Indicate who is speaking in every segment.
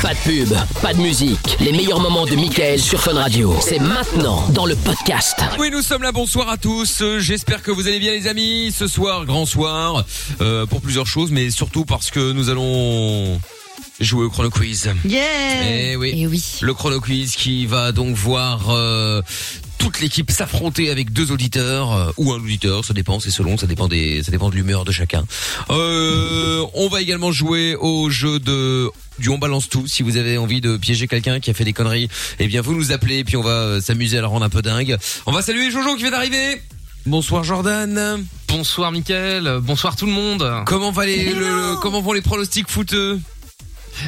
Speaker 1: Pas de pub, pas de musique. Les meilleurs moments de Michael sur Fun Radio. C'est maintenant dans le podcast.
Speaker 2: Oui, nous sommes là. Bonsoir à tous. Euh, J'espère que vous allez bien, les amis. Ce soir, grand soir, euh, pour plusieurs choses, mais surtout parce que nous allons jouer au chrono quiz.
Speaker 3: Yeah
Speaker 2: Eh oui. Le chrono quiz qui va donc voir euh, toute l'équipe s'affronter avec deux auditeurs euh, ou un auditeur, ça dépend, c'est selon, ça dépend des, ça dépend de l'humeur de chacun. Euh, on va également jouer au jeu de du on balance tout. Si vous avez envie de piéger quelqu'un qui a fait des conneries, eh bien vous nous appelez et puis on va euh, s'amuser à le rendre un peu dingue. On va saluer Jojo qui vient d'arriver. Bonsoir Jordan.
Speaker 4: Bonsoir Mickaël, bonsoir tout le monde.
Speaker 2: Comment va les- le- le- comment vont les pronostics foot euh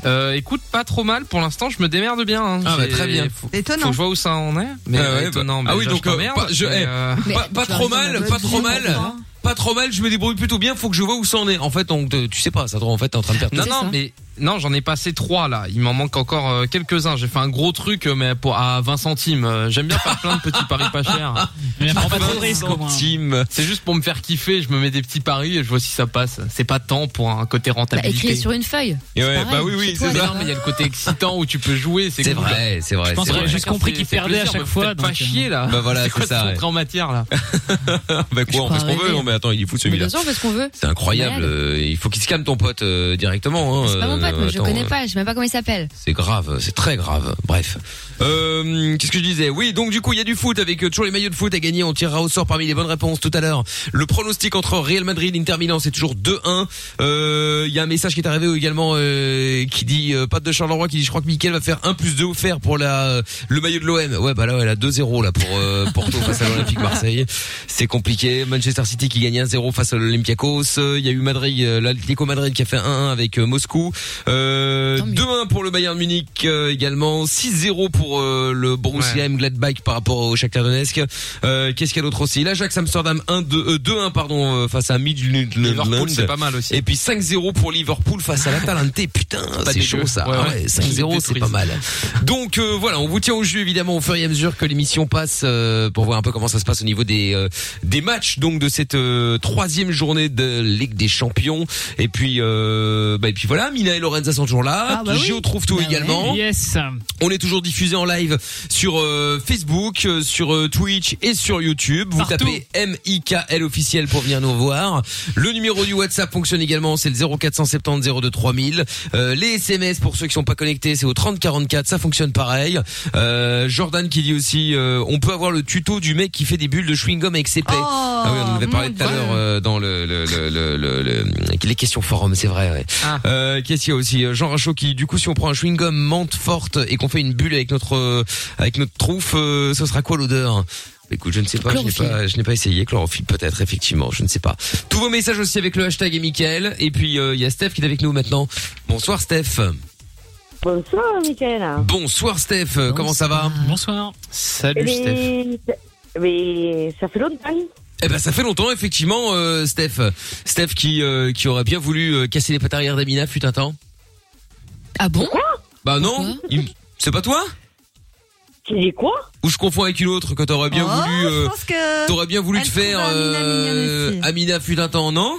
Speaker 4: Euh, Écoute, pas trop mal pour l'instant, je me démerde bien. hein.
Speaker 2: Ah bah,
Speaker 4: J'ai-
Speaker 2: très bien.
Speaker 4: Faut,
Speaker 3: Étonnant.
Speaker 4: faut que je vois où ça en est. Mais
Speaker 2: Ah ouais, bah-
Speaker 4: étonnant. Euh, mais
Speaker 2: ah oui
Speaker 4: déjà,
Speaker 2: donc
Speaker 4: je
Speaker 2: euh,
Speaker 4: t'emmerde,
Speaker 2: pas, je-
Speaker 4: mais,
Speaker 2: eh,
Speaker 4: euh,
Speaker 5: Mais
Speaker 2: pas, pas
Speaker 5: tu
Speaker 2: trop
Speaker 5: vas dans la
Speaker 2: mal,
Speaker 5: bonne
Speaker 2: pas trop
Speaker 5: vision,
Speaker 2: mal.
Speaker 4: hein.
Speaker 5: pourquoi
Speaker 2: Pas trop mal, je me débrouille plutôt bien, faut que je vois où ça en est. En fait, on, te- tu sais pas, ça te- en fait, t'es hein. en train de perdre.
Speaker 4: Non
Speaker 5: C'est
Speaker 4: non,
Speaker 5: ça.
Speaker 4: mais non, j'en ai passé trois là. Il m'en manque encore euh, quelques-uns. J'ai fait un gros truc, euh, mais pour à 20 centimes. Euh, J'aime bien faire plein de petits paris pas chers.
Speaker 6: Mais prends pas trop de
Speaker 4: 20
Speaker 6: risques au moins.
Speaker 4: centimes. C'est juste pour me faire kiffer. Je me mets des petits paris et je vois si ça passe. C'est pas tant pour un côté
Speaker 5: Bah,
Speaker 4: rentabilité.
Speaker 5: écrit sur une feuille.
Speaker 2: Et ouais,
Speaker 5: pareil,
Speaker 2: bah oui, oui,
Speaker 5: chez toi,
Speaker 2: c'est
Speaker 4: Mais
Speaker 2: ça.
Speaker 4: non, mais il y a le côté excitant où tu peux jouer. C'est
Speaker 2: C'est
Speaker 4: cool.
Speaker 2: vrai, c'est vrai.
Speaker 6: Je pense
Speaker 2: c'est
Speaker 6: que
Speaker 2: vrai.
Speaker 6: j'ai
Speaker 4: Chacun
Speaker 6: compris
Speaker 4: fait-
Speaker 6: qu'il
Speaker 4: fait
Speaker 6: perdait
Speaker 4: plaisir,
Speaker 6: à chaque
Speaker 4: mais
Speaker 6: fois,
Speaker 4: faites pas
Speaker 6: donc, euh,
Speaker 4: chier là.
Speaker 2: Bah voilà,
Speaker 4: c'est
Speaker 2: c'est
Speaker 4: quoi
Speaker 2: ça,
Speaker 4: ce
Speaker 2: ouais.
Speaker 4: rentrée en matière là
Speaker 2: Bah quoi,
Speaker 5: Je
Speaker 2: on fait ce qu'on
Speaker 5: crois
Speaker 2: veut,
Speaker 5: rêver.
Speaker 2: non mais attends, il est fou
Speaker 5: Mais
Speaker 2: celui-là.
Speaker 5: bien sûr, parce qu'on veut.
Speaker 2: C'est incroyable,
Speaker 5: Malade.
Speaker 2: euh, il faut qu'il se calme ton pote euh, directement. Hein,
Speaker 5: C'est pas mon
Speaker 2: euh,
Speaker 5: pote, moi, je
Speaker 2: attends,
Speaker 5: connais
Speaker 2: euh,
Speaker 5: pas, je sais même pas comment il s'appelle.
Speaker 2: C'est grave, c'est très grave. Bref. Euh, Qu'est-ce que je disais Oui, donc du coup, il y a du foot avec euh, toujours les maillots de foot à gagner. On tirera au sort parmi les bonnes réponses tout à l'heure. Le pronostic entre Real Madrid et Inter Milan, c'est toujours 2-1. Euh, Il y a un message qui est arrivé également euh, qui dit euh, Pat de Charleroi qui dit je crois que Mickaël va faire 1 plus 2 offert pour la euh, le maillot de l'OM. Ouais, bah là, elle a 2-0 là pour euh, Porto face à l'Olympique Marseille. C'est compliqué. Manchester City qui gagne 1-0 face à l'Olympiakos. Euh, Il y a eu Madrid, euh, l'Atlético Madrid qui a fait 1-1 avec euh, Moscou. Euh,
Speaker 5: Tant mieux.
Speaker 2: 2-1 pour le Bayern Munich euh, également. 6-0 pour euh, le Borussia Mönchengladbach par rapport au Shakhtar Donetsk. Euh, Qu'est-ce qu'il y a d'autre aussi L'Ajax Amsterdam 1-2, euh, 2-1 pardon euh, face à Midtjylland.
Speaker 4: Liverpool, c'est pas mal aussi.
Speaker 2: Et puis 5-0 pour Liverpool face à l'Atalante. Putain,
Speaker 4: Pas
Speaker 2: c'est
Speaker 4: dégueu.
Speaker 2: chaud ça.
Speaker 4: Ouais,
Speaker 2: Ah
Speaker 4: ouais.
Speaker 2: ouais, 5-0, c'est pas mal. Donc euh, voilà, on vous tient au jeu évidemment au fur et à mesure que l'émission passe euh, pour voir un peu comment ça se passe au niveau des euh, des matchs donc de cette euh, troisième journée de Ligue des Champions. Et puis euh, bah, et puis voilà, Mina et Lorenza sont toujours là.
Speaker 5: Ah, bah oui.
Speaker 2: Gio trouve tout
Speaker 5: Bah
Speaker 2: également. Ah
Speaker 6: Yes.
Speaker 2: On est toujours diffusé en live sur euh, Facebook, euh, sur euh, Twitch et sur YouTube. Vous
Speaker 6: Partout.
Speaker 2: tapez MIKL officiel pour venir nous voir. Le numéro du WhatsApp fonctionne également, c'est le 0470 02 3000. Euh, les SMS pour ceux qui sont pas connectés, c'est au 3044, ça fonctionne pareil. Euh, Jordan qui dit aussi euh, on peut avoir le tuto du mec qui fait des bulles de chewing-gum avec ses plaies.
Speaker 3: Oh,
Speaker 2: ah oui, on en avait parlé
Speaker 3: mon
Speaker 2: tout à
Speaker 3: Dieu.
Speaker 2: l'heure euh, dans le, le, le, le, le- le- les questions forum, c'est vrai. Ouais.
Speaker 4: Ah.
Speaker 2: Euh, Qu'est-ce qu'il y a aussi Jean Rachaud qui, du coup, si on prend un chewing gum menthe forte et qu'on fait une bulle avec notre euh, avec notre trouffe, euh, ce sera quoi l'odeur Écoute, je ne sais pas, je n'ai
Speaker 5: Chlorophylle.
Speaker 2: pas, je n'ai pas essayé. Chlorophylle, peut-être, effectivement, je ne sais pas. Tous vos messages aussi avec le hashtag et Mickaël. Et puis, euh, il y a Steph qui est avec nous maintenant. Bonsoir, Steph.
Speaker 7: Bonsoir, Michael.
Speaker 2: Bonsoir, Steph. Euh, Comment ça va
Speaker 6: Bonsoir.
Speaker 4: Salut Steph.
Speaker 7: Mais, mais ça fait longtemps.
Speaker 2: Eh ben, ça fait longtemps, effectivement, euh, Steph. Steph qui euh, qui aurait bien voulu euh, casser les pattes arrière d'Amina, fut un temps.
Speaker 5: Ah bon
Speaker 2: Bah non,
Speaker 5: Pourquoi
Speaker 2: il- c'est pas toi
Speaker 7: Tu dis quoi
Speaker 2: Ou je confonds avec une autre que t'aurais bien
Speaker 3: Oh,
Speaker 2: voulu. euh,
Speaker 3: Je pense que.
Speaker 2: T'aurais bien voulu
Speaker 3: Elle
Speaker 2: te faire
Speaker 3: trouve Amina
Speaker 2: euh,
Speaker 3: mignonne aussi.
Speaker 2: Amina fut un temps, non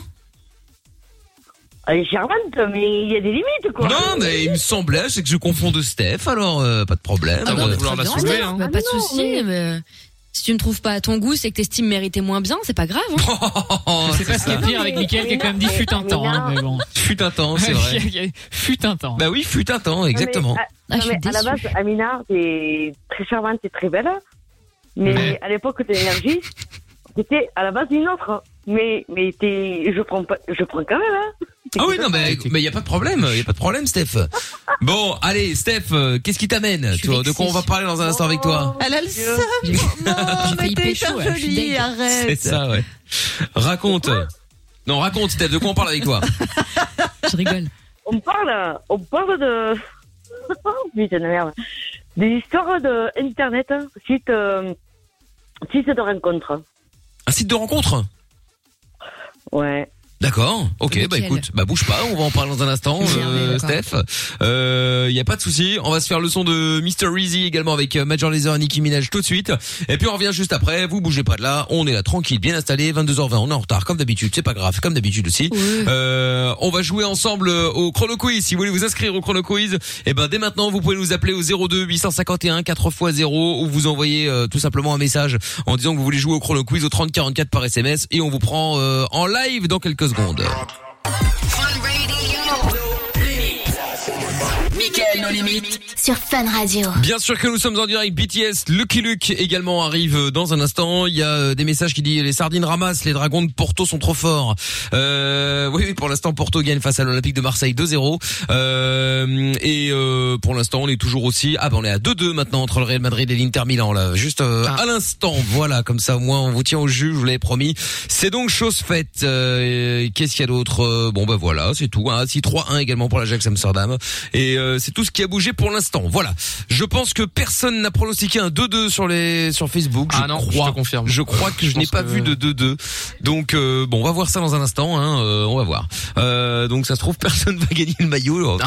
Speaker 7: Elle est charmante, mais il y a des limites, Euh, quoi.
Speaker 2: Non, mais il me semblait, c'est que je confonds de Steph, alors euh, pas de problème.
Speaker 4: Ah,
Speaker 2: Euh,
Speaker 4: bon, vouloir la
Speaker 5: très bien,
Speaker 4: soulever,
Speaker 5: non,
Speaker 4: hein.
Speaker 5: bah, Pas de
Speaker 7: Ah non,
Speaker 5: souci,
Speaker 7: mais-
Speaker 5: mais si tu ne trouves pas à ton goût, c'est que t'estimes mériter moins bien, c'est pas grave. hein.
Speaker 2: Oh,
Speaker 6: Je sais pas ce qui est pire
Speaker 7: ça.
Speaker 6: avec Mickaël qui a quand même dit fut un temps, hein, mais bon.
Speaker 2: fut un temps, c'est vrai.
Speaker 6: fut un temps.
Speaker 2: bah oui, fut un temps, exactement.
Speaker 5: Ah,
Speaker 7: Non,
Speaker 5: je
Speaker 7: mais
Speaker 5: suis
Speaker 7: à la
Speaker 5: déçue.
Speaker 7: base, Amina, t'es très charmante et très belle. hein. Mais,
Speaker 4: Mais-
Speaker 7: à l'époque de l'énergie, t'étais à la base une autre. hein. Mais, mais t'es, je prends pas, je prends quand même, hein.
Speaker 2: Ah oui, non, mais mais y a pas de problème, y a pas de problème, Steph. Bon, allez, Steph, euh, qu'est-ce qui t'amène
Speaker 5: Je suis
Speaker 2: Tu vois, De
Speaker 5: vexée.
Speaker 2: quoi on va parler dans un instant avec toi
Speaker 3: Oh, Elle a le
Speaker 7: Dieu.
Speaker 3: seum.
Speaker 5: J'ai
Speaker 3: Non, mais
Speaker 5: failli
Speaker 3: t'es
Speaker 5: pécho,
Speaker 3: hyper
Speaker 2: hein,
Speaker 5: ouais, je suis
Speaker 3: jolie,
Speaker 5: dingue.
Speaker 2: C'est
Speaker 6: Oh,
Speaker 3: arrête.
Speaker 2: ça, ouais. Raconte. Non, raconte, Steph, de quoi on parle avec toi
Speaker 5: Je rigole.
Speaker 7: On parle, euh, on parle de. oh, Putain de merde. Des histoires d'Internet, site, euh, site de rencontre.
Speaker 2: Un site de rencontre
Speaker 7: Ouais.
Speaker 2: D'accord. Ok, bah
Speaker 3: Nickel.
Speaker 2: écoute, bah bouge pas, on va en parler dans un instant, euh, Steph. Euh, y a pas de souci, on va se faire le son de Mr. Easy également avec euh, Major Lazer et Nicki Minaj tout de suite. Et puis on revient juste après, vous bougez pas de là, on est là tranquille, bien installé, 22h20, on est en retard comme d'habitude, c'est pas grave, comme d'habitude aussi. Euh, on va jouer ensemble euh, au chrono quiz. Si vous voulez vous inscrire au chrono quiz, et ben dès maintenant vous pouvez nous appeler au 02 851 4 x 0 ou vous envoyer euh, tout simplement un message en disant que vous voulez jouer au chrono quiz au 30 44 par SMS et on vous prend euh, en live dans quelques secondes.
Speaker 1: Mickaël nos limites.
Speaker 8: Sur Fun Radio.
Speaker 2: Bien sûr que nous sommes en direct. BTS, Lucky Luke également arrive euh, dans un instant. Il y a euh, des messages qui disent les sardines ramassent, les dragons de Porto sont trop forts. Euh, oui, oui, pour l'instant Porto gagne face à l'Olympique de Marseille 2-0. Euh, et euh, pour l'instant on est toujours aussi. Ah ben on est à 2-2 maintenant entre le Real Madrid et l'Inter Milan là. Juste euh,
Speaker 9: Ah.
Speaker 2: à l'instant, voilà comme ça au moins on vous tient au jus, je vous l'avais promis. C'est donc chose faite. Euh, et Qu'est-ce qu'il y a d'autre Euh, Bon ben voilà, c'est tout. Hein. 3-1 également pour l'Ajax Amsterdam. Et euh, c'est tout ce qui a bougé pour l'instant. Voilà. Je pense que personne n'a pronostiqué un 2-2 sur les sur Facebook. Je
Speaker 4: Ah non, je
Speaker 2: crois.
Speaker 4: te confirme.
Speaker 2: Je crois que je,
Speaker 4: Je
Speaker 2: n'ai
Speaker 4: pense
Speaker 2: pas
Speaker 4: que-
Speaker 2: vu de 2-2. Donc euh, bon, on va voir ça dans un instant. Hein, euh, on va voir. Euh, donc ça se trouve personne va gagner le maillot.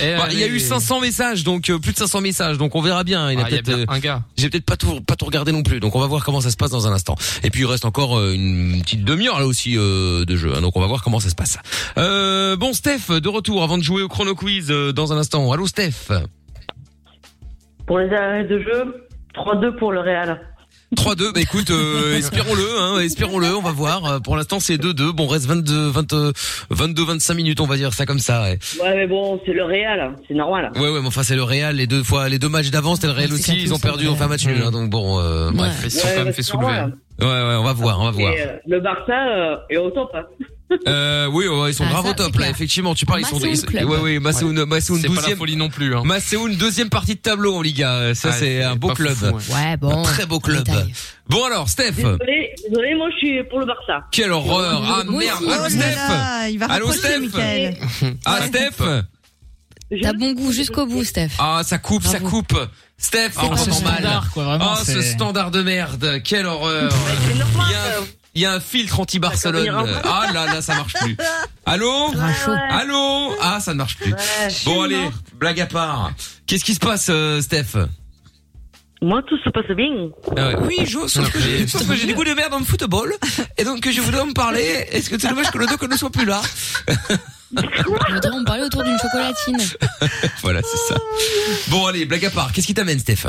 Speaker 4: eh,
Speaker 2: Bah, il y a
Speaker 4: allez.
Speaker 2: eu 500 messages, donc euh, plus de 500 messages, donc on verra bien. Il a
Speaker 4: Ah, il y a
Speaker 2: peut-être, euh,
Speaker 4: bien un gars.
Speaker 2: J'ai peut-être pas tout pas tout regardé non plus, donc on va voir comment ça se passe dans un instant. Et puis il reste encore euh, une petite demi-heure là aussi euh, de jeu, hein, donc on va voir comment ça se passe. Euh, bon Steph, de retour avant de jouer au chrono quiz euh, dans un instant. Allô Steph.
Speaker 7: Pour les arrêts de jeu, 3-2 pour le Real.
Speaker 2: 3-2, bah écoute, euh, espérons-le, hein, espérons-le, on va voir. Euh, Pour l'instant c'est 2-2, bon reste 22, 20, 22-25 minutes, on va dire ça comme ça. Ouais.
Speaker 7: Ouais, mais bon, c'est le Real, c'est normal.
Speaker 2: Ouais ouais, mais enfin c'est le Real, les deux fois, les deux matchs d'avant c'était le Real
Speaker 8: Ouais, c'est
Speaker 2: aussi, ils
Speaker 8: ça,
Speaker 2: ont perdu, on fait un match nul, hein, donc bon, euh, bref.
Speaker 4: Ils se sont
Speaker 7: Ouais,
Speaker 4: quand même
Speaker 7: bah,
Speaker 4: fait
Speaker 7: c'est
Speaker 4: soulever.
Speaker 7: normal.
Speaker 2: Ouais ouais, on va voir, on va voir.
Speaker 7: Et, euh, le Barça euh, est au top. hein.
Speaker 2: Euh, oui, ouais, ils sont
Speaker 8: Ah,
Speaker 2: grave
Speaker 8: ça,
Speaker 2: au top
Speaker 8: c'est
Speaker 2: là,
Speaker 8: clair.
Speaker 2: effectivement. Tu parles, ils sont,
Speaker 8: Masséon
Speaker 2: ils sont-
Speaker 8: Club.
Speaker 2: ouais, ouais, Masséon, Masséon
Speaker 4: C'est pas la
Speaker 2: douzième,
Speaker 4: folie non plus. Hein.
Speaker 2: Masséon deuxième partie de tableau, les gars. Euh, Ça,
Speaker 4: Ah,
Speaker 2: c'est un beau
Speaker 4: pas
Speaker 2: club,
Speaker 4: foufou, ouais.
Speaker 8: Ouais, bon.
Speaker 2: un très beau club.
Speaker 8: détail.
Speaker 2: Bon alors, Steph,
Speaker 7: Désolé, désolé, moi je suis pour le Barça.
Speaker 2: quelle horreur Ah
Speaker 8: Moi
Speaker 2: merde,
Speaker 8: aussi.
Speaker 2: allô
Speaker 8: Oh là
Speaker 2: Steph,
Speaker 7: Ah,
Speaker 3: Voilà, il va
Speaker 2: Allô,
Speaker 3: rapprocher,
Speaker 2: Steph
Speaker 3: Michael.
Speaker 2: ah Steph,
Speaker 7: Je-
Speaker 5: T'as bon goût jusqu'au bout, Steph.
Speaker 2: ah ça coupe, ça
Speaker 5: Bravo.
Speaker 2: coupe. Steph, ah, on
Speaker 6: ce
Speaker 2: s'entend mal.
Speaker 6: standard, quoi, vraiment.
Speaker 2: Ah ce
Speaker 6: c'est-
Speaker 2: standard de merde, quelle horreur.
Speaker 7: C'est normal.
Speaker 2: Il y a un- il y a un filtre
Speaker 7: Ça
Speaker 2: anti-Barcelone.
Speaker 7: conviendra
Speaker 2: Ah là là, ça marche plus. Allô
Speaker 7: Ouais, ouais.
Speaker 2: Allô Ah, ça ne marche plus. Bon allez, blague à part. Qu'est-ce qui se passe, euh, Steph
Speaker 7: Moi, tout se passe bien.
Speaker 2: Ah ouais. Oui, je, sauf que j'ai, sauf que j'ai des goûts de merde dans le football. Et donc, je voudrais en parler. Est-ce que c'est dommage que le doc ne soit plus là?
Speaker 5: On voudrait en parler autour d'une chocolatine.
Speaker 2: Voilà, c'est ça. Bon, allez, blague à part. Qu'est-ce qui t'amène, Steph?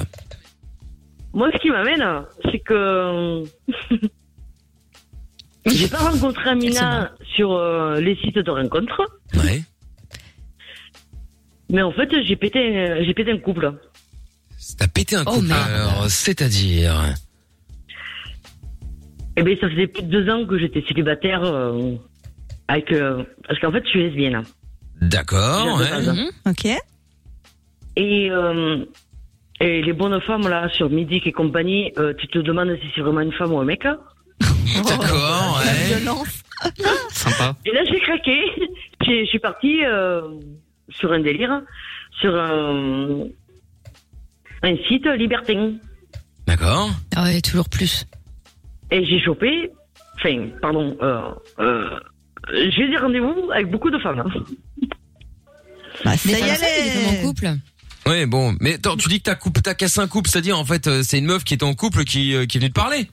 Speaker 7: Moi, ce qui m'amène, hein, c'est que euh, j'ai pas rencontré Amina sur euh, les sites de rencontres,
Speaker 2: Ouais.
Speaker 7: mais en fait, j'ai pété, euh, j'ai pété un couple.
Speaker 2: T'as pété un
Speaker 5: Oh,
Speaker 2: couple.
Speaker 5: merde.
Speaker 2: alors, c'est-à-dire. euh,
Speaker 7: Eh bien, ça faisait plus de deux ans que j'étais célibataire. euh, avec, euh, parce qu'en fait, je suis lesbienne.
Speaker 2: D'accord, hein.
Speaker 7: J'ai deux
Speaker 2: Oh, ouais.
Speaker 7: bases.
Speaker 5: Mhm.
Speaker 3: Ok.
Speaker 7: hein. Et, euh, et les bonnes femmes, là, sur Midi et compagnie, euh, tu te demandes si c'est vraiment une femme ou un mec. hein.
Speaker 2: D'accord,
Speaker 3: La
Speaker 2: ouais.
Speaker 3: violence.
Speaker 4: Sympa.
Speaker 7: Et là, j'ai craqué. J'ai- Je suis partie euh, sur un délire, sur un, un site libertin.
Speaker 2: D'accord.
Speaker 5: Ah ouais, toujours plus.
Speaker 7: Et j'ai chopé, enfin, pardon, euh, euh, j'ai eu des rendez-vous avec beaucoup de femmes. hein.
Speaker 3: Bah, ça
Speaker 5: Mais
Speaker 3: y
Speaker 5: t'as ça, t'es comme en
Speaker 3: allait.
Speaker 5: couple.
Speaker 2: Euh, Ouais, bon. Mais attends, tu dis que t'as, coupé, t'as cassé un couple. C'est-à-dire, en fait, euh, c'est une meuf qui était en couple qui, euh, qui est venue te parler.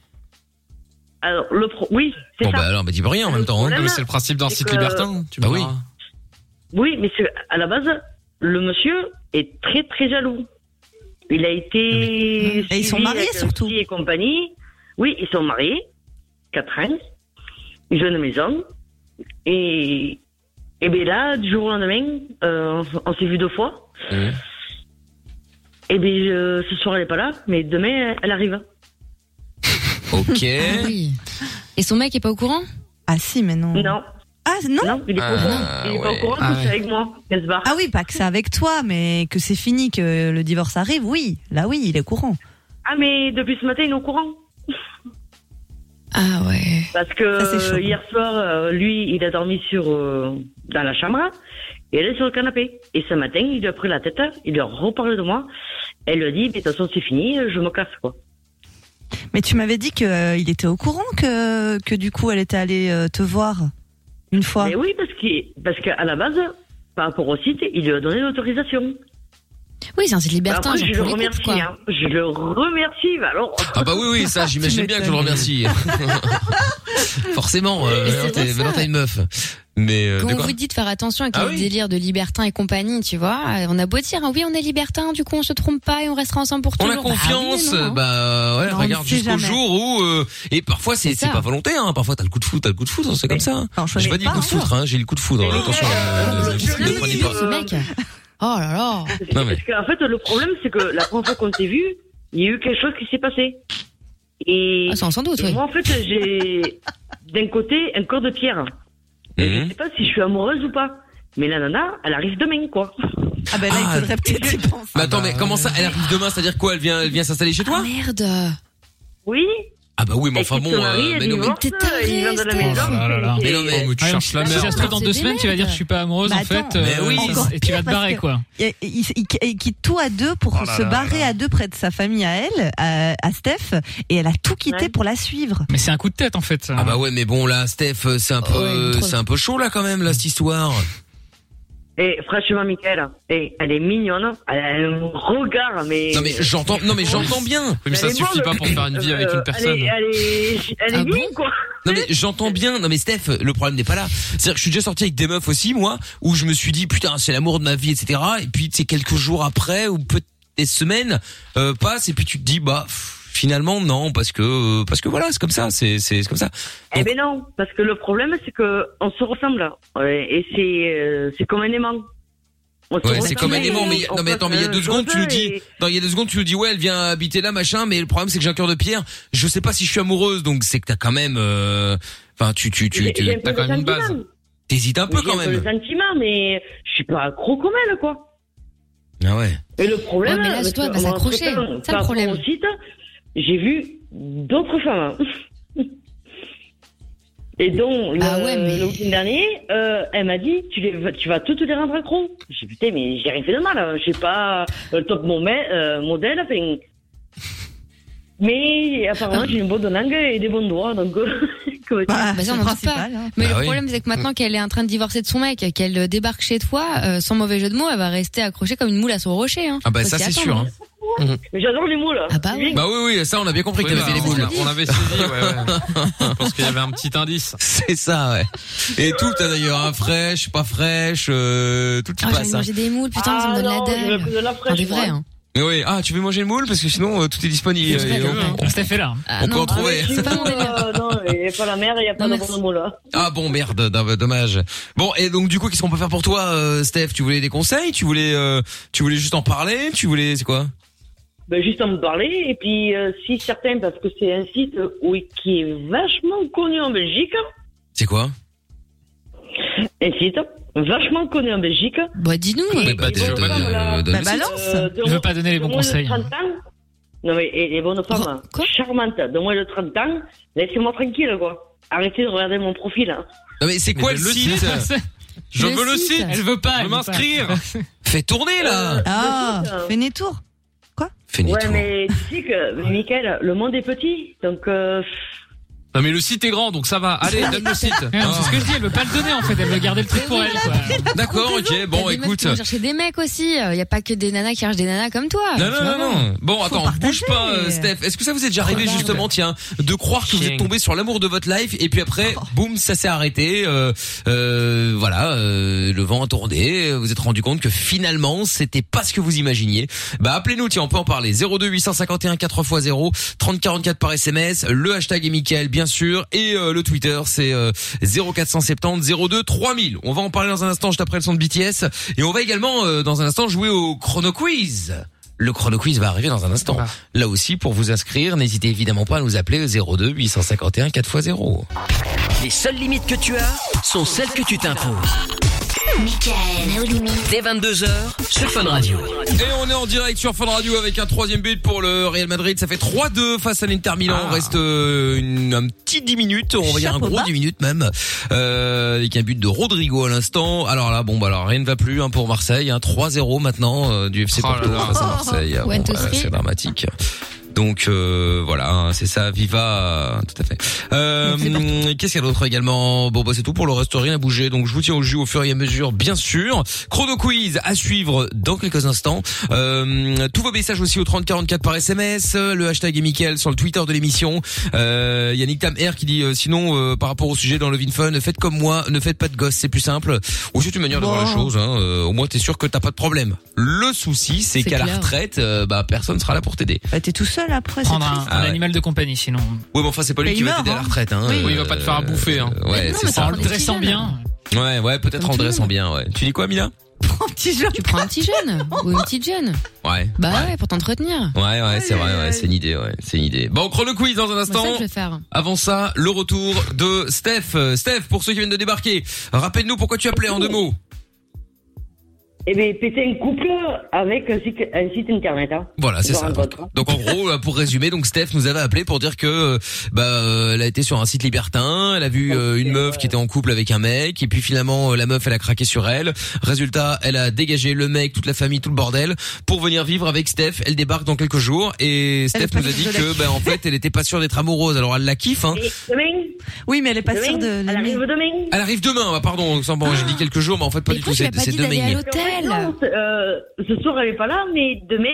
Speaker 7: Alors, le pro... oui, c'est
Speaker 2: Bon,
Speaker 7: ça.
Speaker 2: bah alors, bah dis pas rien en même temps. hein.
Speaker 7: Problème,
Speaker 4: Mais c'est le principe d'un
Speaker 7: c'est
Speaker 4: site
Speaker 7: que-
Speaker 4: libertin. hein, Tu
Speaker 2: Bah
Speaker 4: me
Speaker 2: oui.
Speaker 4: diras.
Speaker 7: Oui, mais c'est- à la base, le monsieur est très très jaloux. Il a
Speaker 2: Ah,
Speaker 7: été.
Speaker 3: Et ils sont
Speaker 7: suivi
Speaker 3: mariés,
Speaker 7: avec un
Speaker 3: surtout.
Speaker 7: psy Et compagnie. Oui, ils sont mariés. Quatre ans. Ils ont une maison. Et. Et bien là, du jour au lendemain, euh, on s'est vu deux fois.
Speaker 2: Mhm.
Speaker 7: Et bien, ce soir, elle n'est pas là, mais demain, elle arrive.
Speaker 2: Ok.
Speaker 5: Ah oui. Et son mec est pas au courant
Speaker 3: Ah si, mais non.
Speaker 7: Non,
Speaker 3: Ah non.
Speaker 7: non, il est pas au
Speaker 2: Ah,
Speaker 7: courant. Il est pas
Speaker 2: ouais.
Speaker 7: au courant,
Speaker 4: Ah,
Speaker 7: c'est
Speaker 4: ouais.
Speaker 7: avec moi, qu'elle se barre.
Speaker 3: Ah oui, pas que ça avec toi, mais que c'est fini, que le divorce arrive, oui. Là, oui, il est courant.
Speaker 7: Ah, mais depuis ce matin, il est au courant.
Speaker 5: Ah ouais.
Speaker 7: Parce que
Speaker 3: Ça, c'est chaud.
Speaker 7: euh, hier soir, euh, lui, il a dormi sur euh, dans la chambre et elle est sur le canapé. Et ce matin, il lui a pris la tête, il lui a reparlé de moi. Elle lui a dit, mais de toute façon, c'est fini, je me casse, quoi.
Speaker 3: Mais tu m'avais dit que euh, il était au courant que, que du coup, elle était allée euh, te voir. Une fois.
Speaker 5: Ah.
Speaker 7: Mais oui, parce qu'il- parce qu'à la base, par rapport au site, il lui a donné l'autorisation.
Speaker 5: Oui, c'est un site libertin,
Speaker 7: Après,
Speaker 5: j'en
Speaker 7: je
Speaker 5: peux
Speaker 7: le
Speaker 5: les coups,
Speaker 7: remercie.
Speaker 5: quoi.
Speaker 7: hein. Je le remercie. bah Alors,
Speaker 2: Ah bah oui, oui, ça, j'imagine
Speaker 3: Tu
Speaker 2: bien que je le
Speaker 3: m'étonnes.
Speaker 2: remercie. Forcément, euh,
Speaker 5: Mais c'est
Speaker 2: maintenant,
Speaker 5: vrai,
Speaker 2: t'es-
Speaker 5: ça.
Speaker 2: maintenant t'as une meuf. Mais euh,
Speaker 5: Quand
Speaker 2: de
Speaker 5: on
Speaker 2: quoi
Speaker 5: vous dit de faire attention avec
Speaker 2: Ah
Speaker 5: les
Speaker 2: oui.
Speaker 5: délires de libertin et compagnie, tu vois, euh, on a beau dire, ah oui, on est libertin, du coup, on se trompe pas et on restera ensemble pour
Speaker 2: On a
Speaker 5: toujours. Bah oui, mais
Speaker 2: confiance,
Speaker 5: non,
Speaker 2: euh,
Speaker 5: hein.
Speaker 2: bah ouais,
Speaker 3: Non, on
Speaker 2: regarde
Speaker 3: ne sait
Speaker 2: jusqu'au
Speaker 3: jamais.
Speaker 2: jour où euh, et parfois c'est
Speaker 5: C'est
Speaker 2: c'est
Speaker 5: ça.
Speaker 2: pas volontaire, hein, parfois t'as le coup de foudre, t'as le coup de foudre, c'est comme ça. hein.
Speaker 3: Enfin, je
Speaker 2: J'ai
Speaker 3: connais
Speaker 2: pas dit le coup de
Speaker 3: hein.
Speaker 2: foudre, hein, j'ai eu le coup de foudre. hein, Attention, euh,
Speaker 7: le
Speaker 2: ne
Speaker 7: jury.
Speaker 2: prenez pas.
Speaker 5: ce mec. Oh là là.
Speaker 2: Non, mais-
Speaker 7: parce qu'en fait, le problème, c'est que la première fois qu'on s'est vu, il y a eu quelque chose qui s'est passé. Et,
Speaker 5: Ah, sans, sans doute,
Speaker 7: et
Speaker 5: oui.
Speaker 7: moi, en fait, j'ai d'un côté un corps de pierre. Et Je
Speaker 2: Mhm.
Speaker 7: sais pas si je suis amoureuse ou pas. Mais la nana, elle arrive demain, quoi.
Speaker 3: Ah ben là,
Speaker 2: Ah,
Speaker 3: il faudrait peut-être y penser.
Speaker 2: Mais attends, mais comment ça Elle arrive demain, c'est-à-dire quoi Elle vient, elle vient s'installer chez
Speaker 5: Ah,
Speaker 2: toi
Speaker 5: merde.
Speaker 7: Oui.
Speaker 2: Ah bah oui, mais
Speaker 7: elle
Speaker 2: enfin
Speaker 7: quitte
Speaker 2: bon,
Speaker 7: son
Speaker 2: euh,
Speaker 7: mari, elle
Speaker 2: mais non, mais
Speaker 7: divorce,
Speaker 5: t'es taré,
Speaker 7: il vient de la
Speaker 5: Steph.
Speaker 7: maison.
Speaker 6: Oh là là.
Speaker 2: Mais non, mais-
Speaker 7: Et-
Speaker 4: Oh, mais tu
Speaker 6: Ah,
Speaker 4: cherches la
Speaker 6: Si ça
Speaker 4: merde. euh,
Speaker 6: se trouve, dans
Speaker 5: C'est
Speaker 6: deux
Speaker 5: des
Speaker 6: semaines, tu vas dire,
Speaker 5: merdes.
Speaker 6: je suis pas amoureuse,
Speaker 3: Bah,
Speaker 6: en fait. euh,
Speaker 3: attends.
Speaker 2: Mais oui,
Speaker 6: et
Speaker 2: encore
Speaker 6: tu vas
Speaker 3: pire
Speaker 6: te
Speaker 3: parce
Speaker 6: barrer,
Speaker 3: que-
Speaker 6: quoi.
Speaker 3: Et- et- Il, il- il quitte tout à deux pour
Speaker 4: Oh là
Speaker 3: se
Speaker 4: là
Speaker 3: barrer
Speaker 4: là.
Speaker 3: à deux près de sa famille à elle, à, à Steph, et elle a tout quitté
Speaker 7: Ouais.
Speaker 3: pour la suivre.
Speaker 6: Mais c'est un coup de tête, en fait. ça.
Speaker 2: Ah bah ouais, mais bon là, Steph, euh, c'est un peu,
Speaker 5: Ouais,
Speaker 2: euh,
Speaker 5: trop.
Speaker 2: c'est un peu chaud là quand même là cette histoire.
Speaker 7: Et franchement, Michael, et elle est mignonne. Elle a un regard, mais.
Speaker 2: Non mais j'entends, non mais j'entends bien.
Speaker 4: Oui, mais ça
Speaker 7: Elle est
Speaker 4: suffit
Speaker 7: molle.
Speaker 4: pas pour faire une vie avec
Speaker 7: Euh,
Speaker 4: une personne.
Speaker 7: Elle est, elle est, elle est
Speaker 5: Ah bon
Speaker 7: mignonne, quoi.
Speaker 2: Non mais j'entends bien. Non mais Steph, le problème n'est pas là. C'est-à-dire que je suis déjà sorti avec des meufs aussi moi, où je me suis dit putain c'est l'amour de ma vie etc. Et puis c'est quelques jours après ou peut-être des semaines euh, passent et puis tu te dis bah pff, finalement non parce que euh, parce que voilà c'est comme ça c'est c'est c'est comme ça.
Speaker 7: Eh ben non, parce que le problème c'est que on se ressemble Ouais, et c'est euh, c'est comme un aimant. On se
Speaker 2: Ouais, c'est
Speaker 7: ressemble
Speaker 2: comme un
Speaker 7: et
Speaker 2: aimant, mais il y a-
Speaker 7: on
Speaker 2: non, mais attends, mais il y a
Speaker 7: passe
Speaker 2: deux
Speaker 7: la
Speaker 2: secondes,
Speaker 7: chose
Speaker 2: tu nous
Speaker 7: et-
Speaker 2: Non, il y a deux secondes, tu nous dis, ouais, elle vient habiter là, machin, mais le problème, c'est que j'ai un cœur de pierre. Je sais pas si je suis amoureuse, donc c'est que t'as quand même, euh, enfin, tu, tu, tu,
Speaker 7: j'ai- j'ai
Speaker 2: tu,
Speaker 7: un
Speaker 4: t'as
Speaker 7: peu
Speaker 4: quand
Speaker 7: le
Speaker 4: même une base.
Speaker 7: sentiment.
Speaker 2: t'hésites un peu
Speaker 7: J'ai
Speaker 2: quand
Speaker 7: le
Speaker 2: même.
Speaker 7: sentiment, mais je suis pas accro comme elle, quoi.
Speaker 2: Ah ouais.
Speaker 7: Et le problème,
Speaker 5: Ouais, mais là,
Speaker 7: parce
Speaker 5: toi,
Speaker 7: que
Speaker 5: elle va
Speaker 7: moi,
Speaker 5: s'accrocher.
Speaker 7: entre-temps,
Speaker 5: C'est ça, le
Speaker 7: par rapport
Speaker 5: problème.
Speaker 7: au site, j'ai vu d'autres femmes. hein. Et donc,
Speaker 5: Ah
Speaker 7: le,
Speaker 5: ouais, mais-
Speaker 7: le week-end dernier, euh, elle m'a dit tu, les- tu vas toutes les rendre accro. J'ai dit putain, mais j'ai rien fait de mal. hein. J'ai pas le top momè- euh, modèle. Enfin... Mais apparemment, j'ai une bonne langue et des bons doigts. Donc, euh, que-
Speaker 5: Bah, ça,
Speaker 3: c'est
Speaker 5: on
Speaker 3: le
Speaker 5: en doute
Speaker 3: principal, hein.
Speaker 5: Mais
Speaker 2: Bah
Speaker 5: le
Speaker 2: oui.
Speaker 5: problème, c'est que maintenant qu'elle est en train de divorcer de son mec, qu'elle euh, débarque chez toi, euh, sans mauvais jeu de mots, elle va rester accrochée comme une moule à son rocher. Hein.
Speaker 2: Ah bah,
Speaker 5: Faut
Speaker 2: ça,
Speaker 5: s'y
Speaker 2: c'est
Speaker 5: attendre,
Speaker 2: sûr, hein.
Speaker 5: hein.
Speaker 3: Mhm.
Speaker 7: Mais j'adore les mots là.
Speaker 5: Ah bah oui.
Speaker 2: Bah oui, oui, ça, on a bien compris que
Speaker 4: Oui,
Speaker 2: t'avais
Speaker 4: bah,
Speaker 2: fait les
Speaker 4: on-
Speaker 2: boules, là.
Speaker 4: On avait saisi, ouais, ouais. Parce qu'il y avait un petit indice.
Speaker 2: C'est ça, ouais. Et tout, t'as d'ailleurs, hein, fraîche, pas fraîche, euh, tout qui
Speaker 5: Ah, j'ai envie
Speaker 2: passe,
Speaker 5: de
Speaker 2: hein.
Speaker 5: manger des moules, putain, ça me
Speaker 7: Ah
Speaker 5: donne
Speaker 7: non,
Speaker 5: la
Speaker 7: je veux
Speaker 5: dalle.
Speaker 7: que de la
Speaker 5: Enfin,
Speaker 7: fraîche,
Speaker 5: des vrais,
Speaker 7: moi.
Speaker 5: hein.
Speaker 2: Mais oui. Ah, tu veux manger le moule? Parce que sinon, euh, tout est disponible.
Speaker 5: C'est
Speaker 2: et
Speaker 5: très
Speaker 2: on-
Speaker 4: hein.
Speaker 5: bien.
Speaker 2: on-
Speaker 6: Steph est là.
Speaker 5: Ah,
Speaker 2: On peut
Speaker 5: non.
Speaker 2: en trouver.
Speaker 7: Ah, mais tu-
Speaker 5: C'est pas mon délire.
Speaker 7: euh, Non, il n'y a pas la mer, il n'y a pas
Speaker 5: Non,
Speaker 7: de
Speaker 5: merci.
Speaker 7: bon mot là.
Speaker 2: Ah bon, merde, d'un- dommage. Bon, et donc, du coup, qu'est-ce qu'on peut faire pour toi, euh, Steph? Tu voulais des conseils? Tu voulais, euh, tu voulais juste en parler? Tu voulais, c'est quoi?
Speaker 7: Ben, juste à me parler. Et puis, euh, si certains, parce que c'est un site euh, oui, qui est vachement connu en Belgique, hein.
Speaker 2: C'est quoi?
Speaker 7: un site hein, vachement connu en Belgique.
Speaker 5: Bah, dis-nous.
Speaker 2: Oui,
Speaker 7: Et
Speaker 2: Ah, déjà,
Speaker 7: donc, voilà.
Speaker 2: donne
Speaker 3: Bah,
Speaker 2: le
Speaker 3: bah,
Speaker 2: site.
Speaker 3: Balance.
Speaker 7: Euh, de
Speaker 6: Je veux
Speaker 7: moins-
Speaker 6: pas donner les
Speaker 7: de
Speaker 6: bons
Speaker 7: moins de
Speaker 6: conseils.
Speaker 7: 30 ans. Non, mais et les bonnes femmes,
Speaker 5: quoi
Speaker 7: charmantes, de moins de 30 ans, laissez-moi tranquille, quoi. Arrêtez de regarder mon profil. hein.
Speaker 2: Non mais c'est quoi
Speaker 4: Mais
Speaker 2: le,
Speaker 4: le
Speaker 2: site,
Speaker 4: Je
Speaker 5: Le
Speaker 4: veux le
Speaker 5: site.
Speaker 4: site.
Speaker 6: Elle veut pas.
Speaker 4: Je veux
Speaker 6: elle veut pas.
Speaker 4: m'inscrire.
Speaker 2: Fais tourner là
Speaker 3: Ah,
Speaker 7: écoute, euh,
Speaker 3: fais détour.
Speaker 2: Fais une
Speaker 7: Ouais,
Speaker 2: tour.
Speaker 7: mais tu sais que, mais Mickaël, le monde est petit. Donc, euh,
Speaker 4: Non, mais le site est grand, donc ça va. Allez, donne le site.
Speaker 6: Ouais, non,
Speaker 2: Ah.
Speaker 6: C'est ce que je dis, elle veut pas le donner en fait, elle veut garder le truc pour elle. Quoi.
Speaker 2: D'accord, Oh, ok, bon
Speaker 5: T'as des meufs
Speaker 2: écoute.
Speaker 5: qui vont chercher des mecs aussi. Il y a pas que des nanas qui cherchent des nanas comme toi.
Speaker 2: Non, non, non, non. Bon, attends, bouge
Speaker 3: partager.
Speaker 2: pas, euh, Steph. Est-ce que ça vous est déjà arrivé
Speaker 5: Regarde.
Speaker 2: justement, tiens, de croire que vous êtes
Speaker 4: Chien.
Speaker 2: tombé sur l'amour de votre life et puis après, boum, ça s'est arrêté. euh, euh, voilà, euh, le vent a tourné. euh, Vous êtes rendu compte que finalement, c'était pas ce que vous imaginiez. Bah, appelez-nous, tiens, on peut en parler. 02 851 4 x 0 30 44 par SMS. Le hashtag est Mickaël, bien sûr, et euh, le Twitter, c'est euh, 0470 02 3000. On va en parler dans un instant, juste après le son de BTS, et on va également euh, dans un instant jouer au chrono quiz. Le chrono quiz va arriver dans un instant.
Speaker 5: Ah.
Speaker 4: Bah.
Speaker 2: Là aussi, pour vous inscrire, n'hésitez évidemment pas à nous appeler au 02 851 4x0.
Speaker 1: Les seules limites que tu as sont celles que tu t'imposes.
Speaker 8: Michael, nos limites.
Speaker 1: Dès 22h sur Fun Radio.
Speaker 2: Et on est en direct sur Fun Radio avec un troisième but pour le Real Madrid. Ça fait 3-2 face à l'Inter Milan. On reste euh, une- un petit 10 minutes, on va dire un
Speaker 3: Chapeau
Speaker 2: gros
Speaker 3: bas.
Speaker 2: 10 minutes même, euh, avec un but de Rodrigo à l'instant. Alors là, bon, bah alors rien ne va plus hein, pour Marseille. Hein, 3-0 maintenant euh, du FC
Speaker 4: Oh là
Speaker 2: Porto
Speaker 4: là.
Speaker 2: face à Marseille. Bon,
Speaker 5: One, two,
Speaker 2: voilà,
Speaker 5: three.
Speaker 2: c'est dramatique. Donc euh, voilà, hein, c'est ça, viva, euh, tout à fait. Euh, Qu'est-ce qu'il y a d'autre également Bon bah c'est tout pour le reste, rien à bouger. Donc je vous tiens au jus au fur et à mesure, bien sûr. Chrono quiz à suivre dans quelques instants. Euh, tous vos messages aussi au 3044 par SMS, euh, le hashtag est Mickaël sur le Twitter de l'émission. Euh, Il y a Nick Tam R qui dit euh, sinon euh, par rapport au sujet dans le Fun, faites comme moi, ne faites pas de gosses, c'est plus simple. Ou c'est une manière de voir
Speaker 10: Bon.
Speaker 2: la chose. Hein, euh, au moins t'es sûr que t'as pas de problème. Le souci c'est
Speaker 10: C'est
Speaker 2: qu'à la
Speaker 10: clair.
Speaker 2: retraite, euh, bah personne sera là pour t'aider.
Speaker 3: Bah, t'es tout seul après. c'est
Speaker 6: Prendre un,
Speaker 3: triste.
Speaker 6: un animal de compagnie, sinon.
Speaker 2: Oui, Ah mais enfin, c'est pas lui
Speaker 6: Mais
Speaker 2: qui
Speaker 6: il
Speaker 2: va
Speaker 6: meurt,
Speaker 2: t'aider à la
Speaker 6: hein.
Speaker 2: retraite. Hein.
Speaker 6: Oui.
Speaker 2: Euh,
Speaker 6: Oui, il va pas te faire à bouffer, hein.
Speaker 2: Ouais,
Speaker 6: non,
Speaker 2: c'est
Speaker 6: mais ça
Speaker 2: ça.
Speaker 6: En le prend des dressant petits bien.
Speaker 2: Ouais, ouais, peut-être en le dressant bien. Ouais. Tu dis quoi, Mila
Speaker 3: Un petit jeune.
Speaker 5: Tu prends un petit jeune ou une petite jeune.
Speaker 2: Ouais.
Speaker 5: Bah ouais, pour t'entretenir.
Speaker 2: Ouais, ouais, c'est vrai, ouais, c'est une idée, ouais, c'est une idée. Bon, chrono quiz dans un
Speaker 5: C'est ça
Speaker 2: instant.
Speaker 5: que je vais faire.
Speaker 2: Avant ça, le retour de Steph. Euh, Steph, pour ceux qui viennent de débarquer, rappelle-nous pourquoi tu appelais en deux mots.
Speaker 7: Eh bien, péter un couple avec un site, un site internet. hein.
Speaker 2: Voilà, c'est
Speaker 7: Genre
Speaker 2: ça.
Speaker 7: un
Speaker 2: Donc,
Speaker 7: pote, hein.
Speaker 2: donc, en gros, euh, pour résumer, donc Steph nous avait appelé pour dire que euh, bah euh, elle a été sur un site libertin, elle a vu euh, une meuf qui était en couple avec un mec et puis finalement euh, la meuf elle a craqué sur elle. Résultat, elle a dégagé le mec, toute la famille, tout le bordel pour venir vivre avec Steph. Elle débarque dans quelques jours et Steph nous a dit que bah en fait, elle était pas sûre d'être amoureuse. Alors elle la kiffe hein.
Speaker 7: Demain
Speaker 3: Oui, mais elle est pas
Speaker 7: Demain
Speaker 3: sûre de
Speaker 7: Elle arrive demain
Speaker 2: Elle arrive demain, bah, pardon, sans- bon, j'ai dit quelques jours mais en fait pas du tout, c'est c'est demain.
Speaker 7: Non, c'est, euh, ce soir, elle est pas là, mais demain,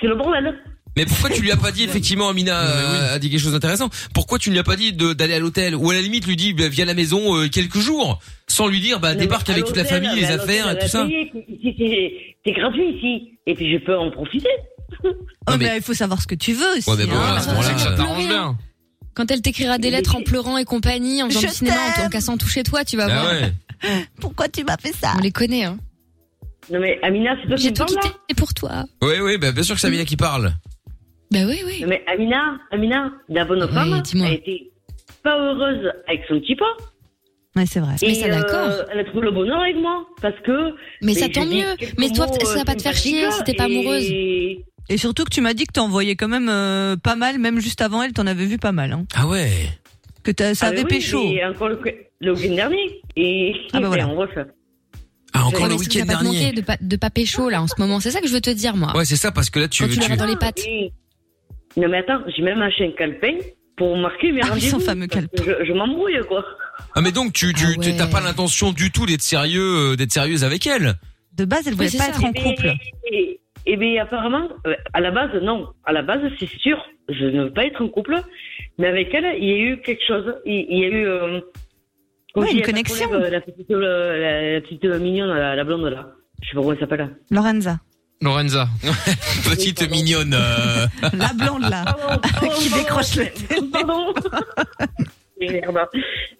Speaker 7: c'est le bordel.
Speaker 2: Mais pourquoi tu lui as pas dit effectivement Amina euh, a dit quelque chose d'intéressant Pourquoi tu ne lui as pas dit de- d'aller à l'hôtel ou à la limite lui dit bah, viens à la maison euh, quelques jours sans lui dire bah
Speaker 7: Non,
Speaker 2: débarque
Speaker 7: mais à
Speaker 2: avec toute la
Speaker 7: l'hôtel,
Speaker 2: famille
Speaker 7: mais
Speaker 2: les
Speaker 7: à l'hôtel,
Speaker 2: affaires et
Speaker 7: elle
Speaker 2: tout
Speaker 7: a
Speaker 2: ça.
Speaker 7: payé. Ici, c'est- C'est gratuit ici. Et puis, je peux en profiter.
Speaker 3: Oh, mais il faut savoir ce que tu veux aussi.
Speaker 2: Ouais, mais bon,
Speaker 3: hein.
Speaker 2: à ce moment-là, euh,
Speaker 5: Quand elle t'écrira des lettres en pleurant et compagnie, en faisant
Speaker 3: Je
Speaker 5: du cinéma, en, en cassant tout chez toi, tu vas
Speaker 2: Ah
Speaker 5: voir.
Speaker 2: ouais.
Speaker 3: Pourquoi tu m'as fait ça
Speaker 5: On les connaît, hein.
Speaker 7: Non, mais Amina, c'est toi qui
Speaker 5: J'ai
Speaker 7: me
Speaker 5: tout
Speaker 7: parles là
Speaker 5: quitté pour toi.
Speaker 2: Oui oui, bah, bien sûr que c'est Amina qui parle.
Speaker 5: Bah oui, oui.
Speaker 7: Non, mais Amina, Amina, la bonne femme, elle était pas heureuse avec son petit pas.
Speaker 3: Ouais, c'est
Speaker 5: Ah,
Speaker 3: vrai.
Speaker 7: Et, euh, Elle a trouvé le bonheur avec moi. Parce que.
Speaker 5: Mais ça,
Speaker 7: je
Speaker 5: tant
Speaker 7: dis
Speaker 5: mieux.
Speaker 7: quelques
Speaker 5: Mais toi,
Speaker 7: mots,
Speaker 5: ça
Speaker 7: euh,
Speaker 5: va pas te faire
Speaker 7: sympathiques,
Speaker 5: chier si t'es pas
Speaker 7: et-
Speaker 5: amoureuse.
Speaker 3: Et surtout que tu m'as dit que t'en voyais quand même euh, pas mal, même juste avant elle, t'en avais vu pas mal. Hein.
Speaker 2: Ah ouais.
Speaker 3: Que t'as- ça
Speaker 7: Ah,
Speaker 3: avait
Speaker 7: mais oui,
Speaker 3: pécho.
Speaker 7: Et encore le, le week-end dernier. Et.
Speaker 3: Ah, bah
Speaker 7: et
Speaker 3: voilà.
Speaker 7: on refait.
Speaker 2: Ah encore
Speaker 5: Ouais,
Speaker 2: le
Speaker 5: mais ça
Speaker 2: week-end
Speaker 5: va pas te
Speaker 2: dernier.
Speaker 5: manquer de pas de pas pécho là en ce moment. C'est ça que je veux te dire moi.
Speaker 2: Ouais c'est ça parce que là tu
Speaker 5: Ah. Quand tu l'auras
Speaker 2: tu-
Speaker 5: dans les pattes.
Speaker 7: Et- Non, mais attends, j'ai même acheté un calepin pour marquer mes
Speaker 3: Ah oui, son
Speaker 7: rendez-vous.
Speaker 3: fameux
Speaker 7: parce que Je, je m'embrouille, quoi.
Speaker 2: Ah mais donc tu tu
Speaker 5: Ah
Speaker 2: tu- t'as
Speaker 5: ouais.
Speaker 2: pas l'intention du tout d'être sérieux euh, d'être sérieuse avec elle.
Speaker 3: De base, elle voulait
Speaker 5: c'est
Speaker 3: pas
Speaker 5: ça.
Speaker 3: être en
Speaker 7: Mais-
Speaker 3: couple.
Speaker 7: Et, et bien, ben, eh apparemment, euh, à la base, non. À la base, c'est sûr, je ne veux pas être en couple. Mais avec elle, il y a eu quelque chose. Il, il y a eu. euh, comme
Speaker 3: Ouais,
Speaker 7: dit
Speaker 3: une
Speaker 7: la
Speaker 3: connexion.
Speaker 7: collègue, euh, La petite, euh, la, la petite mignonne, la, la blonde, là. Je sais pas comment elle s'appelle.
Speaker 2: Ah,
Speaker 3: Lorenza.
Speaker 4: Lorenza.
Speaker 2: Petite mignonne. euh.
Speaker 3: La blonde, là.
Speaker 7: Pardon,
Speaker 3: qui décroche la
Speaker 7: pardon, pardon. Merde.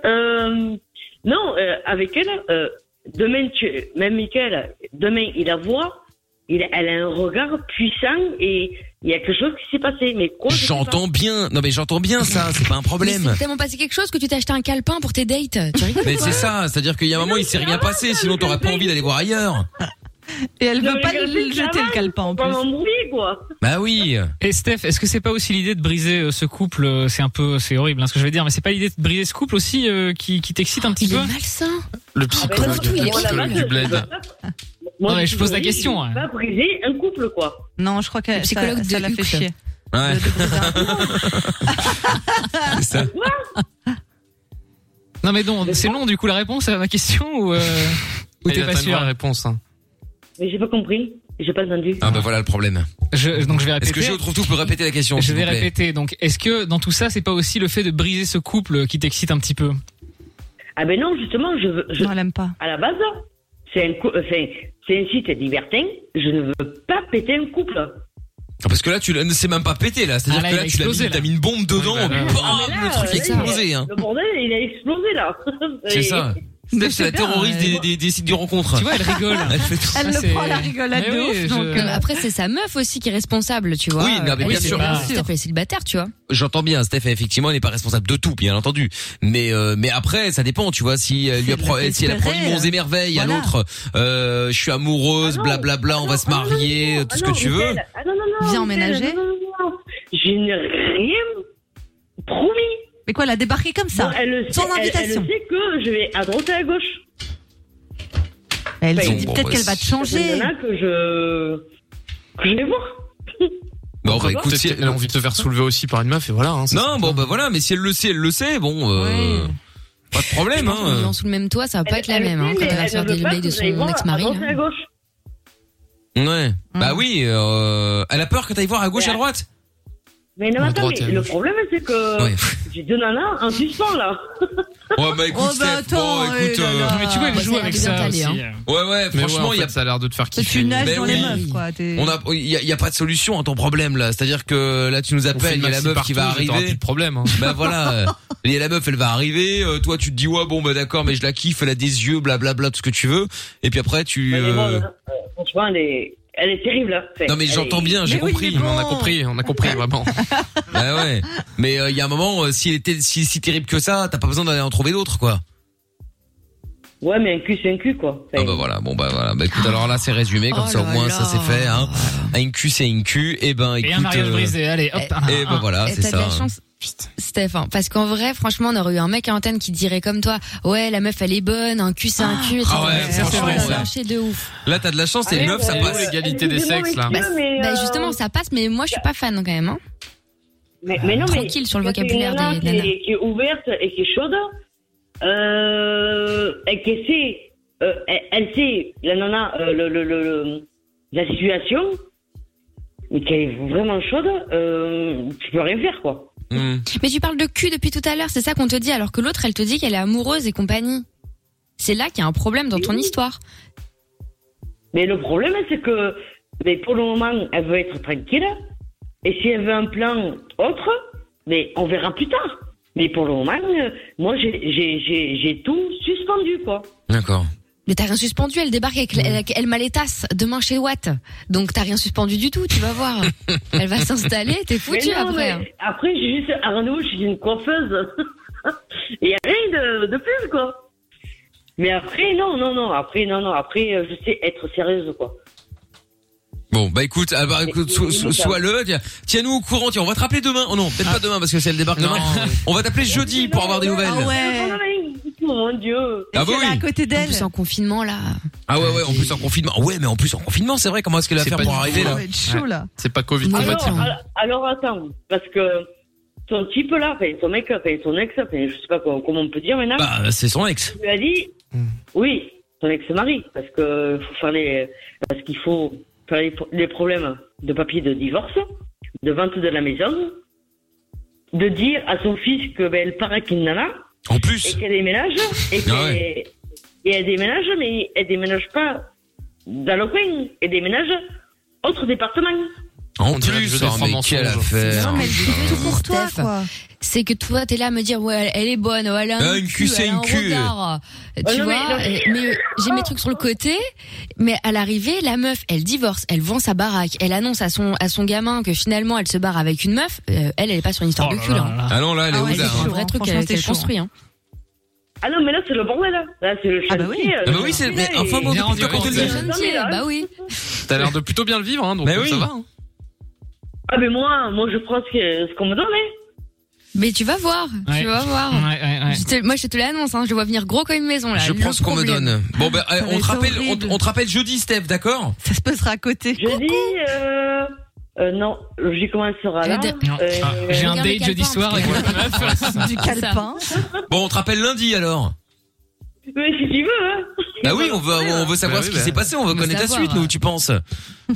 Speaker 7: Euh, non, euh, avec elle, euh, demain, tu, même Michael, demain, il la voit. Il, elle a un regard puissant et il y a quelque chose qui s'est passé. Mais quoi je sais pas.
Speaker 2: J'entends bien. Non mais j'entends bien ça, c'est pas un
Speaker 5: Mais
Speaker 2: problème.
Speaker 5: c'est tellement passé quelque chose que tu t'es acheté un calepin pour tes dates. Tu rigoles
Speaker 2: Mais c'est ça, c'est-à-dire qu'il y a un moment il s'est rien passé, sinon t'aurais pas envie d'aller voir ailleurs.
Speaker 3: Et elle
Speaker 7: Non,
Speaker 3: veut
Speaker 7: mais
Speaker 3: pas
Speaker 7: le
Speaker 3: le
Speaker 7: calepin,
Speaker 3: jeter le
Speaker 7: ça
Speaker 3: calepin en
Speaker 7: On va
Speaker 3: plus.
Speaker 7: m'embrouiller, quoi.
Speaker 2: Bah oui.
Speaker 6: Et Steph, est-ce que c'est pas aussi l'idée de briser euh, ce couple euh, C'est un peu, c'est horrible hein, ce que je vais dire, mais c'est pas l'idée de briser ce couple aussi euh, qui, qui t'excite un petit
Speaker 5: Il
Speaker 6: peu
Speaker 5: est malsain.
Speaker 4: Le
Speaker 7: Ah, mais
Speaker 4: psychologue,
Speaker 5: non, surtout, il est
Speaker 4: le
Speaker 5: horrible.
Speaker 4: psychologue du bled.
Speaker 7: Moi,
Speaker 6: Non, mais je pose la
Speaker 7: dis,
Speaker 6: question,
Speaker 7: je vais
Speaker 6: hein.
Speaker 7: Pas briser un couple, quoi.
Speaker 3: Non, je crois que
Speaker 5: Le psychologue
Speaker 3: ça,
Speaker 5: de
Speaker 3: ça l'a fait
Speaker 5: Hucre.
Speaker 3: chier.
Speaker 2: Ouais.
Speaker 3: de- de briser un-
Speaker 2: C'est ça.
Speaker 6: Non mais non, c'est long du coup la réponse à ma question ou euh, ou
Speaker 4: Il
Speaker 6: t'es
Speaker 4: attend
Speaker 6: pas
Speaker 4: une
Speaker 6: sûr
Speaker 4: vraie réponse. hein.
Speaker 7: Mais j'ai pas compris. J'ai pas entendu.
Speaker 2: Ah bah voilà le problème.
Speaker 6: Je- Donc je vais
Speaker 2: Est-ce
Speaker 6: répéter.
Speaker 2: que je trouve tout peut répéter la question
Speaker 6: Je
Speaker 2: s'il
Speaker 6: vais
Speaker 2: vous plaît
Speaker 6: répéter. Donc, est-ce que dans tout ça, c'est pas aussi le fait de briser ce couple qui t'excite un petit peu
Speaker 7: Ah ben non, justement, je veux, je-
Speaker 3: Non, elle aime pas.
Speaker 7: à la base, c'est un, cou- enfin, c'est un site libertin. Je ne veux pas péter un couple.
Speaker 2: Ah, Parce que là tu l'as- c'est même pas pété là, c'est-à-dire
Speaker 6: Ah, là,
Speaker 2: que
Speaker 6: il
Speaker 2: là
Speaker 6: a
Speaker 2: tu l'as mis-
Speaker 6: explosé, là. Ah,
Speaker 2: t'as mis une bombe dedans,
Speaker 4: Oui, bah, là,
Speaker 2: bam,
Speaker 7: Ah, mais là,
Speaker 2: le truc a
Speaker 7: là,
Speaker 2: explosé hein.
Speaker 7: Le bordel, il a explosé là.
Speaker 2: C'est
Speaker 7: Et-
Speaker 2: ça. Steph, c'est la
Speaker 3: c'est bien,
Speaker 2: terroriste des,
Speaker 3: ouais.
Speaker 2: des, des sites de rencontre.
Speaker 6: Tu vois, elle rigole.
Speaker 2: Elle fait tout.
Speaker 6: Ah,
Speaker 3: Elle le
Speaker 6: c'est-
Speaker 3: prend à la rigolade
Speaker 6: Mais
Speaker 3: de
Speaker 6: oui,
Speaker 3: ouf.
Speaker 6: je-
Speaker 3: donc, euh,
Speaker 5: Mais Après, c'est sa meuf aussi qui est responsable, tu vois.
Speaker 2: Oui, non, mais
Speaker 5: Euh,
Speaker 2: bien
Speaker 5: c'est
Speaker 2: sûr.
Speaker 5: pas-
Speaker 6: Bien
Speaker 5: c'est
Speaker 6: sûr.
Speaker 5: pas les célibataires, tu vois.
Speaker 2: J'entends bien, Steph effectivement elle n'est pas responsable de tout, bien entendu. Mais euh, mais après ça dépend, tu vois, si elle lui
Speaker 3: C'est
Speaker 2: a pro-
Speaker 3: de la
Speaker 2: si elle a promis
Speaker 3: désespérée,
Speaker 2: Monts et merveilles à
Speaker 3: Voilà.
Speaker 2: l'autre, euh, je suis amoureuse,
Speaker 7: Ah non.
Speaker 2: blablabla, on va
Speaker 7: Ah
Speaker 2: se
Speaker 7: non,
Speaker 2: marier,
Speaker 7: non, non,
Speaker 2: Euh, tout
Speaker 7: ah
Speaker 2: ce
Speaker 7: non,
Speaker 2: que tu veux.
Speaker 7: Michel, Ah non, non, non.
Speaker 5: Viens
Speaker 7: Michel,
Speaker 5: emménager.
Speaker 7: Non, non, non, non. Je n'ai rien promis.
Speaker 3: Mais quoi, elle a débarqué comme ça
Speaker 7: Bon, elle le
Speaker 3: Sans
Speaker 7: sait, elle-
Speaker 3: invitation.
Speaker 7: Elle, le sait que je vais à droite et à gauche.
Speaker 3: Elle
Speaker 7: Bon,
Speaker 3: s'est dit
Speaker 2: bon,
Speaker 3: peut-être
Speaker 2: bah,
Speaker 3: qu'elle va te
Speaker 2: c'est-
Speaker 7: Il
Speaker 3: changer.
Speaker 7: y en a que je. que je vais voir.
Speaker 2: Bon, bah, écoute,
Speaker 4: Peut-être
Speaker 2: si
Speaker 4: qu'elle a
Speaker 2: elle-
Speaker 4: envie de te faire soulever aussi par une meuf et voilà. hein, ça
Speaker 2: Non,
Speaker 4: sert
Speaker 2: bon,
Speaker 4: à
Speaker 2: bah voilà, mais si elle le sait, elle le sait, bon, euh, pas de
Speaker 5: Je
Speaker 2: problème,
Speaker 5: pense qu'en
Speaker 2: hein.
Speaker 5: vivant sous le même toit, ça va pas
Speaker 7: Elle-
Speaker 5: être la
Speaker 7: elle
Speaker 5: même. Hein,
Speaker 7: sait,
Speaker 5: quand
Speaker 7: mais
Speaker 5: elle va
Speaker 7: elle
Speaker 5: se faire
Speaker 7: ne veut
Speaker 5: des
Speaker 7: pas
Speaker 5: blagues
Speaker 7: que
Speaker 5: de
Speaker 7: vous allez
Speaker 5: son
Speaker 7: voir
Speaker 5: ex-mari.
Speaker 7: à droite et à
Speaker 5: là.
Speaker 7: gauche.
Speaker 2: Ouais.
Speaker 3: Mmh.
Speaker 2: Bah oui, euh, elle a peur que t'ailles voir à gauche et à droite.
Speaker 7: Mais non,
Speaker 4: À
Speaker 7: attends,
Speaker 4: droite et à
Speaker 7: mais le
Speaker 4: gauche.
Speaker 7: problème, c'est que
Speaker 2: Ouais.
Speaker 7: j'ai deux nanas en suspens, là.
Speaker 2: Ouais, bah écoute,
Speaker 3: Oh, bah,
Speaker 2: Steph, bon,
Speaker 3: attends,
Speaker 2: écoute,
Speaker 3: eh là
Speaker 2: euh,
Speaker 3: là.
Speaker 6: Non, mais tu vois,
Speaker 5: bah,
Speaker 6: elle joue
Speaker 5: ça a l'air
Speaker 6: avec
Speaker 5: bien
Speaker 6: ça
Speaker 5: calé,
Speaker 6: aussi.
Speaker 5: hein.
Speaker 6: euh.
Speaker 2: Ouais, ouais,
Speaker 4: Mais ouais,
Speaker 2: franchement,
Speaker 4: en
Speaker 2: il y a
Speaker 4: fait, ça a l'air de te faire
Speaker 3: Toi,
Speaker 4: kiffer.
Speaker 3: tu nages
Speaker 2: Ben
Speaker 3: dans
Speaker 2: oui.
Speaker 3: les meufs, quoi. t'es-
Speaker 2: On a, il y a, il y a pas de solution à ton problème là. C'est-à-dire que là, tu nous
Speaker 4: On fait
Speaker 2: appelles, il
Speaker 4: une
Speaker 2: y a la
Speaker 4: maxi
Speaker 2: meuf qui va
Speaker 4: partout, t'auras plus
Speaker 2: arriver.
Speaker 4: de problème. hein.
Speaker 2: Bah voilà, euh, il y a la meuf, elle va arriver. euh, toi, tu te dis ouais, bon bah d'accord, mais je la kiffe, elle a des yeux, blablabla, tout ce que tu veux. Et puis après, tu.
Speaker 3: Bah,
Speaker 7: Mais bon,
Speaker 2: euh,
Speaker 7: hein, euh, franchement, elle est, elle est terrible, là. Enfin,
Speaker 2: Non mais
Speaker 7: elle
Speaker 2: j'entends
Speaker 7: est-
Speaker 2: bien, j'ai
Speaker 3: Mais oui,
Speaker 2: compris.
Speaker 3: mais bon.
Speaker 4: On a compris, on a compris vraiment.
Speaker 2: Bah ouais. Mais euh, il y a un moment, euh, si elle était si, si terrible que ça, t'as pas besoin d'aller en trouver d'autres quoi.
Speaker 7: Ouais, mais un cul, c'est un cul, quoi.
Speaker 2: Ah
Speaker 7: Enfin,
Speaker 2: bah voilà, bon bah voilà. Bah écoute, alors là, c'est résumé comme
Speaker 5: Oh
Speaker 2: ça au
Speaker 5: là
Speaker 2: moins ça
Speaker 5: là.
Speaker 2: c'est fait. Hein. Un cul, c'est un cul. Et ben écoute.
Speaker 6: Et un mariage
Speaker 2: euh,
Speaker 6: brisé, allez, hop. un,
Speaker 2: Et
Speaker 6: un,
Speaker 2: ben
Speaker 6: un.
Speaker 2: voilà,
Speaker 5: Et
Speaker 2: c'est
Speaker 5: t'as de
Speaker 2: ça.
Speaker 5: la chance, Steph, hein, parce qu'en vrai, franchement, on aurait eu un mec à antenne qui dirait comme toi, ouais, la meuf, elle est bonne, un cul, c'est un cul.
Speaker 2: Ah ouais,
Speaker 5: ça
Speaker 6: franchement,
Speaker 5: aurait
Speaker 2: ouais.
Speaker 5: marché de ouf.
Speaker 2: Là, t'as de la chance, t'es
Speaker 4: Allez,
Speaker 2: meuf, ça
Speaker 4: ouais.
Speaker 2: passe.
Speaker 4: l'égalité
Speaker 7: excusez-moi,
Speaker 4: des sexes, là.
Speaker 7: messieurs, mais,
Speaker 5: Bah
Speaker 7: euh,
Speaker 5: justement, ça passe, mais moi, je suis pas fan quand même. Hein.
Speaker 7: Mais, mais non, mais
Speaker 5: Tranquille sur le
Speaker 7: quand t'es
Speaker 5: vocabulaire
Speaker 7: une nana
Speaker 5: des
Speaker 7: qui, est-
Speaker 5: nanas.
Speaker 7: qui est ouverte et qui est chaude, euh, et qui sait, euh, elle, elle sait, la nana, euh, le, le, le, le- la situation, mais qui est vraiment chaude, euh, tu peux rien faire, quoi.
Speaker 2: Hmm.
Speaker 5: Mais tu parles de cul depuis tout à l'heure, c'est ça qu'on te dit, alors que l'autre, elle te dit qu'elle est amoureuse et compagnie. C'est là qu'il y a un problème dans ton histoire.
Speaker 7: Mais le problème, c'est que mais pour le moment, elle veut être tranquille. Et si elle veut un plan autre, mais on verra plus tard. Mais pour le moment, euh, moi, j'ai- j'ai j'ai- j'ai tout suspendu, quoi.
Speaker 2: D'accord.
Speaker 5: Mais t'as rien suspendu, elle débarque avec, elle, elle m'a les tasses demain chez Watt. Donc t'as rien suspendu du tout, tu vas voir. elle va s'installer, t'es foutu
Speaker 7: Mais non,
Speaker 5: après. hein.
Speaker 7: mais après, j'ai juste un rendez-vous chez une coiffeuse. Il n'y a rien de, de plus, quoi. Mais après, non, non, non. Après, non, non. Après, euh, je sais être sérieuse, quoi.
Speaker 2: Bon, bah écoute, ah, bah, écoute, so- so-
Speaker 7: Et- et-
Speaker 2: sois le, tiens- tiens-nous au courant, tiens, on va te rappeler demain. Oh non,
Speaker 6: Ah.
Speaker 2: peut-être pas demain parce que c'est le débarque
Speaker 4: Non.
Speaker 2: demain. On va t'appeler jeudi pour avoir des nouvelles.
Speaker 3: Ah ouais.
Speaker 7: Oh mon Dieu.
Speaker 2: Ah
Speaker 3: Et
Speaker 2: bah
Speaker 3: qu'elle est
Speaker 2: oui.
Speaker 3: à côté
Speaker 5: En
Speaker 3: d'elle.
Speaker 5: plus, en confinement, là.
Speaker 2: Ah ouais, ouais, en plus en confinement. Ouais, mais en plus en confinement, c'est vrai, comment est-ce qu'elle va
Speaker 4: C'est
Speaker 2: faire
Speaker 4: pas
Speaker 2: pour
Speaker 4: du
Speaker 2: arriver
Speaker 3: Ça
Speaker 2: là
Speaker 3: va être chaud, là.
Speaker 4: C'est pas Covid
Speaker 5: Ah, bah,
Speaker 7: Alors,
Speaker 4: combattu.
Speaker 5: tiens.
Speaker 2: hein.
Speaker 7: alors- alors, attends, parce que ton type là, enfin, ton mec, enfin, ton ex, enfin, je sais pas comment, comment on peut dire maintenant,
Speaker 2: Bah, c'est son ex.
Speaker 7: tu lui as dit,
Speaker 2: Hmm.
Speaker 7: oui, ton ex-mari, parce que faut faire les, parce qu'il faut faire les, pro- les problèmes de papier de divorce, de vente de la maison, de dire à son fils que ben, elle part avec une nana
Speaker 2: En
Speaker 7: et
Speaker 2: plus.
Speaker 7: qu'elle déménage et qu'elle
Speaker 2: Ah
Speaker 7: et elle déménage, mais elle déménage pas dans le coin, elle déménage autre département.
Speaker 2: En
Speaker 4: On dirait le
Speaker 2: plus,
Speaker 4: jeu des
Speaker 2: oh,
Speaker 4: francs
Speaker 2: mais
Speaker 4: mensonges.
Speaker 2: quelle affaire.
Speaker 3: Non, mais elle fait tout pour toi,
Speaker 5: Steph.
Speaker 3: quoi.
Speaker 5: C'est que toi, t'es là à me dire, ouais, elle- elle est bonne, ouais, elle a
Speaker 2: Ah,
Speaker 5: un
Speaker 2: une
Speaker 5: cul,
Speaker 2: cul, c'est
Speaker 5: elle a
Speaker 2: une
Speaker 5: un
Speaker 2: cul.
Speaker 5: regard.
Speaker 7: Oh,
Speaker 5: Tu
Speaker 7: non, mais-
Speaker 5: vois,
Speaker 7: non,
Speaker 5: euh,
Speaker 7: mais-
Speaker 5: mais, euh, j'ai mes trucs sur le côté, mais à l'arrivée, la meuf, elle divorce, elle vend sa baraque, elle annonce à son, à son gamin que finalement, elle se barre avec une meuf, euh, elle, elle est pas sur une histoire
Speaker 6: Oh
Speaker 5: de
Speaker 6: là
Speaker 5: cul,
Speaker 6: là
Speaker 5: hein.
Speaker 6: là.
Speaker 2: Ah non, là, elle est
Speaker 3: Ah
Speaker 2: où
Speaker 3: ouais,
Speaker 2: là
Speaker 5: C'est un
Speaker 3: chaud,
Speaker 5: vrai
Speaker 3: hein.
Speaker 5: truc
Speaker 3: Franchement,
Speaker 5: qu'elle
Speaker 3: c'était
Speaker 5: qu'elle
Speaker 3: chaud, hein.
Speaker 5: construit, hein.
Speaker 7: Ah non, mais là, c'est le bordel, là. Là, c'est le
Speaker 3: Ah
Speaker 7: chantier.
Speaker 3: bah oui.
Speaker 7: euh,
Speaker 2: Ah bah oui, c'est- mais
Speaker 7: chantier,
Speaker 2: enfin
Speaker 7: et-
Speaker 2: bon,
Speaker 4: Mais
Speaker 2: depuis
Speaker 4: rendu
Speaker 2: quand on te
Speaker 4: compte,
Speaker 2: le
Speaker 5: C'est
Speaker 2: dit
Speaker 5: le chantier,
Speaker 7: là.
Speaker 5: bah oui.
Speaker 4: T'as l'air de plutôt bien le vivre, hein, donc
Speaker 2: Mais
Speaker 4: euh,
Speaker 2: oui.
Speaker 4: ça va. hein.
Speaker 7: Ah, mais moi, moi, je prends ce que- ce qu'on me donne, hein.
Speaker 5: Mais tu vas voir,
Speaker 6: Ouais.
Speaker 5: tu vas voir.
Speaker 6: Ouais, ouais, ouais.
Speaker 5: Je te- moi, je te l'annonce, hein, je le vois venir gros comme une maison, là.
Speaker 2: Je
Speaker 5: Le
Speaker 2: prends ce qu'on me
Speaker 5: problème.
Speaker 2: donne. Bon, bah, eh,
Speaker 3: Ça va
Speaker 2: on te
Speaker 3: être
Speaker 2: rappelle, on,
Speaker 3: horrible.
Speaker 2: on te rappelle jeudi, Steph, d'accord
Speaker 3: Ça se passera à côté.
Speaker 7: Je dis, euh, euh, non, j'y commencera là.
Speaker 5: Le
Speaker 6: Non.
Speaker 7: Euh,
Speaker 6: Ah, J'ai un
Speaker 5: Regarde les
Speaker 6: date jeudi
Speaker 5: calepins,
Speaker 6: soir avec
Speaker 5: parce
Speaker 6: une meuf.
Speaker 3: Du calepin.
Speaker 2: Bon, on te rappelle lundi alors.
Speaker 7: mais si tu veux, hein.
Speaker 2: Bah oui, on veut, on veut savoir
Speaker 4: Bah
Speaker 2: ce
Speaker 4: oui,
Speaker 2: qui
Speaker 4: bah.
Speaker 2: s'est passé, on veut
Speaker 5: On veut
Speaker 2: connaître la
Speaker 5: savoir.
Speaker 2: suite, nous, tu penses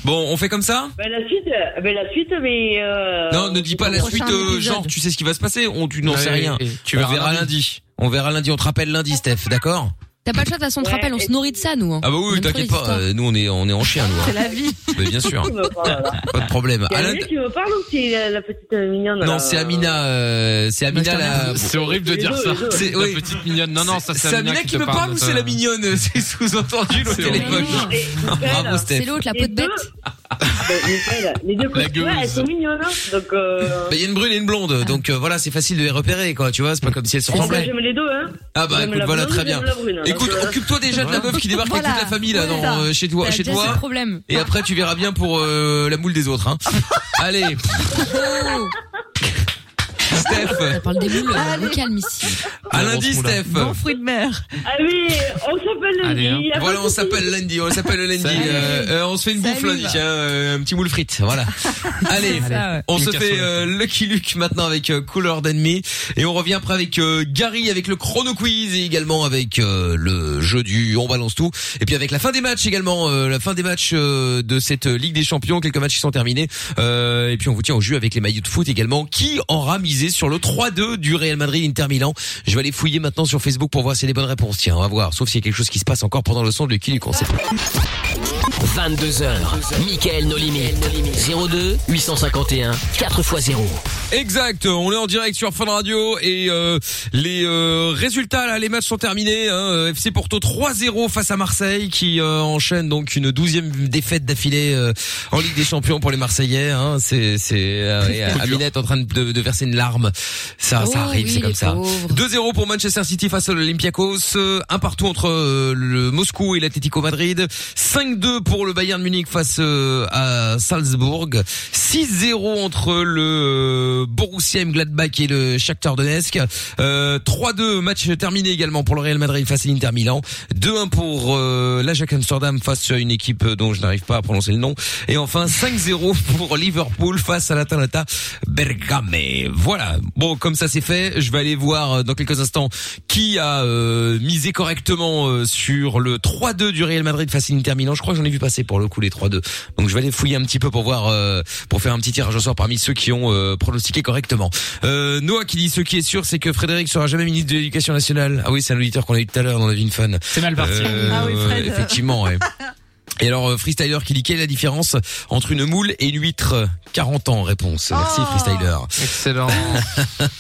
Speaker 2: Bon, on fait comme ça
Speaker 7: Ben, la suite, euh, ben, la suite, mais, euh,
Speaker 2: Non, ne dis pas la
Speaker 3: prochain
Speaker 2: suite, euh,
Speaker 3: épisode.
Speaker 2: genre, tu sais ce qui va se passer, on, tu n'en
Speaker 4: Ouais,
Speaker 2: sais rien.
Speaker 4: et
Speaker 2: Tu verras, lundi. On verra lundi, on te rappelle lundi, Steph, d'accord
Speaker 5: T'as pas le choix, de toute façon, on te
Speaker 7: Ouais,
Speaker 5: rappelle, on
Speaker 7: et-
Speaker 5: se nourrit de ça, nous. hein.
Speaker 2: Ah bah
Speaker 5: On aime
Speaker 2: oui,
Speaker 5: trop
Speaker 2: t'inquiète
Speaker 5: les
Speaker 2: pas,
Speaker 5: histoires.
Speaker 2: euh, nous on est, on est en chien, nous. hein.
Speaker 3: C'est la vie.
Speaker 2: Mais bien sûr,
Speaker 7: tu me parles, là.
Speaker 2: pas de problème.
Speaker 7: Il y a
Speaker 2: À
Speaker 7: Amina
Speaker 2: lundi-
Speaker 7: qui me parle ou c'est la, la petite euh, mignonne là
Speaker 2: Non, c'est Amina, euh, c'est Amina la...
Speaker 4: C'est horrible de
Speaker 7: Les
Speaker 4: dire
Speaker 7: deux,
Speaker 4: ça.
Speaker 7: les deux.
Speaker 2: C'est-
Speaker 4: la
Speaker 2: oui.
Speaker 4: petite mignonne. Non, non, ça c'est
Speaker 2: C'est Amina qui me parle ou c'est la
Speaker 4: mignonne
Speaker 2: mignonne C'est sous-entendu le
Speaker 4: C'est
Speaker 2: téléphone.
Speaker 5: horrible.
Speaker 7: Et-
Speaker 2: Ah, Bravo
Speaker 7: elle,
Speaker 5: C'est
Speaker 2: Steph. Bah,
Speaker 5: l'autre, la
Speaker 7: les
Speaker 5: peau de bête.
Speaker 7: deux- ben, nickel. Les deux côtés,
Speaker 4: gueuse.
Speaker 7: elles sont mignonnes, hein. Donc, euh,
Speaker 2: Bah, Il y a une brune et une blonde, donc euh, voilà, c'est facile de les repérer, quoi. Tu vois, c'est pas comme si elles se
Speaker 7: moi,
Speaker 2: ressemblaient.
Speaker 7: j'aime les deux, hein.
Speaker 2: Ah bah
Speaker 7: J'aime
Speaker 2: écoute,
Speaker 7: la
Speaker 2: voilà,
Speaker 7: blonde,
Speaker 2: très bien.
Speaker 7: j'aime la brune, hein.
Speaker 2: Écoute,
Speaker 7: Donc, euh,
Speaker 2: occupe-toi déjà de la meuf qui débarque avec
Speaker 3: Voilà.
Speaker 2: toute la famille là,
Speaker 3: Ouais,
Speaker 2: dans,
Speaker 3: ça.
Speaker 2: euh, chez toi,
Speaker 5: T'as
Speaker 2: chez
Speaker 5: déjà ce
Speaker 2: toi.
Speaker 5: problème.
Speaker 2: Et après, tu verras bien pour euh, la moule des autres. Hein. Allez,
Speaker 5: Oh.
Speaker 2: Steph.
Speaker 5: Ça parle des moules, euh,
Speaker 9: hein.
Speaker 5: au calme ici.
Speaker 2: À lundi,
Speaker 4: Grosse moula.
Speaker 2: Steph.
Speaker 3: Bon fruit de mer.
Speaker 7: Allez, Ah on s'appelle
Speaker 4: Allez, hein.
Speaker 7: lundi. y a pas
Speaker 2: Voilà,
Speaker 7: de
Speaker 2: on
Speaker 7: souci.
Speaker 2: s'appelle lundi, on s'appelle le lundi.
Speaker 5: Salut.
Speaker 2: Euh, euh, on se fait une bouffe
Speaker 3: Salut.
Speaker 2: lundi, tiens, euh, un petit moule frites, voilà. Allez,
Speaker 3: C'est ça, ouais.
Speaker 2: on
Speaker 4: Une
Speaker 2: se
Speaker 4: casserole.
Speaker 2: fait euh, Lucky Luke maintenant avec euh, Cooler Than Me et on revient après avec euh, Gary avec le chrono quiz et également avec euh, le jeu du on balance tout et puis avec la fin des matchs également, euh, la fin des matchs euh, de cette euh, Ligue des Champions, quelques matchs qui sont terminés Euh, et puis on vous tient au jus avec les maillots de foot également qui aura misé sur le 3-2 du Real Madrid Inter Milan. Je vais aller fouiller maintenant sur Facebook pour voir si c'est les bonnes réponses. Tiens, on va voir, sauf s'il y a quelque chose qui se passe encore pendant le son de Lucky Luke, on sait pas.
Speaker 1: 22h, Mickaël nos limites. 02 851 4x0.
Speaker 2: Exact, on est en direct sur Fun Radio et euh, les euh, résultats là, les matchs sont terminés. hein. Euh, FC Porto 3-0 face à Marseille qui euh, enchaîne donc une douzième défaite d'affilée euh, en Ligue des Champions pour les Marseillais. hein. C'est c'est euh, et, euh, Amina est en train de, de verser une larme. Ça ça
Speaker 5: Oh
Speaker 2: arrive,
Speaker 5: oui,
Speaker 2: c'est comme
Speaker 5: les
Speaker 2: ça.
Speaker 5: pauvres.
Speaker 2: 2-0 pour Manchester City face à l'Olympiakos, euh, un partout entre euh, le Moscou et l'Atlético Madrid, 5-2 pour le Bayern Munich face euh, à Salzbourg, 6-0 entre le euh, Borussia Mönchengladbach et le Shakhtar Donetsk, euh, 3-2 match terminé également pour le Real Madrid face à l'Inter Milan, 2-1 pour euh, l'Ajax Amsterdam face à une équipe euh, dont je n'arrive pas à prononcer le nom, et enfin 5-0 pour Liverpool face à l'Atalanta Bergame. Voilà. Bon, comme ça c'est fait, je vais aller voir euh, dans quelques instants qui a euh, misé correctement euh, sur le 3-2 du Real Madrid face à l'Inter Milan. Je crois que j'en ai vu passer pour le coup les 3-2. Donc je vais aller fouiller un petit peu pour voir, euh, pour faire un petit tirage au sort parmi ceux qui ont euh, pronostiqué correctement. Euh, Noah qui dit ce qui est sûr, c'est que Frédéric sera jamais ministre de l'Éducation nationale. Ah oui, c'est un auditeur qu'on a eu tout à l'heure dans la vie une fan.
Speaker 6: C'est mal parti.
Speaker 2: Euh,
Speaker 3: Ah oui, Fred.
Speaker 2: ouais, Effectivement, ouais. Et alors, euh, Freestyler qui dit quelle est la différence entre une moule et une huître 40 ans, réponse. Merci,
Speaker 3: Oh.
Speaker 2: Freestyler.
Speaker 4: Excellent.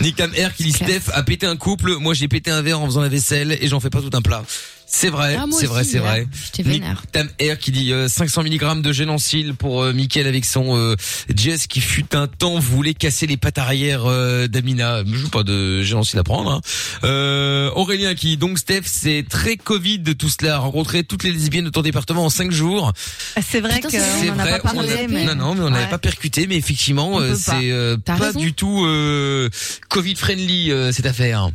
Speaker 2: Nick Tam R qui dit Steph a pété un couple, moi j'ai pété un verre en faisant la vaisselle et j'en fais pas tout un plat. C'est vrai,
Speaker 5: Ah, moi
Speaker 2: c'est vrai,
Speaker 5: aussi,
Speaker 2: c'est
Speaker 5: là.
Speaker 2: vrai.
Speaker 5: J'étais
Speaker 2: Nick
Speaker 5: vénère.
Speaker 2: Tam R qui dit euh, 500 mg de génoncil pour euh, Mickaël avec son euh, Jess qui fut un temps voulait casser les pattes arrière euh, d'Amina. Je veux pas de génoncil à prendre. hein. Euh, Aurélien qui dit, donc Steph c'est très Covid de tout cela. Rencontrer toutes les lesbiennes de ton département en 5 jours.
Speaker 3: Ah, C'est vrai
Speaker 5: Putain, c'est
Speaker 2: C'est
Speaker 3: qu'on n'en a
Speaker 2: vrai,
Speaker 3: pas parlé,
Speaker 2: on a-
Speaker 3: mais.
Speaker 2: non, non, mais on n'avait
Speaker 3: Ouais.
Speaker 2: pas percuté, mais effectivement,
Speaker 3: On
Speaker 2: euh,
Speaker 3: peut pas.
Speaker 2: c'est euh, pas,
Speaker 5: T'as raison.
Speaker 2: du tout euh, Covid friendly euh, cette affaire.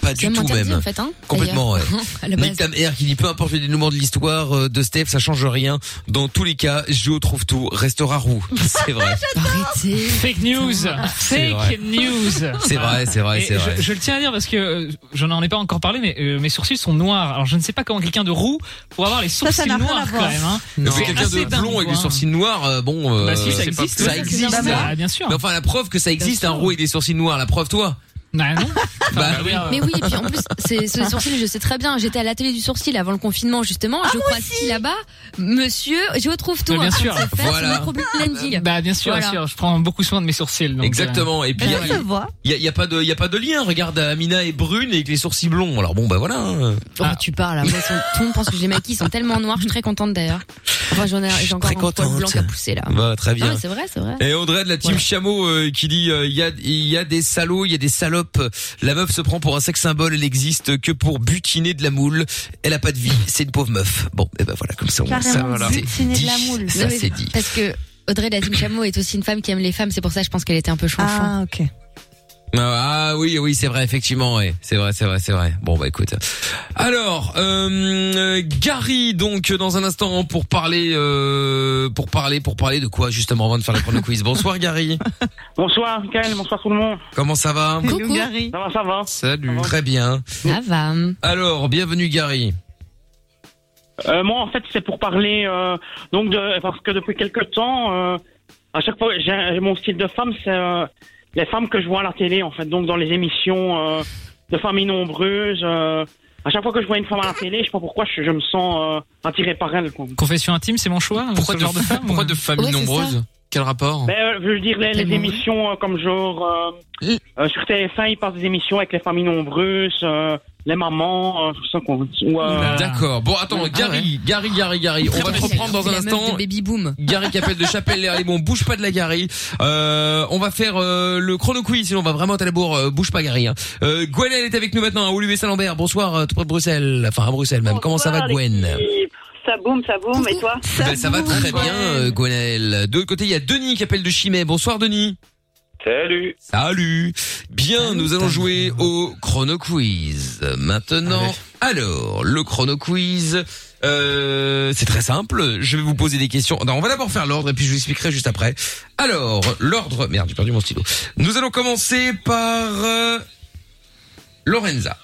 Speaker 2: Pas
Speaker 5: C'est
Speaker 2: du tout
Speaker 5: interdit,
Speaker 2: même.
Speaker 5: en fait, hein,
Speaker 2: Complètement, ouais.
Speaker 5: d'ailleurs. À la base.
Speaker 2: Nick Tam Air qui dit peu importe le dénouement de l'histoire euh, de Steph, ça change rien. Dans tous les cas, Géo trouve tout, restera roux. C'est
Speaker 5: Ah,
Speaker 2: vrai,
Speaker 5: Arrêtez.
Speaker 6: Ah, Fake news.
Speaker 2: C'est vrai.
Speaker 6: Fake news.
Speaker 2: c'est vrai, c'est vrai,
Speaker 6: Et
Speaker 2: c'est vrai.
Speaker 6: je, je le tiens à dire parce que euh, j'en en ai pas encore parlé, mais euh, mes sourcils sont noirs. Alors je ne sais pas comment quelqu'un de roux pour avoir les sourcils
Speaker 3: ça n'a rien à
Speaker 6: noirs
Speaker 3: voir.
Speaker 6: quand même. Hein.
Speaker 2: Mais
Speaker 6: C'est
Speaker 2: C'est quelqu'un
Speaker 6: assez
Speaker 2: de
Speaker 6: dingue,
Speaker 2: blond avec
Speaker 6: quoi.
Speaker 2: des
Speaker 5: hein.
Speaker 2: sourcils noirs, euh, bon, euh,
Speaker 6: Bah si, ça
Speaker 2: c'est pas-
Speaker 6: existe.
Speaker 2: ça
Speaker 6: ouais.
Speaker 2: existe.
Speaker 3: normal.
Speaker 5: Bah,
Speaker 6: Ah, bien sûr.
Speaker 2: Mais enfin, la preuve que ça existe, un
Speaker 5: sûr.
Speaker 2: roux et des sourcils noirs, la preuve toi.
Speaker 6: Bah non.
Speaker 2: Bah
Speaker 6: oui.
Speaker 5: Mais oui, et puis en plus, c'est ce sourcil, je sais très bien. J'étais à l'atelier du sourcil avant le confinement, justement.
Speaker 2: Ah,
Speaker 5: je crois que là-bas, monsieur, je retrouve tout. hein.
Speaker 6: Mais bien
Speaker 5: en train
Speaker 6: sûr.
Speaker 5: de se faire son
Speaker 2: Voilà.
Speaker 5: micro-blending.
Speaker 6: Bah bien sûr, bien
Speaker 5: Voilà.
Speaker 6: sûr. Je prends beaucoup soin de mes sourcils. donc, euh,
Speaker 2: Exactement. Et puis, il y a-
Speaker 3: Ça se voit.
Speaker 2: Il y a, y a pas de y a pas de lien. Regarde, Amina est brune et avec les sourcils blonds. Alors bon bah voilà. hein.
Speaker 5: Oh,
Speaker 6: Ah.
Speaker 5: tu parles. Après, ils sont- tout le monde pense que je les maquille. Ils sont tellement noirs. Je suis très contente d'ailleurs. Enfin, j'en ai, j'ai encore
Speaker 2: très
Speaker 5: un poil
Speaker 2: contente.
Speaker 5: blanc à pousser là.
Speaker 2: Bah très
Speaker 5: Non,
Speaker 2: bien.
Speaker 5: Ah. mais c'est vrai, c'est vrai.
Speaker 2: Et Audrey de la team
Speaker 5: Voilà.
Speaker 2: chameau euh, qui dit euh, il y a il y a des salauds, il y a des salopes. La meuf se prend pour un sexe symbole, elle existe que pour butiner de la moule. Elle a pas de vie, c'est une pauvre meuf. Bon et ben voilà comme ça on
Speaker 3: Carrément,
Speaker 2: ça, voilà.
Speaker 3: butiner
Speaker 2: C'est
Speaker 3: de la
Speaker 2: dit.
Speaker 3: moule.
Speaker 2: Ça
Speaker 5: Non, mais
Speaker 2: c'est dit.
Speaker 5: Parce que Audrey Lazim Chameau est aussi une femme qui aime les femmes. C'est pour ça, je pense qu'elle était un peu chouchou.
Speaker 3: Ah, ok.
Speaker 2: Ah oui, oui, c'est vrai, effectivement, ouais. c'est vrai, c'est vrai, c'est vrai. Bon bah écoute. Alors, euh, euh, Gary, donc dans un instant pour parler, euh, pour parler, pour parler de quoi justement avant de faire la chrono quiz. Bonsoir Gary,
Speaker 10: Bonsoir, Michael, bonsoir tout le monde.
Speaker 2: comment ça va
Speaker 5: Coucou.
Speaker 3: Hello, Gary.
Speaker 10: Ça va, ça va.
Speaker 4: Salut.
Speaker 2: Très bien.
Speaker 5: Ça va.
Speaker 2: Alors, bienvenue Gary.
Speaker 10: Euh, moi, en fait, c'est pour parler euh, donc de parce que depuis quelque temps, euh, à chaque fois, j'ai mon style de femme, c'est euh, les femmes que je vois à la télé, en fait, donc dans les émissions euh, de familles nombreuses. euh, à chaque fois que je vois une femme à la télé, je sais pas pourquoi, je, je me sens euh, attiré par elle. Quoi.
Speaker 6: Confession intime, c'est mon choix.
Speaker 4: Pourquoi
Speaker 6: ce
Speaker 4: de,
Speaker 6: genre de femme
Speaker 4: pourquoi de famille
Speaker 5: Ouais, c'est
Speaker 4: nombreuse Quel
Speaker 2: Oh.
Speaker 4: rapport
Speaker 10: Mais, euh, je veux dire les, les
Speaker 5: Tellement.
Speaker 10: émissions euh, comme genre euh,
Speaker 2: Oui.
Speaker 10: euh, sur TF1, ils passent des émissions avec les familles nombreuses, euh, les mamans, euh, tout ça. Quoi. Ou, euh,
Speaker 6: Oula. Ah.
Speaker 2: D'accord. Bon, attends,
Speaker 6: Ah
Speaker 2: Gary, Gary, Gary, Gary. On va te reprendre dans
Speaker 5: C'est
Speaker 2: un
Speaker 5: la meuf
Speaker 2: instant.
Speaker 5: de Baby Boom.
Speaker 2: Gary qui appelle de Chapelle les Bon, bouge pas de la Gary. Euh, on va faire euh, le chrono quiz, sinon on va vraiment à la bourre. Euh, bouge pas Gary. Hein. Euh, Gwen, elle est avec nous maintenant à Olivier Saint-Lambert. Bonsoir, euh, tout près de Bruxelles. Enfin, à Bruxelles même. Comment ça va, Gwen
Speaker 11: Ça boum, ça boum, et toi
Speaker 2: Eh Ben, Ça va très bien, euh, Gwenelle. De l'autre côté, il y a Denis qui appelle de Chimay. Bonsoir, Denis.
Speaker 12: Salut.
Speaker 2: Salut. Bien, nous allons jouer au chrono quiz. Maintenant, alors, le chrono quiz, euh, c'est très simple. Je vais vous poser des questions. Non, on va d'abord faire l'ordre et puis je vous expliquerai juste après. Alors, l'ordre... Merde, j'ai perdu mon stylo. Nous allons commencer par euh, Lorenza.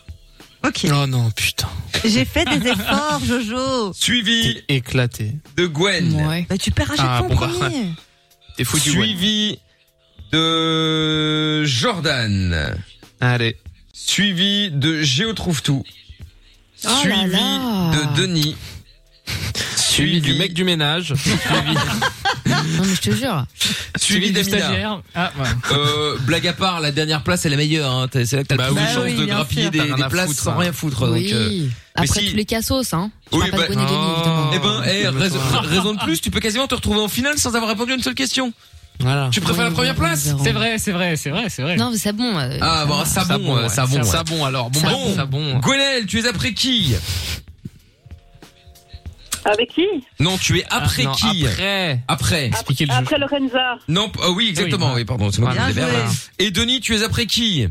Speaker 3: Ok.
Speaker 4: Oh non, putain.
Speaker 3: J'ai fait des efforts, Jojo.
Speaker 2: Suivi
Speaker 4: éclaté
Speaker 2: de Gwen.
Speaker 3: Bah, tu perds à chaque
Speaker 2: Ah,
Speaker 3: fois en
Speaker 2: bon, bah.
Speaker 3: premier.
Speaker 4: T'es foutu,
Speaker 2: Suivi de Jordan.
Speaker 4: Allez.
Speaker 2: Suivi de Géo trouve tout.
Speaker 9: Oh
Speaker 2: suivi de Denis.
Speaker 4: Suivi du mec du ménage.
Speaker 5: Non, mais je te jure.
Speaker 2: Suivi
Speaker 4: du
Speaker 2: d'Amina.
Speaker 4: stagiaire.
Speaker 6: Ah, ouais.
Speaker 2: Euh, blague à part, la dernière place est la meilleure. Hein. T'as- C'est là que t'as
Speaker 4: Bah
Speaker 2: le plus
Speaker 4: oui.
Speaker 2: de
Speaker 4: Bah
Speaker 2: chances
Speaker 4: oui,
Speaker 2: de
Speaker 4: bien
Speaker 2: grappiller
Speaker 4: sûr.
Speaker 2: des,
Speaker 4: T'as rien
Speaker 2: des
Speaker 4: à
Speaker 2: places
Speaker 4: foutre,
Speaker 2: sans
Speaker 4: hein.
Speaker 2: rien foutre.
Speaker 5: Oui.
Speaker 2: Donc, euh, mais
Speaker 5: Après
Speaker 2: si-
Speaker 5: tous les cassos, hein. Je
Speaker 2: Oui,
Speaker 5: parle
Speaker 2: bah-
Speaker 5: pas de Gwen et Denis, évidemment.
Speaker 2: Eh ben, eh, raison, raison de plus, tu peux quasiment te retrouver en finale sans avoir répondu à une seule question.
Speaker 4: Voilà.
Speaker 2: Tu préfères la première place
Speaker 6: C'est vrai, c'est vrai, c'est vrai, c'est vrai.
Speaker 5: Non, mais c'est bon. euh,
Speaker 2: Ah, bon,
Speaker 4: ça
Speaker 2: sabon,
Speaker 4: bon,
Speaker 2: euh,
Speaker 4: ouais.
Speaker 2: sabon, ouais.
Speaker 4: Sabon, alors. Bon,
Speaker 2: Sabon.
Speaker 4: bah, sabon.
Speaker 2: Gwenel, tu es après qui
Speaker 11: Avec qui
Speaker 2: Non, tu es après
Speaker 4: Ah, non,
Speaker 2: qui
Speaker 4: Après.
Speaker 2: Après.
Speaker 6: Expliquez
Speaker 11: Après Lorenza.
Speaker 2: Non, p- ah oui, exactement.
Speaker 4: bah.
Speaker 2: Oui, pardon, c'est moi qui
Speaker 11: Bien
Speaker 2: vous ai
Speaker 11: joué.
Speaker 2: merdé. Et Denis, tu es après qui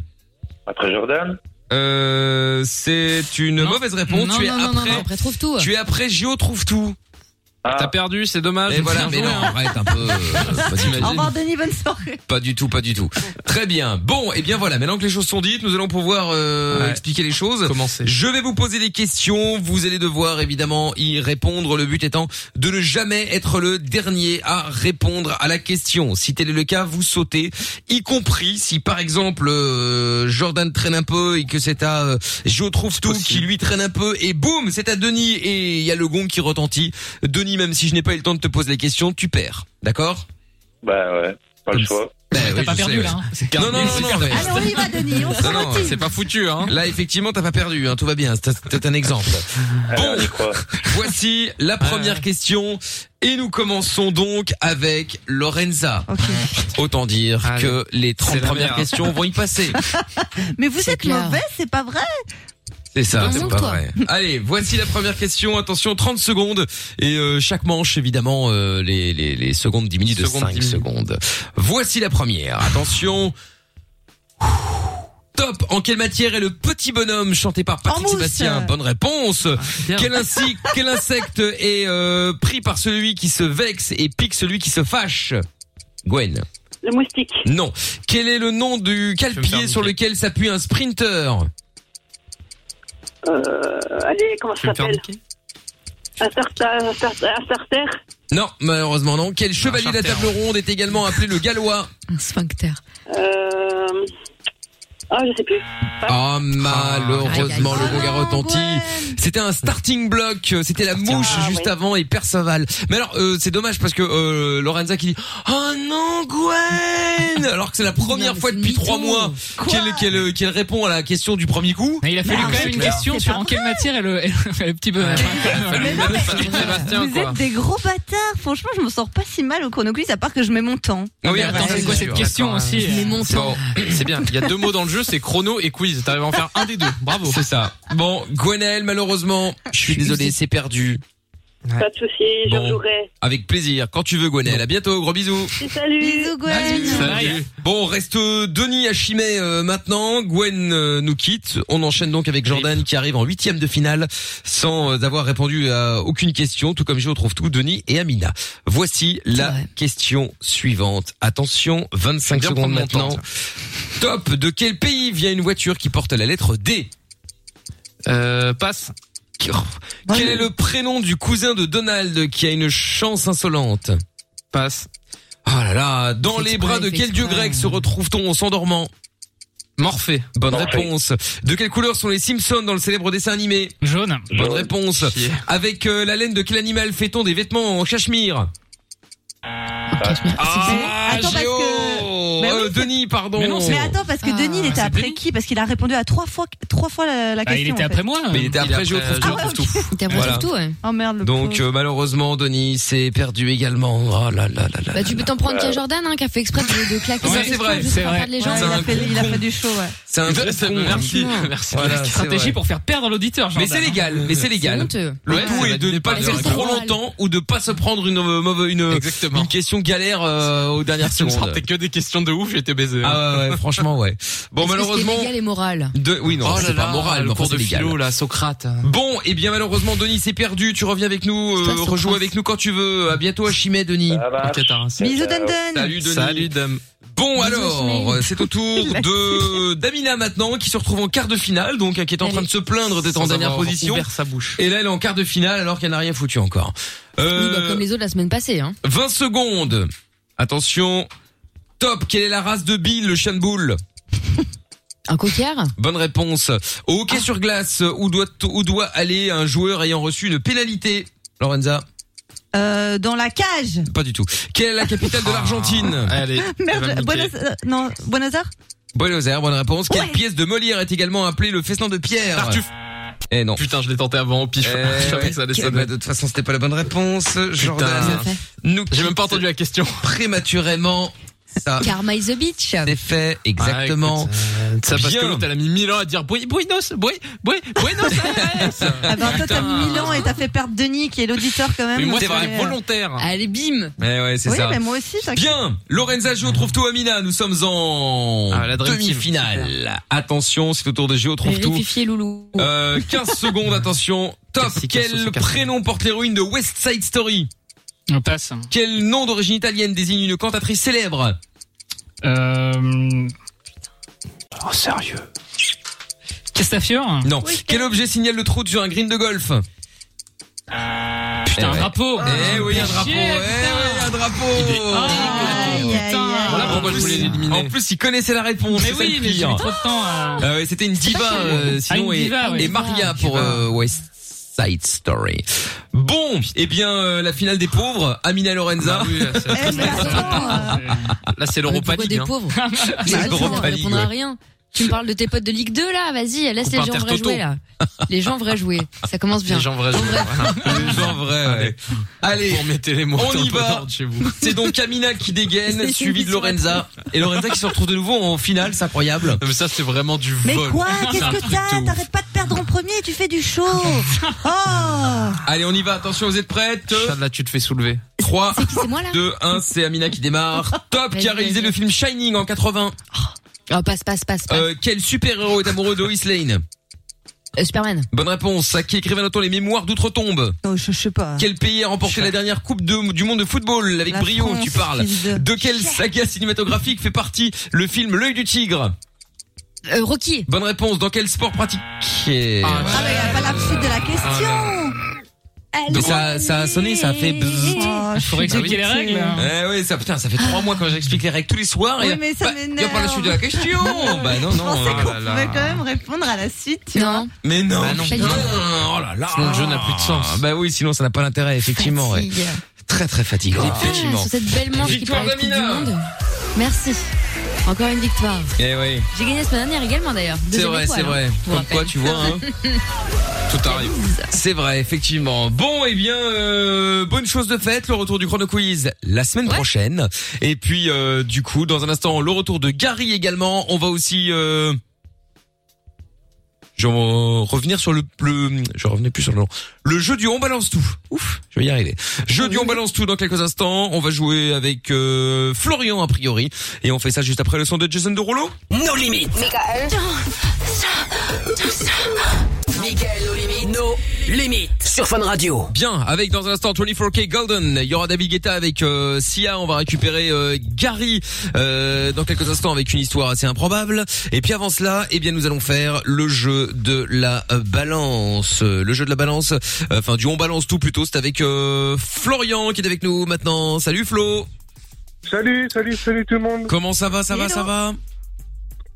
Speaker 12: Après Jordan.
Speaker 2: Euh, c'est une
Speaker 4: Non.
Speaker 2: mauvaise réponse.
Speaker 4: Non,
Speaker 2: tu es
Speaker 4: non, non,
Speaker 2: après.
Speaker 4: non, non,
Speaker 5: après, trouve tout.
Speaker 2: Tu es après Gio trouve tout.
Speaker 12: Ah.
Speaker 4: T'as perdu, c'est dommage.
Speaker 2: Et voilà, mais non,
Speaker 4: hein.
Speaker 2: arrête un peu. euh, Pas du
Speaker 3: Au
Speaker 2: tout.
Speaker 3: revoir, Denis, bonne soirée.
Speaker 2: Pas du tout, pas du tout. Très bien. Bon, et bien voilà. Maintenant que les choses sont dites, nous allons pouvoir euh,
Speaker 4: Ouais.
Speaker 2: expliquer les choses.
Speaker 4: Commencez.
Speaker 2: Je vais vous poser des questions. Vous allez devoir évidemment y répondre. Le but étant de ne jamais être le dernier à répondre à la question. Si tel est le cas, vous sautez, y compris si par exemple euh, Jordan traîne un peu et que c'est à euh, Jo trouve tout qui lui traîne un peu et boum, c'est à Denis et il y a le gong qui retentit. Denis, même si je n'ai pas eu le temps de te poser les questions, tu perds. D'accord
Speaker 12: Bah ouais, pas le choix.
Speaker 2: Bah oui,
Speaker 6: pas
Speaker 2: je
Speaker 6: perdu,
Speaker 2: sais,
Speaker 6: là,
Speaker 2: ouais.
Speaker 6: hein. C'est
Speaker 2: Non, non, non, non, mais-
Speaker 3: Allez, Ah, on y va, Denis, on se
Speaker 2: Non, non,
Speaker 3: ralentit.
Speaker 2: c'est
Speaker 4: pas foutu, hein.
Speaker 2: Là, effectivement, t'as pas perdu, hein, tout va bien. C'est c'est un exemple. Bon, voici la première question. Et nous commençons donc avec Lorenza. Autant dire que les 30
Speaker 4: C'est la
Speaker 2: premières
Speaker 4: merde.
Speaker 2: questions vont y passer.
Speaker 3: Mais vous êtes mauvais, c'est pas vrai
Speaker 2: C'est ça,
Speaker 3: Non,
Speaker 2: c'est
Speaker 3: non,
Speaker 2: pas
Speaker 3: toi.
Speaker 2: vrai. Allez, voici la première question. Attention, 30 secondes. Et euh, chaque manche, évidemment, euh, les, les, les secondes diminuent de
Speaker 4: Secondes
Speaker 2: 5
Speaker 4: diminuent.
Speaker 2: secondes. Voici la première. Attention. Ouh. Top En quelle matière est le petit bonhomme chanté par Patrick
Speaker 4: mousse. Ah,
Speaker 2: Sébastien Bonne réponse
Speaker 4: bien.
Speaker 2: quel, insi- quel insecte est euh, pris par celui qui se vexe et pique celui qui se fâche Gwen.
Speaker 11: Le moustique.
Speaker 2: Non. Quel est le nom du calpier
Speaker 4: faire
Speaker 2: sur lequel s'appuie un sprinter
Speaker 11: Euh, allez, comment
Speaker 4: Tu veux
Speaker 11: ça
Speaker 4: me faire
Speaker 11: s'appelle Un starter. Un starter. Un starter.
Speaker 2: Non, malheureusement non. Quel chevalier de la
Speaker 4: charter,
Speaker 2: table ronde est également appelé le gallois
Speaker 5: Un sphincter.
Speaker 11: Euh... Ah, je sais plus.
Speaker 2: Ah, malheureusement, le regard retentit. C'était un starting block, c'était la mouche juste avant et Perceval. Mais alors, euh, c'est dommage parce que euh, Lorenza qui dit « Oh non, Gwen !» Alors que c'est la première fois depuis trois mois qu'elle qu'elle- qu'elle répond à la question du premier coup.
Speaker 6: Il a fallu quand même une question sur en quelle matière est le, est le- est le petit bonhomme.
Speaker 3: Vous êtes des gros bâtards. Franchement, je me sors pas si mal au chrono quiz, à part que je mets mon temps.
Speaker 2: Oui,
Speaker 4: Ah,
Speaker 2: attends,
Speaker 4: ouais,
Speaker 2: c'est quoi
Speaker 4: ouais,
Speaker 2: cette
Speaker 4: ouais.
Speaker 2: question
Speaker 4: D'accord,
Speaker 2: aussi
Speaker 4: ouais.
Speaker 2: Les
Speaker 4: Bon, c'est bien. Il y a deux mots dans le jeu, c'est chrono et quiz. T'arrives à en faire un des deux. Bravo.
Speaker 2: C'est ça. Bon, Gwenel, malheureusement, je suis désolé, c'est perdu.
Speaker 11: Pas de soucis,
Speaker 2: Bon.
Speaker 11: je jouerai.
Speaker 2: Avec plaisir, quand tu veux, Gwenel. À bientôt, gros bisous.
Speaker 11: Salut. Bisous,
Speaker 3: Gwen.
Speaker 2: Salut. Bon, reste euh, Denis à Chimay euh, maintenant. Gwen euh, nous quitte. On enchaîne donc avec Jordan qui arrive en huitième de finale sans euh, avoir répondu à aucune question, tout comme je retrouve tout Denis et Amina. Voici la question suivante. Attention, 25
Speaker 4: Bien
Speaker 2: secondes
Speaker 4: prendre mon temps,
Speaker 2: maintenant. Top. De quel pays vient une voiture qui porte la lettre D oh.
Speaker 4: Euh, passe.
Speaker 2: Quel est le prénom du cousin de Donald qui a une chance insolente
Speaker 4: Passe.
Speaker 2: Oh là là, dans
Speaker 4: Fait
Speaker 2: les
Speaker 4: exprès,
Speaker 2: bras de
Speaker 4: fait
Speaker 2: quel dieu
Speaker 4: exprès.
Speaker 2: grec se retrouve-t-on en s'endormant
Speaker 4: Morphée.
Speaker 2: Bonne
Speaker 4: Morphée.
Speaker 2: réponse. De quelle couleur sont les Simpsons dans le célèbre dessin animé
Speaker 6: Jaune.
Speaker 2: Bonne réponse. Avec euh, la laine de quel animal fait-on des vêtements en cachemire Ah,
Speaker 3: Attends, parce
Speaker 2: Géo
Speaker 3: que- Bah oui,
Speaker 2: Euh, Denis, pardon.
Speaker 3: Mais, attends, parce que
Speaker 2: Ah.
Speaker 3: Denis, il était après qui Parce qu'il a répondu à trois fois, trois fois la, la
Speaker 2: Bah, il
Speaker 3: question.
Speaker 2: était
Speaker 3: en fait.
Speaker 2: après moi. Mais il était après Géo trouve tout.
Speaker 5: Il t'a
Speaker 2: Voilà.
Speaker 5: tout, ouais.
Speaker 3: Oh merde, le
Speaker 2: Donc euh, malheureusement, Denis s'est perdu également. Oh là là là là.
Speaker 5: Bah, tu peux t'en
Speaker 11: Euh,
Speaker 5: prendre qu'à Jordan, hein, qui a fait exprès de, de claquer
Speaker 2: Ouais,
Speaker 5: sa
Speaker 2: c'est
Speaker 5: question
Speaker 2: vrai,
Speaker 5: juste
Speaker 2: c'est
Speaker 5: pour
Speaker 2: vrai.
Speaker 5: faire de les gens.
Speaker 2: Ouais, il a fait-
Speaker 3: Il a fait du show, ouais.
Speaker 2: C'est un gros con, hein.
Speaker 4: Merci. Merci.
Speaker 2: Voilà,
Speaker 4: Merci.
Speaker 2: c'est vrai.
Speaker 6: Stratégie pour faire perdre l'auditeur.
Speaker 2: Mais
Speaker 6: Jordan.
Speaker 2: c'est légal, mais c'est légal.
Speaker 6: honteux.
Speaker 2: Le
Speaker 6: Ouais,
Speaker 2: tout
Speaker 6: ça
Speaker 2: est
Speaker 6: va
Speaker 2: de ne
Speaker 6: donner
Speaker 2: pas
Speaker 6: pas
Speaker 2: le faire
Speaker 6: de
Speaker 2: trop
Speaker 6: morale.
Speaker 2: longtemps ou de pas se prendre une euh, mauvaise une, une question galère euh, aux dernières
Speaker 4: Tu me sortais
Speaker 2: secondes.
Speaker 4: que des questions de ouf, j'ai été baisé.
Speaker 2: Ah ouais, ouais, franchement, ouais. Bon, malheureusement.
Speaker 5: C'est légal et moral.
Speaker 2: De... Oui, non,
Speaker 4: Oh là
Speaker 2: c'est pas
Speaker 4: là,
Speaker 2: moral,
Speaker 4: le
Speaker 2: mais enfin,
Speaker 4: cours
Speaker 2: c'est
Speaker 4: de
Speaker 2: légal.
Speaker 4: philo, là, Socrate.
Speaker 2: Bon, et bien malheureusement, Denis, c'est perdu. Tu reviens avec nous, euh, rejoue avec nous quand tu veux. À bientôt, Achimé, Denis. Ok, t'as rincé.
Speaker 4: Bisous, Dun Dun.
Speaker 2: Salut, Denis.
Speaker 4: Salut,
Speaker 2: Dame. Bon alors, euh,
Speaker 4: Achimé.
Speaker 2: c'est au tour de Damina maintenant qui se retrouve en quart de finale, donc hein, qui est en train de se plaindre d'être en
Speaker 4: Sans
Speaker 2: dernière
Speaker 4: avoir
Speaker 2: position.
Speaker 4: ouvert sa bouche.
Speaker 2: Et là, elle est en quart de finale alors qu'elle n'a rien foutu encore. Euh,
Speaker 5: Oui, bah, comme les autres la semaine passée. Hein.
Speaker 2: 20 secondes. Attention. Top. Quelle est la race de Bill, le chien de boule
Speaker 5: Un coquillard
Speaker 2: Bonne réponse. Au hockey sur glace, où doit, où doit aller un joueur ayant reçu une pénalité Lorenza
Speaker 3: Euh, dans la cage.
Speaker 2: Pas du tout. Quelle est la capitale de l'Argentine
Speaker 4: Ah,
Speaker 2: Allez.
Speaker 3: Merde, Buenos, euh, non, Buenos Aires
Speaker 2: Buenos Aires, bonne réponse. Quelle pièce de Molière est également appelée le festin de pierre
Speaker 4: Tartuffe.
Speaker 2: Eh non.
Speaker 4: Ah, Putain, je l'ai tenté avant au pif.
Speaker 2: Eh
Speaker 4: Je savais
Speaker 2: ouais.
Speaker 4: que ça allait
Speaker 2: Quelle-
Speaker 4: sonner.
Speaker 2: bah, de toute façon, c'était pas la bonne réponse.
Speaker 4: Bien
Speaker 2: Jordan.
Speaker 4: fait.
Speaker 2: Nous
Speaker 4: J'ai même pas entendu la question.
Speaker 2: Prématurément. Ça.
Speaker 5: Karma is a bitch.
Speaker 2: Ah.
Speaker 5: Ah, euh,
Speaker 2: C'est fait, exactement.
Speaker 4: Ah, euh, Ça parce
Speaker 2: Bien.
Speaker 4: que l'autre elle a mis 1000 ans à dire Bui- Buenos, Bui- Bui- Buenos Aires.
Speaker 3: Ah bah toi t'as mis Milan et t'as fait perdre Denis qui est l'auditeur quand même.
Speaker 2: Mais moi,
Speaker 3: donc,
Speaker 2: c'est vrai,
Speaker 3: euh,
Speaker 2: volontaire.
Speaker 5: Allez, bim
Speaker 2: Eh ouais, c'est
Speaker 3: Oui,
Speaker 2: ça.
Speaker 3: mais moi aussi, ça.
Speaker 2: Bien, Lorenza Gio trouve tout Amina, nous sommes en
Speaker 4: Ah, la Dream Team.
Speaker 2: demi-finale. Attention, c'est au tour de Gio trouve tout.
Speaker 5: Vérifier Loulou.
Speaker 2: Euh, 15 secondes, attention. Top, quel prénom porte l'héroïne de West Side Story
Speaker 6: On passe.
Speaker 2: Quel nom d'origine italienne désigne une cantatrice célèbre
Speaker 6: Euh... Oh, sérieux Castafiore
Speaker 2: Non. quel objet signale le trou sur un green de golf
Speaker 6: Putain,
Speaker 2: Eh
Speaker 6: un
Speaker 2: ouais.
Speaker 6: drapeau
Speaker 2: Eh oui, un drapeau. Eh oui, un drapeau. Ah. Voilà pourquoi je voulais l'éliminer. En plus, il connaissait la réponse.
Speaker 6: Mais
Speaker 2: c'est ça
Speaker 6: oui,
Speaker 2: le
Speaker 6: mais j'ai
Speaker 2: pire.
Speaker 6: mis trop de temps à...
Speaker 2: Ah ouais, c'était une diva,
Speaker 6: pas chez
Speaker 2: euh,
Speaker 6: nous.
Speaker 2: sinon,
Speaker 6: Ah, une
Speaker 2: et-
Speaker 6: diva,
Speaker 2: et,
Speaker 6: ouais. Diva.
Speaker 2: Maria pour euh, West Side Story. Bon, eh bien, euh, la finale des pauvres, Amina Lorenza.
Speaker 4: Bah
Speaker 3: Eh, euh,
Speaker 4: Là, c'est l'Europa
Speaker 5: Pourquoi des
Speaker 4: League. hein.
Speaker 5: pauvres
Speaker 2: C'est
Speaker 5: Bah,
Speaker 2: l'Europa
Speaker 5: On
Speaker 2: League,
Speaker 5: répondra à
Speaker 2: ouais.
Speaker 5: rien. Tu me parles de tes potes de Ligue 2 là Vas-y, laisse
Speaker 4: Coupe
Speaker 5: les gens vrais
Speaker 4: Intertoto.
Speaker 5: jouer là. Les gens vrais jouer. Ça commence bien.
Speaker 4: Les gens vrais.
Speaker 2: Les gens vrais. ouais. Allez,
Speaker 4: Pour mettez les mots
Speaker 2: on y
Speaker 4: dans le
Speaker 2: va.
Speaker 4: ordre chez vous.
Speaker 2: C'est donc Amina qui dégaine,
Speaker 4: C'est
Speaker 2: suivie de Lorenza. Et Lorenza qui se retrouve de nouveau en finale, c'est incroyable.
Speaker 4: Non, mais ça, c'est vraiment du
Speaker 3: Mais
Speaker 4: vol.
Speaker 3: quoi
Speaker 4: C'est
Speaker 3: Qu'est-ce
Speaker 4: un
Speaker 3: que
Speaker 4: truc de
Speaker 3: t'as
Speaker 4: ouf.
Speaker 3: T'arrêtes pas de perdre en premier, tu fais du show. Oh
Speaker 2: Allez, on y va. Attention, vous êtes prêtes
Speaker 4: Chad, Là, tu te fais soulever.
Speaker 2: 3,
Speaker 5: C'est moi là
Speaker 2: 2, 1, c'est Amina qui démarre. Top, qui a
Speaker 5: Vas-y,
Speaker 2: réalisé
Speaker 5: vas-y.
Speaker 2: le film Shining en 80.
Speaker 5: Oh, passe, passe, passe. passe.
Speaker 2: Euh, quel super-héros est amoureux de Lois Lane
Speaker 5: Euh, Superman.
Speaker 2: Bonne réponse. À qui écrivait Nathan les mémoires d'outre-tombe
Speaker 5: Ah.
Speaker 3: Non, je, je sais pas.
Speaker 2: Quel pays a remporté la dernière Coupe de- du monde de football Avec
Speaker 3: La
Speaker 2: brio,
Speaker 3: France,
Speaker 2: tu parles.
Speaker 3: fils de-
Speaker 2: De quelle saga cinématographique fait partie le film L'œil du tigre
Speaker 5: Euh, Rocky.
Speaker 2: Bonne réponse. Dans quel sport pratique
Speaker 3: Ah bah y a pas la suite de la question.
Speaker 2: Mais Ah, ça, ça a sonné, ça a fait bzzz.
Speaker 3: Oh, je
Speaker 6: Faut
Speaker 3: suis
Speaker 6: expliquer les
Speaker 3: dégoûtée.
Speaker 6: règles. hein.
Speaker 2: Eh oui, ça, putain, ça fait trois mois quand j'explique les règles tous les soirs.
Speaker 3: Oui,
Speaker 2: et-
Speaker 3: mais ça
Speaker 2: bah, y a pas la
Speaker 3: m'énerve.
Speaker 2: suite de la question. bah non,
Speaker 3: Je
Speaker 2: non.
Speaker 3: pensais
Speaker 2: hein.
Speaker 3: qu'on pouvait quand même répondre à la suite. tu vois.
Speaker 5: Non.
Speaker 2: Mais non,
Speaker 4: Bah non.
Speaker 2: putain, oh là là.
Speaker 4: Sinon, le jeu n'a plus de sens.
Speaker 2: Bah oui, sinon ça n'a pas l'intérêt, effectivement. ouais.
Speaker 5: Fatigue.
Speaker 2: Très très fatigant,
Speaker 5: Ah,
Speaker 2: effectivement.
Speaker 5: sur cette belle manche qui
Speaker 2: Victoire
Speaker 5: parle de Coupe du
Speaker 2: d'Amina.
Speaker 5: Monde. Merci. Encore une victoire.
Speaker 2: Eh oui.
Speaker 5: J'ai gagné la semaine dernière également d'ailleurs.
Speaker 2: C'est
Speaker 5: Deuxième
Speaker 2: vrai,
Speaker 5: étoile,
Speaker 2: c'est
Speaker 5: hein,
Speaker 2: vrai.
Speaker 5: je vous
Speaker 2: Comme
Speaker 5: rappelle.
Speaker 2: quoi, tu vois, hein. Tout arrive. C'est vrai, effectivement. Bon, eh bien, euh, bonne chose de faite, le retour du chrono quiz la semaine prochaine. Et puis, euh, du coup, dans un instant, le retour de Gary également. On va aussi... Euh, je vais en revenir sur le, le- je revenais plus sur le nom. Le jeu du on balance tout. Ouf, je vais y arriver. Jeu du on balance tout dans quelques instants. On va jouer avec euh, Florian a priori et on fait ça juste après le son de Jason Derulo.
Speaker 1: Nos limites. Michael, nos limites. Nos limites. Sur Fun Radio.
Speaker 2: Bien, avec dans un instant 24K Golden, il y aura David Guetta avec euh, Sia, on va récupérer euh, Gary euh, dans quelques instants avec une histoire assez improbable. Et puis avant cela, eh bien nous allons faire le jeu de la euh, balance. Euh, Le jeu de la balance, euh, enfin du on balance tout plutôt, c'est avec euh, Florian qui est avec nous maintenant. Salut Flo
Speaker 13: Salut, salut, salut tout le monde.
Speaker 2: Comment ça va, ça va, ça va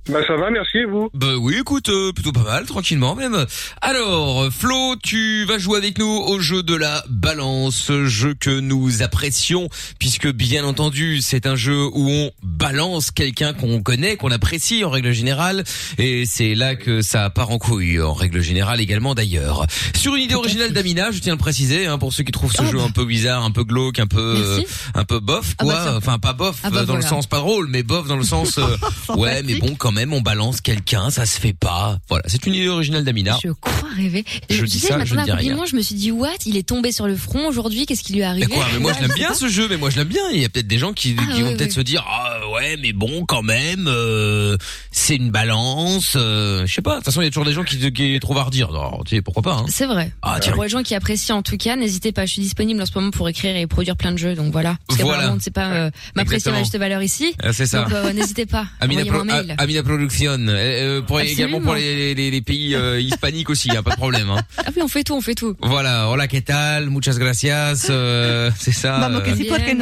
Speaker 13: Bah ça va, merci et vous.
Speaker 2: Bah oui, écoute, euh, plutôt pas mal, tranquillement même. Alors, euh, Flo, tu vas jouer avec nous au jeu de la balance, jeu que nous apprécions, puisque bien entendu, c'est un jeu où on balance quelqu'un qu'on connaît, qu'on apprécie en règle générale, et c'est là que ça part en couille, en règle générale également d'ailleurs. Sur une idée originale d'Amina, je tiens à le préciser, hein, pour ceux qui trouvent ce jeu un peu bizarre, un peu glauque, un peu, euh,
Speaker 5: Ah. Merci.
Speaker 2: un peu bof,
Speaker 5: Ah bah
Speaker 2: quoi.
Speaker 5: tiens.
Speaker 2: enfin, pas bof
Speaker 5: Ah bah
Speaker 2: euh, dans le
Speaker 5: voilà.
Speaker 2: sens pas drôle, mais bof dans le sens euh, ouais, mais bon quand même on balance quelqu'un, ça se fait pas. Voilà, c'est une idée originale d'Amina.
Speaker 5: Je crois rêver.
Speaker 2: Je
Speaker 5: tu
Speaker 2: dis
Speaker 5: sais,
Speaker 2: ça,
Speaker 5: je
Speaker 2: je ne dis
Speaker 5: m'attendais à un
Speaker 2: rien.
Speaker 5: compliment, je me suis dit, what Il est tombé sur le front aujourd'hui, qu'est-ce qui lui est
Speaker 2: Mais
Speaker 5: arrivé
Speaker 2: quoi Mais moi je l'aime
Speaker 5: sais
Speaker 2: bien
Speaker 5: pas.
Speaker 2: ce jeu, mais moi je l'aime bien. Il y a peut-être des gens qui,
Speaker 5: Ah,
Speaker 2: qui vont
Speaker 5: oui,
Speaker 2: peut-être
Speaker 5: oui.
Speaker 2: se dire ah ouais, mais bon, quand même, euh, c'est une balance. euh, je sais pas. De toute façon, il y a toujours des gens qui, qui trouvent à redire. Non, tu sais, pourquoi pas hein.
Speaker 5: C'est vrai.
Speaker 2: Ah, tiens.
Speaker 5: pour les gens qui apprécient en tout cas, n'hésitez pas, je suis disponible en ce moment pour écrire et produire plein de jeux, donc voilà. Parce
Speaker 2: Voilà.
Speaker 5: qu'apparemment, on ne sait pas euh, m'apprécier ma
Speaker 2: Exactement.
Speaker 5: juste valeur ici.
Speaker 2: Ah, c'est ça.
Speaker 5: Donc euh, n'hésitez pas,
Speaker 2: Amina,
Speaker 5: envoyez-moi un
Speaker 2: Pro-
Speaker 5: mail.
Speaker 2: A- Amina Production, euh, euh, pour-
Speaker 5: Absolument.
Speaker 2: également pour les, les- les pays euh, hispaniques aussi, y a pas de problème. Hein.
Speaker 5: Ah oui, on fait tout, on fait tout.
Speaker 2: Voilà, hola, ¿qué tal? Muchas gracias. euh, c'est ça. euh,
Speaker 5: Bien,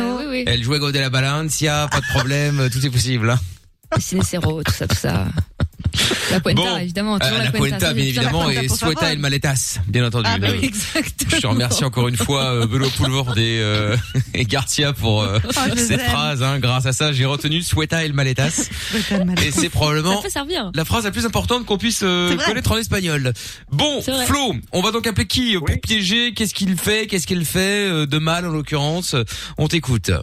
Speaker 5: euh, Oui, oui.
Speaker 2: El juego de la balancia, pas de problème, euh, tout est possible. hein.
Speaker 5: Le Cinecero, tout ça, tout ça. La Puenta, évidemment, toujours
Speaker 2: Euh,
Speaker 5: la,
Speaker 2: la cuenta, bien évidemment, et
Speaker 5: souhaita
Speaker 2: sueta el maletas, bien entendu.
Speaker 5: Ah, bah
Speaker 2: Euh,
Speaker 5: oui, exactement.
Speaker 2: Je te remercie encore une fois, euh, Belo Poulvord et, euh, et Garcia pour euh,
Speaker 5: Oh, je vous
Speaker 2: cette
Speaker 5: aime.
Speaker 2: phrase. hein. Grâce à ça, j'ai retenu sueta el maletas. Et c'est probablement
Speaker 5: Ça peut servir.
Speaker 2: la phrase la plus importante qu'on puisse euh,
Speaker 5: C'est vrai.
Speaker 2: connaître en espagnol. Bon,
Speaker 5: C'est vrai.
Speaker 2: Flo, on va donc appeler qui euh, pour piéger Qu'est-ce qu'il fait Qu'est-ce qu'elle fait euh, de mal en l'occurrence On t'écoute.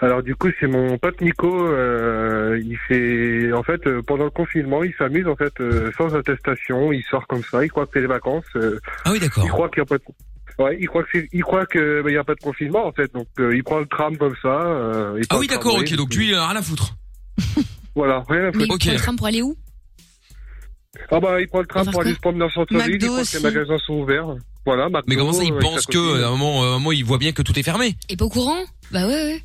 Speaker 13: Alors du coup, c'est mon pote Nico. euh, il fait, en fait, euh, pendant le confinement, il s'amuse en fait euh, sans attestation. Il sort comme ça. Il croit que c'est les vacances. euh,
Speaker 2: ah oui, d'accord.
Speaker 13: Il croit qu'il n'y a pas de. Ouais, il croit que c'est- il croit que bah, il y a pas de confinement en fait. Donc euh, il prend le tram comme ça. euh, il prend
Speaker 2: Ah oui,
Speaker 13: le
Speaker 2: d'accord,
Speaker 13: tramway.
Speaker 2: ok. Donc lui, il a rien à foutre.
Speaker 13: Voilà, rien à
Speaker 5: Mais
Speaker 13: foutre.
Speaker 5: pour le tram pour aller où
Speaker 13: Ah bah il prend le tram
Speaker 5: Pour faire
Speaker 13: pour aller
Speaker 5: quoi
Speaker 13: se promener dans le centre-ville. Il
Speaker 5: McDo
Speaker 13: croit que les
Speaker 5: aussi.
Speaker 13: magasins sont ouverts. Voilà.
Speaker 2: Mais comment ça, il pense que
Speaker 13: que
Speaker 2: euh, à un moment, euh, à un moment, il voit bien que tout est fermé.
Speaker 5: Et pas au courant Bah ouais, ouais.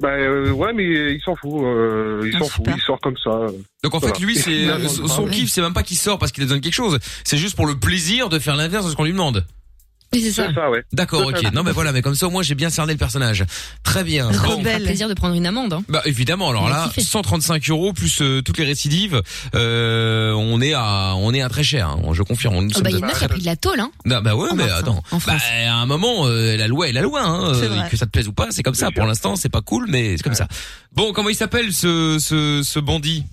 Speaker 13: Bah euh, ouais, mais il s'en fout. euh, il s'en fout. Il sort comme ça. euh,
Speaker 2: Donc en
Speaker 13: voilà.
Speaker 2: fait, lui, c'est
Speaker 13: Finalement,
Speaker 2: son
Speaker 13: le
Speaker 2: son
Speaker 5: Ah
Speaker 13: tram.
Speaker 2: kiff, c'est même pas qu'il sort parce qu'il a besoin de quelque chose. C'est juste pour le plaisir de faire l'inverse de ce qu'on lui demande.
Speaker 5: Oui, c'est ça.
Speaker 13: ouais.
Speaker 2: D'accord,
Speaker 5: Totalement.
Speaker 2: ok. Non, mais voilà, mais comme ça, au moins, j'ai bien cerné le personnage. Très bien.
Speaker 5: Ça
Speaker 2: Bon.
Speaker 5: me fait plaisir de prendre une amende. Hein.
Speaker 2: Bah évidemment, alors là, 135 euros plus euh, toutes les récidives, euh, on est à, on est à très cher. hein. je confirme. On, nous
Speaker 5: Oh,
Speaker 2: sommes
Speaker 5: bah, il y
Speaker 2: de-
Speaker 5: en a qui a pris de la tôle, hein.
Speaker 2: Non, bah ouais, mais attends. Bah, à un moment, euh, la loi est la loi, hein,
Speaker 5: C'est
Speaker 2: euh,
Speaker 5: vrai.
Speaker 2: que ça te plaise ou pas, c'est comme ça. Pour l'instant, c'est pas cool, mais c'est comme ça. Bon, comment il s'appelle ce, ce, ce bandit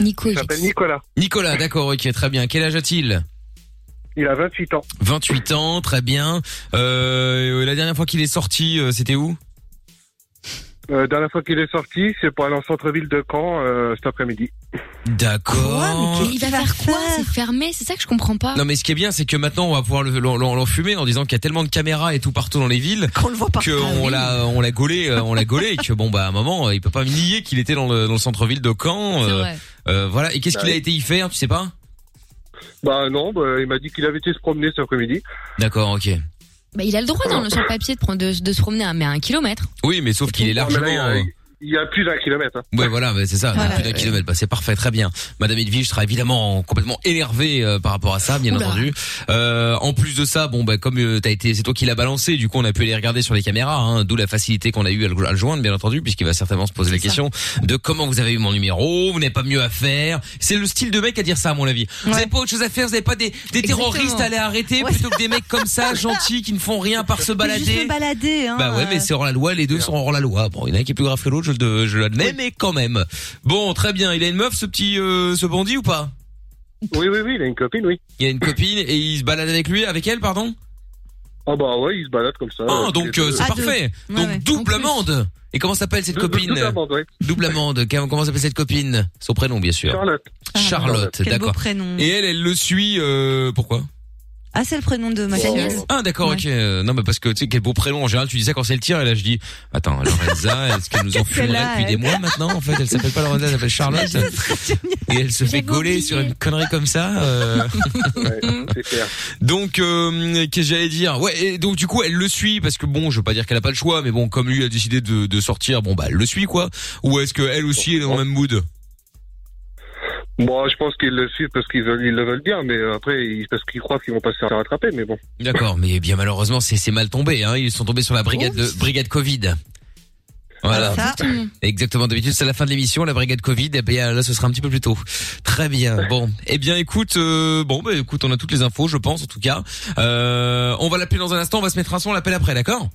Speaker 5: Nico. Il
Speaker 13: s'appelle Nicolas.
Speaker 2: Nicolas, d'accord, ok, très bien. Quel âge a-t-il
Speaker 13: Il a 28 ans.
Speaker 2: 28 ans, très bien. Euh, la dernière fois qu'il est sorti, euh, c'était où
Speaker 13: Euh, dernière fois qu'il est sorti, c'est pour aller en centre-ville de Caen euh, cet après-midi.
Speaker 2: D'accord.
Speaker 5: Il va faire quoi C'est fermé, c'est ça que je comprends pas.
Speaker 2: Non mais ce qui est bien c'est que maintenant on va pouvoir le- l'en- l'en l'enfumer en disant qu'il y a tellement de caméras et tout partout dans les villes
Speaker 5: qu'on le voit pas. Ah
Speaker 2: que on l'a on l'a gaulé euh, on l'a gaulé et que bon bah à un moment euh, il peut pas nier qu'il était dans le, dans le centre-ville de Caen euh,
Speaker 13: vrai.
Speaker 2: euh, voilà et qu'est-ce qu'il a été y faire tu sais pas
Speaker 13: Bah non, bah, il m'a dit qu'il avait été se promener cet après-midi.
Speaker 2: D'accord, ok.
Speaker 5: Bah, il a le droit dans le, sur le papier de, prendre- de, de se promener à, mais à un kilomètre.
Speaker 2: Oui mais sauf qu'il est largement euh,
Speaker 13: Il y a plus d'un kilomètre. hein.
Speaker 2: Ouais, voilà, mais c'est ça,
Speaker 5: Voilà.
Speaker 2: plus d'un kilomètre. Bah, c'est parfait, très bien. Madame Edwige sera évidemment complètement énervée euh, par rapport à ça, bien
Speaker 5: Oula.
Speaker 2: entendu. Euh, en plus de ça, bon, bah, comme euh, t'as été, c'est toi qui l'as balancé, du coup, on a pu aller regarder sur les caméras, hein, d'où la facilité qu'on a eu à le, à le joindre, bien entendu, puisqu'il va certainement se poser la question de comment vous avez eu mon numéro, vous n'avez pas mieux à faire. C'est le style de mec à dire ça, à mon avis. Vous n'avez pas autre chose à faire, vous n'avez pas des, des terroristes à les arrêter plutôt que des mecs comme ça, gentils, qui ne font rien par se
Speaker 3: Mais Juste
Speaker 2: balader.
Speaker 3: me balader, hein.
Speaker 2: Bah ouais, mais c'est hors la loi, les deux sont hors la loi. Bon, il y en a un qui est plus grave que l'autre, je, le de- je l'admets, mais quand même. Bon, très bien. Il a une meuf, ce petit, euh, ce bandit ou pas
Speaker 13: Oui, oui, oui, il a une copine, oui.
Speaker 2: Il a une copine et il se balade avec lui, avec elle, pardon
Speaker 13: Ah bah ouais, il se balade comme ça.
Speaker 2: Ah,
Speaker 13: euh,
Speaker 2: donc
Speaker 13: tous les
Speaker 2: euh,
Speaker 13: deux.
Speaker 2: c'est
Speaker 3: Ah,
Speaker 2: parfait. donc double amende. Et comment s'appelle cette
Speaker 13: Dou- dou-
Speaker 2: copine
Speaker 13: double amende, oui.
Speaker 2: Double amende. Comment comment s'appelle cette copine Son prénom, bien sûr.
Speaker 13: Charlotte.
Speaker 2: Charlotte,
Speaker 3: Quel beau
Speaker 2: d'accord.
Speaker 3: prénom.
Speaker 2: Et elle, elle le suit. euh, pourquoi
Speaker 3: Ah, c'est le prénom de ma copine.
Speaker 2: Ah d'accord, ok. Euh, Non mais parce que tu sais quel beau prénom en général. Tu dis ça quand c'est le tir et là je dis attends Lorenza, est-ce qu'elle nous
Speaker 3: Qu'est-ce qu'elle
Speaker 2: enfumerait
Speaker 3: a,
Speaker 2: depuis des
Speaker 3: elle
Speaker 2: mois maintenant En fait, elle s'appelle pas Lorenza, elle s'appelle Charlotte. et elle se fait gauler sur une connerie comme ça. euh. donc euh, qu'est-ce que j'allais dire Ouais. Et donc du coup elle le suit parce que bon, je veux pas dire qu'elle a pas le choix, mais bon comme lui a décidé de, de sortir, bon bah elle le suit quoi. Ou est-ce que elle aussi elle est dans le même mood
Speaker 13: Bon, je pense qu'ils le suivent parce qu'ils veulent, ils le veulent bien, mais euh, après, ils- parce qu'ils croient qu'ils vont pas se faire rattraper, mais bon.
Speaker 2: D'accord, mais bien malheureusement c'est c'est mal tombé. Hein. Ils sont tombés sur la brigade de, brigade Covid. Voilà.
Speaker 5: Ça.
Speaker 2: Exactement. D'habitude c'est à la fin de l'émission, la brigade Covid. Et bien là ce sera un petit peu plus tôt. Très bien. Bon. Eh bien écoute, euh, bon bah écoute, on a toutes les infos, je pense en tout cas. Euh, on va l'appeler dans un instant. On va se mettre un son, on l'appelle après, d'accord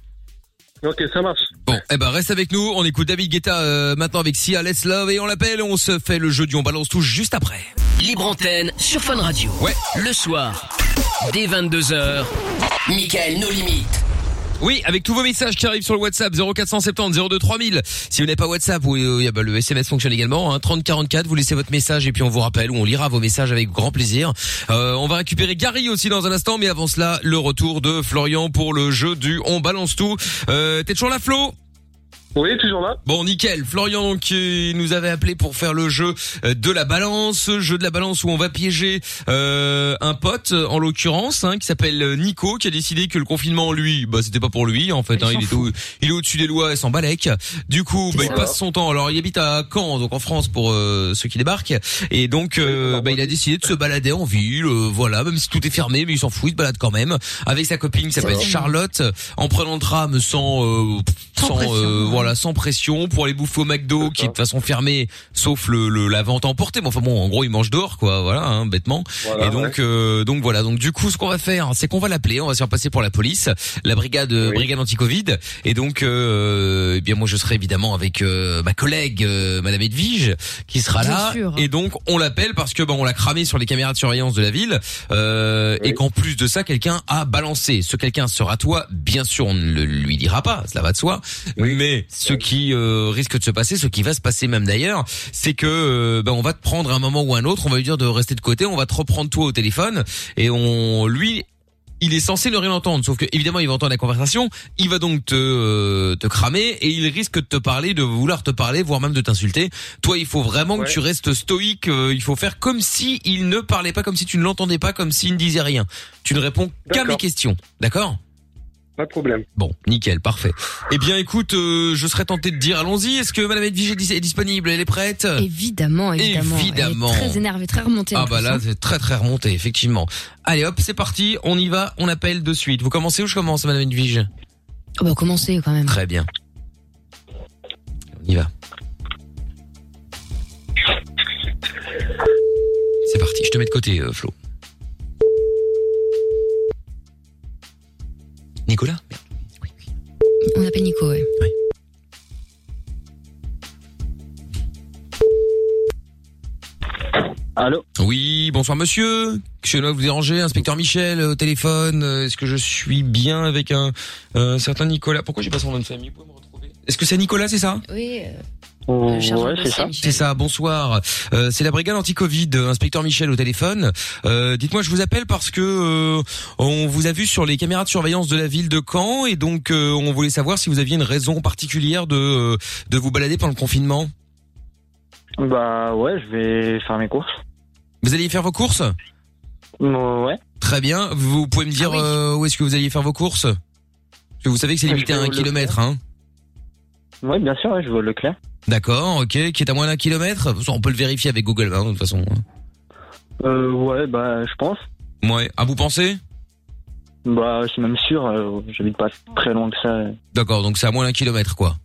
Speaker 13: Ok, ça marche.
Speaker 2: Bon, eh ben reste avec nous. On écoute David Guetta euh, maintenant avec Sia Let's Love et on l'appelle. On se fait le jeu du on balance tout juste après.
Speaker 1: Libre antenne sur Fun Radio. Ouais. Le soir, dès 22h, Michael nos limites.
Speaker 2: Oui, avec tous vos messages qui arrivent sur le WhatsApp 0470 02 3000. Si vous n'avez pas WhatsApp, vous, euh, y a, bah, le SMS fonctionne également. Hein, 30 44, vous laissez votre message et puis on vous rappelle ou on lira vos messages avec grand plaisir. Euh, on va récupérer Gary aussi dans un instant, mais avant cela, le retour de Florian pour le jeu du On balance tout. Euh, T'es toujours là, Flo Oui, toujours là. Bon, nickel. Florian donc, qui nous avait appelé pour faire le jeu euh, de la balance, jeu de la balance où on va piéger euh, un pote, euh, en l'occurrence, hein, qui s'appelle euh, Nico, qui a décidé que le confinement, lui, bah c'était pas pour lui en fait. hein, il, est au, il est au-dessus des lois et s'en balèque. Du coup, bah, il
Speaker 4: ça.
Speaker 2: passe son temps. Alors, il habite à Caen, donc en France pour euh, ceux qui débarquent. Et donc, euh, bah, il a décidé de se balader en ville, euh, voilà, même si tout est fermé, mais il s'en fout, il se balade quand même avec sa copine qui s'appelle
Speaker 4: Exactement.
Speaker 2: Charlotte, en prenant le tram sans, euh, sans, euh, voilà, sans pression pour aller bouffer au McDo qui est de toute façon fermé, sauf le, le- la vente emportée. Mais enfin bon, en gros, il mange dehors, quoi, voilà, hein, bêtement.
Speaker 4: Voilà,
Speaker 2: Et donc,
Speaker 4: ouais.
Speaker 2: euh, donc voilà, donc du coup, ce qu'on va faire, c'est qu'on va l'appeler, on va se faire passer pour la police, la brigade, euh, brigade anti-Covid. Et donc, euh, eh bien moi, je serai évidemment avec euh, ma collègue, euh, Madame Edwige, qui sera
Speaker 4: Bien
Speaker 2: là.
Speaker 4: sûr.
Speaker 2: Et donc, on l'appelle parce que bon, on l'a cramé sur les caméras de surveillance de la ville, euh, et qu'en plus de ça, quelqu'un a balancé. Ce quelqu'un sera toi, bien sûr, on ne le lui dira pas, cela va de soi. Mais ce qui euh, risque de se passer, ce qui va se passer même d'ailleurs, c'est que euh, ben, on va te prendre à un moment ou à un autre, on va lui dire de rester de côté, on va te reprendre toi au téléphone, et on lui il est censé ne rien entendre, sauf que évidemment il va entendre la conversation, il va donc te euh, te cramer et il risque de te parler, de vouloir te parler, voire même de t'insulter. Toi, il faut vraiment que tu restes stoïque. euh, il faut faire comme si il ne parlait pas, comme si tu ne l'entendais pas, comme s'il ne disait rien. Tu ne réponds qu'à mes questions, d'accord
Speaker 13: Pas de problème.
Speaker 2: Bon, nickel, parfait. Eh bien, écoute, euh, je serais tenté de dire, allons-y. Est-ce que Madame Edwige est dis- est disponible Elle est prête
Speaker 5: Évidemment, évidemment.
Speaker 2: Évidemment.
Speaker 5: Elle est très énervée, très remontée. en
Speaker 2: Ah
Speaker 5: plus,
Speaker 2: bah là,
Speaker 5: hein.
Speaker 2: c'est très très remonté, effectivement. Allez hop, c'est parti, on y va, on appelle de suite. Vous commencez ou je commence, Madame Edwige
Speaker 5: Ah bah commencez quand même.
Speaker 2: Très bien. On y va. C'est parti, je te mets de côté, euh, Flo. Nicolas
Speaker 5: On appelle Nico, ouais.
Speaker 2: Allô Oui, bonsoir monsieur. Je dois vous déranger, inspecteur Michel euh, au téléphone. Euh, Est-ce que je suis bien avec un euh, certain Nicolas Pourquoi j'ai pas son nom de famille Vous pouvez me retrouver Est-ce que c'est Nicolas, c'est ça
Speaker 5: Oui. euh,
Speaker 2: Ouais, c'est ça. C'est ça, bonsoir. Euh, c'est la brigade anti-Covid, euh, inspecteur Michel au téléphone. Euh, dites-moi, je vous appelle parce que euh, on vous a vu sur les caméras de surveillance de la ville de Caen et donc euh, on voulait savoir si vous aviez une raison particulière de euh, de vous balader pendant le confinement.
Speaker 14: Bah ouais, je vais faire mes courses.
Speaker 2: Vous alliez faire vos courses
Speaker 14: Ouais.
Speaker 2: Très bien, vous pouvez me dire
Speaker 5: Ah
Speaker 2: euh, où est-ce que vous alliez faire vos courses Parce que vous savez que c'est
Speaker 14: Je
Speaker 2: limité à
Speaker 14: vais au
Speaker 2: un
Speaker 14: Leclerc.
Speaker 2: kilomètre, hein
Speaker 14: Ouais, bien sûr, ouais, je vois Leclerc.
Speaker 2: D'accord, ok, qui est à moins d'un kilomètre On peut le vérifier avec Google, hein, de toute façon.
Speaker 14: Euh, ouais, bah je pense.
Speaker 2: Ouais, à vous penser
Speaker 14: Bah je suis même sûr, euh, j'habite pas très loin que ça.
Speaker 2: D'accord, donc c'est à moins d'un kilomètre, quoi.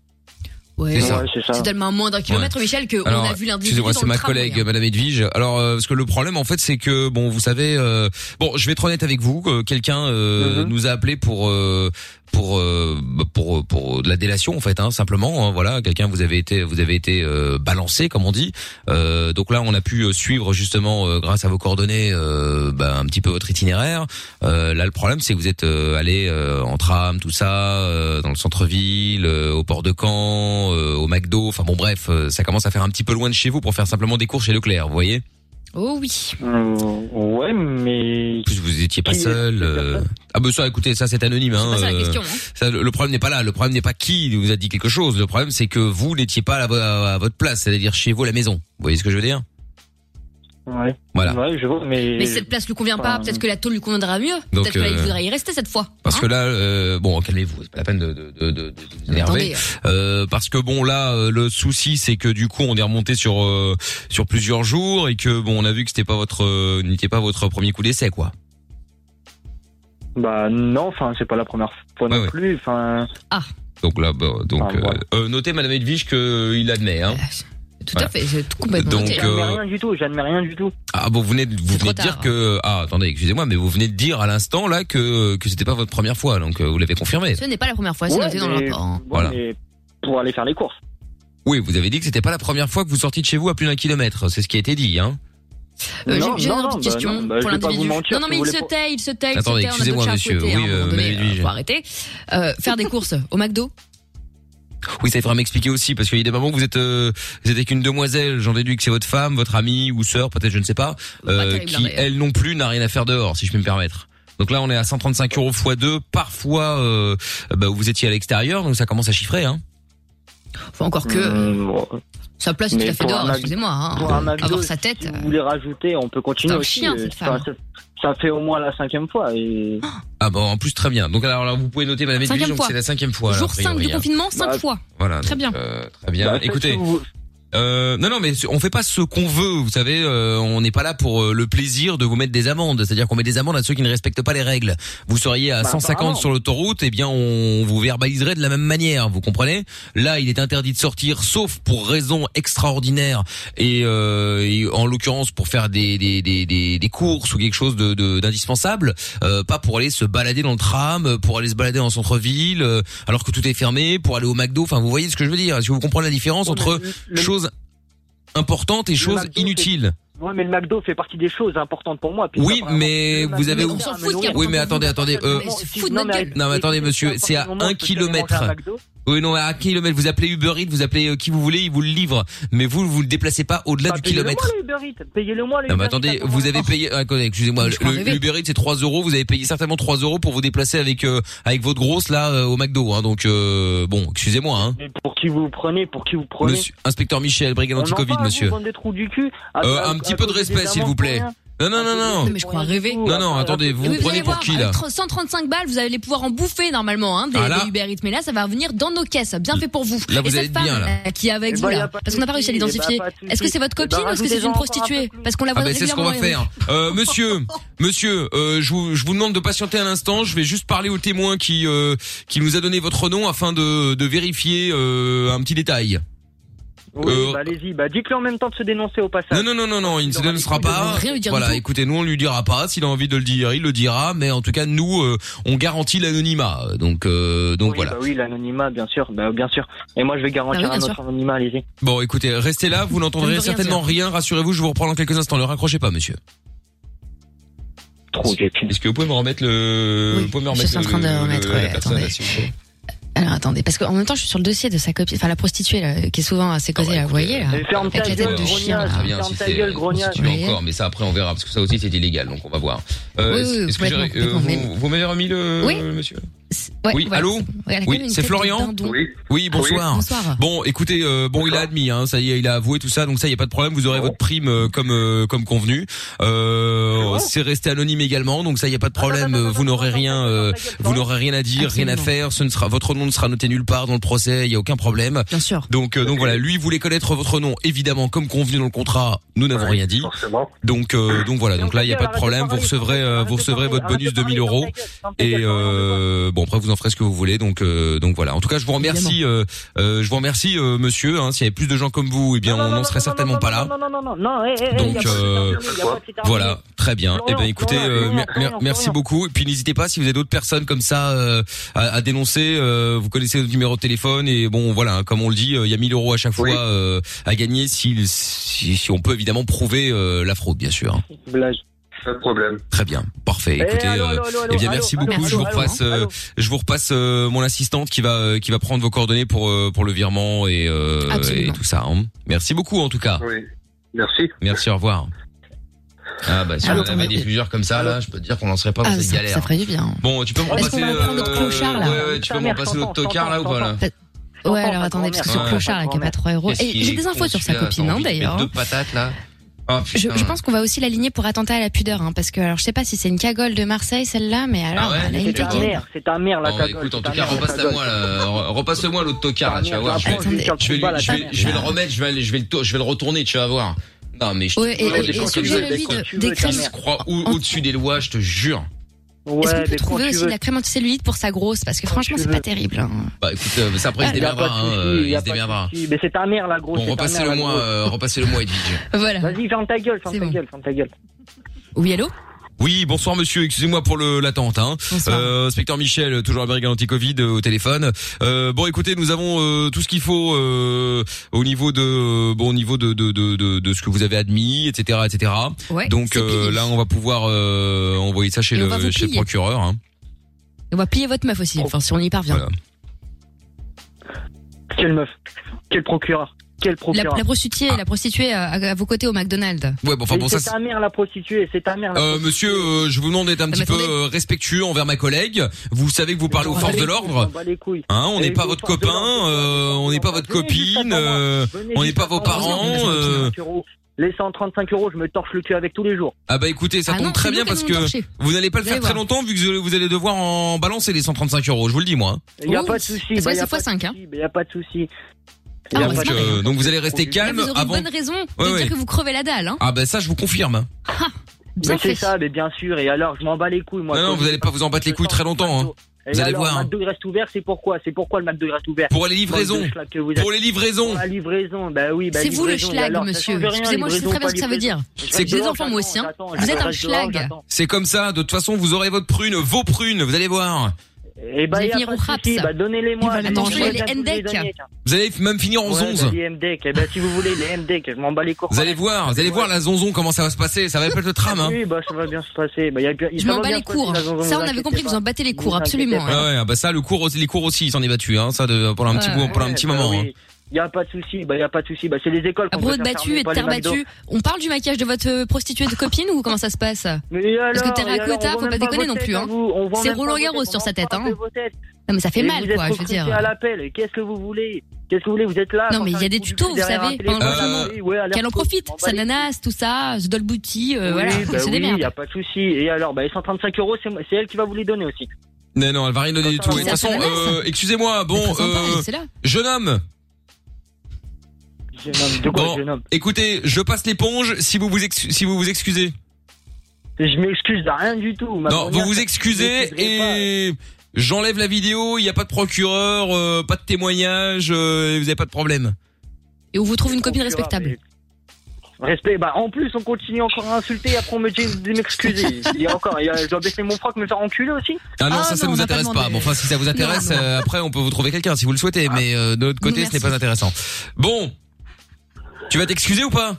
Speaker 5: Ouais,
Speaker 2: C'est ça.
Speaker 5: C'est tellement moins d'un kilomètre, Michel, qu'on
Speaker 2: Alors,
Speaker 5: a vu l'individu.
Speaker 2: Excusez-moi,
Speaker 5: dans
Speaker 2: c'est
Speaker 5: le
Speaker 2: ma
Speaker 5: tramway,
Speaker 2: collègue,
Speaker 5: hein.
Speaker 2: Madame Edwige. Alors, euh, parce que le problème, en fait, c'est que bon, vous savez, euh, bon, je vais être honnête avec vous. euh, Quelqu'un euh, nous a appelé pour euh, pour, euh, bah, pour euh, pour de la délation, en fait, hein, simplement. hein, voilà, quelqu'un vous avez été vous avez été euh, balancé, comme on dit. Euh, donc là, on a pu euh, suivre justement euh, grâce à vos coordonnées euh, bah, un petit peu votre itinéraire. Euh, là, le problème, c'est que vous êtes euh, allé euh, en tram, tout ça, euh, dans le centre-ville, euh, au port de Caen, euh, au McDo. Enfin bon, bref, euh, ça commence à faire un petit peu loin de chez vous pour faire simplement des cours chez Leclerc, vous voyez.
Speaker 5: Oh oui.
Speaker 14: Euh, ouais, mais.
Speaker 2: plus, vous étiez pas seul. euh. Ah ben ça, écoutez, ça c'est anonyme. hein,
Speaker 5: pas ça la
Speaker 2: euh,
Speaker 5: question, hein.
Speaker 2: ça, le le problème n'est pas là. Le problème n'est pas qui vous a dit quelque chose. Le problème c'est que vous n'étiez pas à, vo- à votre place, c'est-à-dire chez vous à la maison. Vous voyez ce que je veux dire
Speaker 14: Ouais.
Speaker 2: Voilà.
Speaker 14: Ouais, je vois, mais.
Speaker 5: Mais si cette place lui convient pas, peut-être que la tôle lui conviendra mieux.
Speaker 2: Donc,
Speaker 5: Peut-être qu'il
Speaker 2: euh,
Speaker 5: voudra y rester cette fois.
Speaker 2: Parce que là, euh, bon, calmez-vous, c'est pas la peine de, de, de, de- de vous énerver.
Speaker 5: Attendez. hein.
Speaker 2: Euh, parce que bon, là, euh, le souci, c'est que du coup, on est remonté sur euh, sur plusieurs jours et que bon, on a vu que c'était pas votre euh, n'était pas votre premier coup d'essai, quoi.
Speaker 14: Bah non, enfin c'est pas la première fois non plus. Enfin.
Speaker 5: Ah.
Speaker 2: Donc là, bah, donc euh, euh, notez, Madame Edwige, que euh, il admet. Hein.
Speaker 5: Euh, Tout à fait, c'est complètement
Speaker 2: Donc,
Speaker 5: noté.
Speaker 2: euh,
Speaker 14: Rien du tout, j'admets rien du tout.
Speaker 2: Ah bon, vous venez de, vous venez de
Speaker 14: trop
Speaker 2: dire
Speaker 14: tard.
Speaker 5: hein.
Speaker 2: que ah attendez, excusez-moi, mais vous venez de dire à l'instant là que que c'était pas votre première fois, donc euh, vous l'avez confirmé.
Speaker 5: Ce n'est pas la première fois, c'est
Speaker 14: Ouais,
Speaker 5: noté dans le
Speaker 14: mais-
Speaker 5: rapport. hein.
Speaker 14: ouais, mais pour aller faire les courses.
Speaker 2: Oui, vous avez dit que c'était pas la première fois que vous sortiez de chez vous à plus d'un kilomètre. C'est ce qui a été dit, hein.
Speaker 5: Euh,
Speaker 14: Non,
Speaker 5: j'ai j'ai
Speaker 14: non,
Speaker 5: une petite
Speaker 14: bah
Speaker 5: question
Speaker 14: non, bah, je
Speaker 5: pour
Speaker 14: vais pas
Speaker 5: l'individu.
Speaker 14: vous mentir,
Speaker 5: non, non,
Speaker 14: si
Speaker 5: mais
Speaker 14: vous
Speaker 5: il
Speaker 14: voulez
Speaker 5: se
Speaker 14: pas-
Speaker 5: tait, il se tait, il se tait.
Speaker 2: Attendez,
Speaker 5: on a
Speaker 2: excusez-moi,
Speaker 5: d'autres chats à
Speaker 2: monsieur.
Speaker 5: fouetter, hein,
Speaker 2: Oui,
Speaker 5: à un
Speaker 2: euh,
Speaker 5: moment donné,
Speaker 2: Madame Edwige.
Speaker 5: faut arrêter. Euh, faire des courses au McDo.
Speaker 2: Oui, ça il faudra m'expliquer aussi parce qu'il y a des moments où vous êtes euh, vous êtes avec une demoiselle, j'en déduis que c'est votre femme, votre amie ou sœur, peut-être je ne sais pas, euh,
Speaker 4: terrible, hein,
Speaker 2: qui
Speaker 4: d'ailleurs.
Speaker 2: elle non plus n'a rien à faire dehors, si je peux me permettre. Donc là, on est à 135 euros x 2, parfois euh, bah, où vous étiez à l'extérieur, donc ça commence à chiffrer. Hein.
Speaker 5: Enfin, encore que. euh,
Speaker 14: Hum, bon.
Speaker 5: Sa place, il
Speaker 14: Mais
Speaker 5: la fait
Speaker 14: pour
Speaker 5: dehors,
Speaker 14: un
Speaker 5: excusez-moi. hein.
Speaker 14: pour un McDo,
Speaker 5: Avoir sa tête. euh,
Speaker 14: Si vous voulez rajouter, on peut continuer
Speaker 5: C'est un
Speaker 14: aussi.
Speaker 5: chien,
Speaker 14: euh,
Speaker 5: cette
Speaker 14: ça-
Speaker 5: femme.
Speaker 14: ça, ça fait au moins la cinquième fois. Et...
Speaker 2: Ah bon, en plus très bien. Donc alors là, vous pouvez noter Madame
Speaker 5: Cinquième
Speaker 2: Edwige, donc
Speaker 5: fois.
Speaker 2: c'est la cinquième fois. là, a
Speaker 5: Jour 5
Speaker 2: priori,
Speaker 5: du
Speaker 2: hein.
Speaker 5: confinement, 5 fois.
Speaker 2: Voilà.
Speaker 5: Très
Speaker 2: donc,
Speaker 5: bien.
Speaker 2: euh, très bien.
Speaker 14: Bah, faites ce
Speaker 2: Écoutez.
Speaker 14: que vous-
Speaker 2: Euh, non, non, mais on fait pas ce qu'on veut. Vous savez, euh, on n'est pas là pour euh, le plaisir de vous mettre des amendes. C'est-à-dire qu'on met des amendes à ceux qui ne respectent pas les règles. Vous seriez à
Speaker 14: Bah,
Speaker 2: 150
Speaker 14: apparemment.
Speaker 2: sur l'autoroute, eh bien, on vous verbaliserait de la même manière. Vous comprenez Là, il est interdit de sortir, sauf pour raison extraordinaire et, euh, et en l'occurrence pour faire des des, des, des des courses ou quelque chose de de- d'indispensable. euh, pas pour aller se balader dans le tram, pour aller se balader en centre-ville, euh, alors que tout est fermé, pour aller au McDo. Enfin, vous voyez ce que je veux dire Est-ce que vous comprenez la différence
Speaker 14: Oh,
Speaker 2: entre choses importantes et choses
Speaker 14: McDo, c'est-
Speaker 2: inutiles
Speaker 14: Ouais, mais le McDo fait partie des choses importantes pour moi. puis
Speaker 2: oui,
Speaker 14: ça, vraiment,
Speaker 2: mais
Speaker 14: le
Speaker 2: vous avez.
Speaker 14: McDo, c'est un menu.
Speaker 2: Oui, mais attendez, attendez. euh,
Speaker 14: Mais se fout de notre gueule.
Speaker 2: Non, mais attendez, monsieur, c'est à
Speaker 14: moment,
Speaker 2: un
Speaker 14: je peux aller manger
Speaker 2: kilomètre.
Speaker 14: à McDo.
Speaker 2: Oui, non, à un kilomètre. Vous appelez Uber Eats, vous appelez euh, qui vous voulez, ils vous le livrent. Mais vous, vous le déplacez pas au-delà du
Speaker 14: Payez-le
Speaker 2: kilomètre.
Speaker 14: moi, ah, le Uber Eats. Payez-le moi, le
Speaker 2: Non, mais
Speaker 14: Uber Eats,
Speaker 2: attendez,
Speaker 14: ça
Speaker 2: vous avez payé. ah, Attendez, excusez-moi.
Speaker 14: Je crois
Speaker 2: le-
Speaker 14: rêver.
Speaker 2: Uber Eats c'est 3 euros. Vous avez payé certainement 3 euros pour vous déplacer avec euh, avec votre grosse là euh, au McDo. Hein, donc euh, bon, excusez-moi. Hein.
Speaker 14: Mais pour qui vous prenez Pour qui vous prenez
Speaker 2: Monsieur- inspecteur Michel, brigade
Speaker 14: On en
Speaker 2: anti-Covid,
Speaker 14: parle, vous,
Speaker 2: monsieur.
Speaker 14: bande de trous du cul. Ah, À-
Speaker 2: Euh,
Speaker 14: à-
Speaker 2: un
Speaker 14: à
Speaker 2: petit peu de
Speaker 14: cause des
Speaker 2: respect, s'il
Speaker 14: amants
Speaker 2: vous plaît.
Speaker 14: pour rien.
Speaker 2: Non, non, non, non.
Speaker 5: Mais je crois rêver.
Speaker 2: Non, non, attendez, vous euh,
Speaker 5: Oui,
Speaker 2: vous prenez
Speaker 5: allez
Speaker 2: pour
Speaker 5: voir,
Speaker 2: qui là
Speaker 5: avec 135 balles, vous allez pouvoir en bouffer normalement, hein, des,
Speaker 2: Ah là.
Speaker 5: des Uber Eats. Mais là, ça va revenir dans nos caisses. Bien fait pour vous.
Speaker 2: Là, vous
Speaker 5: Et
Speaker 2: allez
Speaker 5: cette
Speaker 2: bien,
Speaker 5: femme
Speaker 2: là.
Speaker 5: euh, qui est avec
Speaker 2: Eh
Speaker 5: vous
Speaker 2: ben, y
Speaker 5: là,
Speaker 2: a pas de
Speaker 5: parce qu'on n'a pas réussi à
Speaker 2: souci, eh
Speaker 5: l'identifier.
Speaker 2: ben, pas de
Speaker 5: Est-ce que
Speaker 2: souci.
Speaker 5: c'est votre
Speaker 2: Eh ben,
Speaker 5: copine ou est-ce que c'est
Speaker 2: rajoutez-en
Speaker 5: une
Speaker 2: encore un
Speaker 5: prostituée Parce qu'on la
Speaker 2: Ah
Speaker 5: voit
Speaker 2: ben c'est ce qu'on va
Speaker 5: régulièrement.
Speaker 2: faire. Euh, monsieur, monsieur, euh, je vous, je vous demande de patienter un instant. Je vais juste parler au témoin qui euh, qui nous a donné votre nom afin de de vérifier euh, un petit détail.
Speaker 14: Oui,
Speaker 2: Euh,
Speaker 14: bah, allez-y, bah, dites-le en même temps de se dénoncer au passage.
Speaker 2: Non, non, non, non, non,
Speaker 5: Ah,
Speaker 2: il ne le sera pas.
Speaker 14: rien lui dire
Speaker 2: Voilà,
Speaker 14: du tout.
Speaker 2: écoutez, nous, on lui dira pas. S'il a envie de le dire, il le dira. Mais en tout cas, nous, euh, on garantit l'anonymat. Donc, euh, donc
Speaker 14: Oui,
Speaker 2: voilà.
Speaker 14: bah oui, l'anonymat, bien sûr, bah, bien sûr. Et moi, je vais
Speaker 2: Ah
Speaker 14: garantir
Speaker 2: oui,
Speaker 14: un
Speaker 2: bien
Speaker 14: autre
Speaker 2: sûr.
Speaker 14: anonymat, allez-y.
Speaker 2: Bon, écoutez, restez là. Vous
Speaker 14: Je ne
Speaker 2: n'entendrez
Speaker 14: veux rien
Speaker 2: certainement
Speaker 14: dire.
Speaker 2: rien. Rassurez-vous, je vous reprends dans quelques instants. Ne raccrochez pas, monsieur.
Speaker 14: Trop
Speaker 2: Est-ce que vous pouvez me remettre le. vous pouvez me remettre
Speaker 5: je suis en
Speaker 2: le-
Speaker 5: train de
Speaker 2: le-
Speaker 5: remettre,
Speaker 2: la
Speaker 5: ouais,
Speaker 2: personne,
Speaker 5: attendez.
Speaker 2: s'il vous plaît.
Speaker 5: Alors attendez, parce qu'en même temps, je suis sur le dossier de sa copine, enfin la prostituée là, qui est souvent à ses côtés, là, vous voyez là,
Speaker 14: Mais ferme
Speaker 5: avec
Speaker 14: ta
Speaker 5: la tête
Speaker 14: gueule,
Speaker 5: de chien.
Speaker 14: grognasse,
Speaker 5: là.
Speaker 2: Très bien,
Speaker 14: ferme
Speaker 2: si
Speaker 14: ta
Speaker 2: c'est
Speaker 14: gueule,
Speaker 2: euh,
Speaker 14: grognage.
Speaker 2: constitué encore, mais ça après on verra parce que ça aussi c'est illégal, donc on va voir.
Speaker 5: Oui,
Speaker 2: Euh,
Speaker 5: oui,
Speaker 2: est-ce que
Speaker 5: complètement,
Speaker 2: j'ai- euh,
Speaker 5: complètement,
Speaker 2: vous, vous m'avez remis le,
Speaker 5: Oui.
Speaker 2: le Euh, monsieur
Speaker 5: Ouais,
Speaker 2: Oui,
Speaker 5: voilà,
Speaker 2: allô
Speaker 5: c'est- elle a quand même
Speaker 2: Oui,
Speaker 5: une
Speaker 2: c'est
Speaker 5: tête de
Speaker 2: Florian
Speaker 5: dindon.
Speaker 2: Oui, bonsoir.
Speaker 5: Ah oui, bonsoir.
Speaker 2: Bon, écoutez, euh, bon, il a admis, hein, ça y est, il a avoué tout ça, donc ça, il y a pas de problème. Vous aurez votre prime euh, comme euh, comme convenu. Euh, c'est resté anonyme également, donc ça, il y a pas de problème. vous n'aurez rien, euh, vous n'aurez rien à dire, rien à faire. Ce ne sera votre nom ne sera noté nulle part dans le procès. Il y a aucun problème.
Speaker 5: Bien sûr.
Speaker 2: Donc euh, donc voilà, lui voulait connaître votre nom, évidemment, comme convenu dans le contrat. Nous n'avons rien dit. Donc euh, donc voilà, donc là, il y a pas de problème. Vous recevrez euh, vous recevrez votre bonus de 1000 euros et euh, bon après vous en ferez ce que vous voulez. Donc euh, donc voilà. En tout cas, je vous remercie. euh, euh, je vous remercie, euh, monsieur. hein. S'il y avait plus de gens comme vous, eh bien, on n'en serait certainement pas là.
Speaker 14: Non, non, non, non, non, hé, hé, hé, y a
Speaker 2: Donc
Speaker 14: pas de-
Speaker 2: euh,
Speaker 14: y a pas de- c'est terminé.
Speaker 2: voilà, très bien. Eh bien
Speaker 14: Florian,
Speaker 2: écoutez,
Speaker 14: Florian,
Speaker 2: euh, mer-
Speaker 14: Florian,
Speaker 2: mer- merci
Speaker 14: Florian.
Speaker 2: beaucoup. Et puis n'hésitez pas si vous avez d'autres personnes comme ça euh, à, à dénoncer. euh, vous connaissez notre numéro de téléphone et bon voilà, hein, comme on le dit, euh, il y a 1000 euros à chaque fois euh, à gagner si, si si on peut évidemment prouver euh, la fraude, bien sûr. hein.
Speaker 14: Blague.
Speaker 12: Pas de problème.
Speaker 2: Très bien, parfait.
Speaker 12: Eh,
Speaker 2: Écoutez,
Speaker 12: allô,
Speaker 2: euh,
Speaker 12: allô, allô,
Speaker 2: eh bien
Speaker 12: allô,
Speaker 2: merci
Speaker 12: allô,
Speaker 2: beaucoup.
Speaker 12: allô,
Speaker 2: je vous
Speaker 12: allô,
Speaker 2: repasse, euh, je vous repasse euh, mon assistante qui va euh, qui va prendre vos coordonnées pour euh, pour le virement et, euh, et tout ça. hein. Merci beaucoup en tout cas.
Speaker 12: Oui. Merci.
Speaker 2: Merci. Au revoir. Ah bah si
Speaker 5: Allô,
Speaker 2: on avait des fuseurs comme ça là, je peux te dire qu'on n'en serait pas dans
Speaker 5: Ah,
Speaker 2: cette
Speaker 5: ça,
Speaker 2: galère.
Speaker 5: ça ferait du bien.
Speaker 2: Bon, tu peux me
Speaker 5: Est-ce
Speaker 2: repasser euh,
Speaker 5: qu'on va prendre notre clochard, là
Speaker 2: Ouais, ouais, tu peux me repasser notre tocard là ou pas là
Speaker 5: Ouais, alors attendez, parce que sur
Speaker 2: Ouais.
Speaker 5: le clochard, là, qui a pas 3 euros.
Speaker 2: Qu'est-ce
Speaker 5: Et
Speaker 2: qu'il
Speaker 5: j'ai
Speaker 2: est
Speaker 5: des infos
Speaker 2: con,
Speaker 5: sur sa
Speaker 2: celui-là,
Speaker 5: copine,
Speaker 2: t'as
Speaker 5: hein,
Speaker 2: envie de
Speaker 5: d'ailleurs.
Speaker 2: mettre Deux patates là. Ah,
Speaker 5: Je,
Speaker 2: putain.
Speaker 5: je pense qu'on va aussi l'aligner pour attentat à la pudeur, hein, parce que alors je sais pas si c'est une cagole de Marseille celle-là, mais alors
Speaker 2: Ah ouais
Speaker 5: elle a une
Speaker 14: C'est ta
Speaker 5: petite-
Speaker 14: mère, c'est ta mère, la
Speaker 2: Bon, bah,
Speaker 14: cagole.
Speaker 2: écoute, en
Speaker 14: c'est Bah, ta
Speaker 2: tout cas,
Speaker 14: mère, la
Speaker 2: repasse-la
Speaker 14: cagole.
Speaker 2: moi, là. Re- repasse-moi l'autre tocard, là, tu vas
Speaker 14: Attendez,
Speaker 2: voir. Je vais, je vais,
Speaker 14: attendez.
Speaker 2: je vais, je vais- je vais le
Speaker 14: Attendez.
Speaker 2: remettre, je vais, aller- je vais le, to- je vais le retourner, tu vas voir. Non, mais je te
Speaker 5: Ouais, et-
Speaker 2: jure,
Speaker 5: et-
Speaker 2: des
Speaker 5: et
Speaker 2: gens comme
Speaker 5: suggère
Speaker 2: ça,
Speaker 5: le
Speaker 2: des
Speaker 5: vide
Speaker 2: cons-
Speaker 5: des
Speaker 2: qui se
Speaker 5: crèmes.
Speaker 2: croient au- au-dessus des lois, je te jure.
Speaker 5: Est-ce qu'on
Speaker 14: Ouais,
Speaker 5: peut
Speaker 14: mais quand
Speaker 5: trouver
Speaker 14: tu
Speaker 5: aussi
Speaker 14: veux.
Speaker 5: de la crème anticellulite pour sa grosse Parce que franchement, c'est pas terrible. hein.
Speaker 2: Bah, écoute, euh, ça, après, il se
Speaker 14: Ah, y a
Speaker 2: démerdera,
Speaker 14: pas de
Speaker 2: hein,
Speaker 14: souci,
Speaker 2: euh,
Speaker 14: y
Speaker 2: il
Speaker 14: a
Speaker 2: se
Speaker 14: pas de
Speaker 2: démerdra.
Speaker 14: Si, Mais c'est ta mère, la grosse.
Speaker 2: Bon, repassez-le moi, euh, repassez-le moi, Edwige.
Speaker 5: Voilà.
Speaker 14: Vas-y, ferme ta gueule, ferme ta gueule, ferme ta gueule.
Speaker 5: Oui, allô
Speaker 2: Oui, bonsoir monsieur, excusez-moi pour le l'attente hein. Euh, inspecteur Michel, toujours à la brigade anti-Covid euh, au téléphone. Euh, bon écoutez, nous avons euh, tout ce qu'il faut euh, au niveau de bon au niveau de de, de de de ce que vous avez admis, etc., etc.
Speaker 5: Ouais,
Speaker 2: Donc
Speaker 5: c'est
Speaker 2: euh,
Speaker 5: pillé.
Speaker 2: là, on va pouvoir euh, envoyer ça chez
Speaker 5: Et on
Speaker 2: le
Speaker 5: va vous
Speaker 2: chez le
Speaker 5: piller.
Speaker 2: procureur hein.
Speaker 5: On va plier votre meuf aussi, enfin si on y parvient.
Speaker 14: Quelle meuf Quel procureur Quel
Speaker 5: La,
Speaker 14: procureur
Speaker 5: la prostituée, la prostituée à, à vos côtés au McDonald's.
Speaker 2: Ouais, bon, enfin bon,
Speaker 14: C'est
Speaker 2: ça. c'est-
Speaker 14: ta mère la prostituée, c'est ta mère la
Speaker 2: Euh, monsieur, euh, je vous demande d'être
Speaker 5: Ah,
Speaker 2: un petit peu euh, respectueux envers ma collègue. Vous savez que vous parlez aux forces de l'ordre. Hein, on n'est pas votre copain, euh, on n'est pas votre copine, euh, on n'est pas vos parents. euh,
Speaker 14: 35 euros. Les 135 euros, je me torche le cul avec tous les jours.
Speaker 2: Ah bah écoutez, ça
Speaker 14: Ah
Speaker 2: tombe
Speaker 14: non,
Speaker 2: très
Speaker 14: c'est
Speaker 2: bien
Speaker 14: nous
Speaker 2: parce
Speaker 14: qui
Speaker 2: que
Speaker 14: allons torcher.
Speaker 2: vous n'allez pas le
Speaker 14: Vous
Speaker 2: faire
Speaker 14: allez
Speaker 2: très
Speaker 14: voir.
Speaker 2: longtemps vu que vous allez devoir en balancer les 135 euros. Je vous le dis moi. hein.
Speaker 14: Il n'y a
Speaker 5: Oh,
Speaker 14: pas de souci.
Speaker 5: c'est
Speaker 14: bah,
Speaker 5: vrai,
Speaker 14: y a
Speaker 5: c'est
Speaker 14: pas de
Speaker 5: x5, hein.
Speaker 14: souci, bah, y a pas de souci.
Speaker 5: Ah,
Speaker 14: Y a
Speaker 5: bah,
Speaker 14: pas
Speaker 5: c'est
Speaker 14: de-
Speaker 5: normal.
Speaker 2: Euh, donc vous allez rester
Speaker 5: Là,
Speaker 2: calme
Speaker 5: vous aurez
Speaker 2: avant.
Speaker 5: une bonne raison de
Speaker 2: Ouais,
Speaker 5: dire
Speaker 2: ouais.
Speaker 5: que vous crevez la dalle. Hein.
Speaker 2: Ah bah ça je vous confirme.
Speaker 5: Ah, bien
Speaker 14: Mais c'est
Speaker 5: fait.
Speaker 14: ça, mais bien sûr. Et alors, je m'en bats les couilles, moi.
Speaker 2: non non, vous allez pas vous en battre les couilles très longtemps. hein.
Speaker 14: Et
Speaker 2: Vous allez
Speaker 14: alors,
Speaker 2: voir.
Speaker 14: Le
Speaker 2: hein.
Speaker 14: McDo il reste ouvert, c'est pourquoi C'est pourquoi le McDo il reste ouvert
Speaker 2: Pour les livraisons.
Speaker 14: Bande de schlacs que vous
Speaker 2: Pour
Speaker 14: êtes.
Speaker 2: les livraisons.
Speaker 14: Pour la livraison, bah oui. Bah
Speaker 5: C'est vous le
Speaker 14: livraison, et
Speaker 5: schlag,
Speaker 14: alors, ça
Speaker 5: monsieur.
Speaker 14: change rien,
Speaker 5: Excusez-moi, je sais
Speaker 14: livraison,
Speaker 5: très bien
Speaker 14: pas
Speaker 5: ce que ça veut
Speaker 14: livraison.
Speaker 5: dire.
Speaker 14: Je
Speaker 5: J'ai
Speaker 14: reste
Speaker 5: des
Speaker 14: dehors,
Speaker 5: enfants, moi aussi. hein.
Speaker 14: j'attends,
Speaker 5: Vous
Speaker 14: je
Speaker 5: êtes un
Speaker 14: reste dehors,
Speaker 5: schlag.
Speaker 14: j'attends.
Speaker 2: C'est comme ça. De toute façon vous aurez votre prune, vos prunes. Vous allez voir.
Speaker 14: Eh bah,
Speaker 5: Vous allez
Speaker 14: y a
Speaker 5: finir
Speaker 14: pas
Speaker 5: au
Speaker 14: de
Speaker 5: Raps.
Speaker 14: souci, bah, hein. donnez-les-moi.
Speaker 5: Il va
Speaker 14: Attends,
Speaker 5: manger
Speaker 14: je vais
Speaker 5: les
Speaker 14: bien vous
Speaker 5: Ndek.
Speaker 14: donner, tiens.
Speaker 2: Vous allez même finir en
Speaker 14: Ouais, bah,
Speaker 2: zonze.
Speaker 14: les MDEC, eh ben, si vous voulez, les MDEC, je m'en bats les couilles.
Speaker 2: Vous allez voir. Vous allez voir la zonzon comment ça va se passer. Ça va être le tram. Hein.
Speaker 14: Oui, bah, ça va bien se passer. Bah, y a bien-
Speaker 5: Je
Speaker 14: ça
Speaker 5: m'en
Speaker 14: va
Speaker 5: bats
Speaker 14: bien
Speaker 5: les
Speaker 14: se passer,
Speaker 5: cours.
Speaker 14: la zonzon,
Speaker 5: Ça, on
Speaker 14: vous
Speaker 5: avait
Speaker 14: inquiétez
Speaker 5: compris que vous
Speaker 14: pas.
Speaker 5: en battez les cours,
Speaker 14: Vous
Speaker 5: absolument.
Speaker 14: inquiétez
Speaker 5: hein.
Speaker 14: pas.
Speaker 2: Ouais, ouais, bah ça, le cours, aussi- les cours aussi, ils s'en est battu, hein, ça, de, pendant un petit,
Speaker 5: Ouais.
Speaker 2: bout- pendant un petit
Speaker 14: Ouais,
Speaker 2: moment.
Speaker 14: bah
Speaker 2: hein.
Speaker 14: oui. Il n'y a pas de souci, bah, il n'y a pas de souci. Bah, c'est les écoles
Speaker 5: À
Speaker 14: qu'on
Speaker 5: propos de
Speaker 14: préfère
Speaker 5: battu
Speaker 14: fermer,
Speaker 5: et de
Speaker 14: pas les
Speaker 5: terre
Speaker 14: McDo.
Speaker 5: battue, on parle du maquillage de votre euh, prostituée de copine ou comment ça se passe
Speaker 14: Mais alors,
Speaker 5: Parce que
Speaker 14: et
Speaker 5: Terra
Speaker 14: alors, on
Speaker 5: Cota,
Speaker 14: voit
Speaker 5: faut pas
Speaker 14: même pas
Speaker 5: déconner
Speaker 14: vos
Speaker 5: non
Speaker 14: têtes,
Speaker 5: plus.
Speaker 14: hein,
Speaker 5: hein.
Speaker 14: vous. On voit
Speaker 5: C'est
Speaker 14: même pas
Speaker 5: Roland
Speaker 14: vos
Speaker 5: Garros
Speaker 14: têtes,
Speaker 5: sur
Speaker 14: on
Speaker 5: sa
Speaker 14: en
Speaker 5: tête.
Speaker 14: parle
Speaker 5: hein.
Speaker 14: de vos têtes.
Speaker 5: Non, mais ça fait
Speaker 14: Et
Speaker 5: mal,
Speaker 14: vous êtes
Speaker 5: quoi, je veux
Speaker 14: recrutés
Speaker 5: dire.
Speaker 14: à l'appel. Qu'est-ce que vous voulez Qu'est-ce que vous voulez Vous êtes là.
Speaker 5: Non,
Speaker 14: pour
Speaker 5: mais il y
Speaker 14: faire
Speaker 5: a
Speaker 14: le
Speaker 5: des
Speaker 14: coup du
Speaker 5: tutos,
Speaker 14: cul
Speaker 5: vous
Speaker 14: derrière un
Speaker 5: savez, pendant le
Speaker 14: téléphone.
Speaker 5: confinement.
Speaker 14: Oui, ouais, alerte
Speaker 5: Qu'elle en
Speaker 14: au-
Speaker 5: profite,
Speaker 14: on va les-
Speaker 5: Sananas, tout ça, The Doll Booty, euh,
Speaker 14: Oui,
Speaker 5: voilà,
Speaker 14: bah
Speaker 5: c'est des
Speaker 14: oui, il
Speaker 5: merdes.
Speaker 14: n'y a pas de souci. Et alors, bah, les 135 euros, c'est c'est elle qui va vous les donner aussi.
Speaker 2: Non, non, elle va rien donner du
Speaker 14: Attends,
Speaker 2: tout. Et De toute
Speaker 14: c'est
Speaker 2: façon,
Speaker 14: la menace.
Speaker 2: euh, excusez-moi, bon, euh,
Speaker 5: là.
Speaker 2: jeune homme.
Speaker 14: Jeune homme, de quoi,
Speaker 2: Bon,
Speaker 14: jeune homme
Speaker 2: écoutez, je passe l'éponge si vous vous, excu- si vous vous excusez.
Speaker 14: Je m'excuse de rien du tout. ma
Speaker 2: Non, vous
Speaker 14: première-
Speaker 2: vous excusez et j'enlève la vidéo, il n'y a pas de procureur, euh, pas de témoignage, euh, et vous n'avez pas de problème.
Speaker 5: Et on vous trouve une copine respectable.
Speaker 14: Respect, bah en plus on continue encore à insulter, après on me dit de m'excuser. Il y a encore, il y a- je dois baisser mon froc, me faire enculer aussi
Speaker 2: Ah non, ça, ça nous intéresse pas. Bon, enfin, si ça vous intéresse, euh, après, on peut vous trouver quelqu'un si vous le souhaitez, mais euh, de l'autre côté, ce n'est pas intéressant. Bon. Tu vas t'excuser ou pas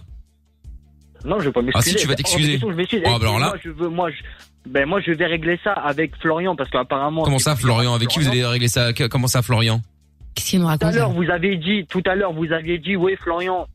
Speaker 14: Non, je vais pas
Speaker 2: Ah si, tu vas
Speaker 14: Hors de
Speaker 2: t'excuser.
Speaker 14: question, je m'excuse.
Speaker 2: Oh,
Speaker 14: Eh,
Speaker 2: bah, alors là-
Speaker 14: Moi, je veux, moi, je- ben, moi, je vais régler ça avec Florian parce qu'apparemment.
Speaker 2: Comment ça, Florian Avec qui vous allez régler ça Que- Comment ça, Florian
Speaker 5: Qu'est-ce qu'il nous
Speaker 14: Tout à
Speaker 5: raconte
Speaker 14: l'heure, vous avez dit, tout à l'heure, vous aviez dit, oui, Florian,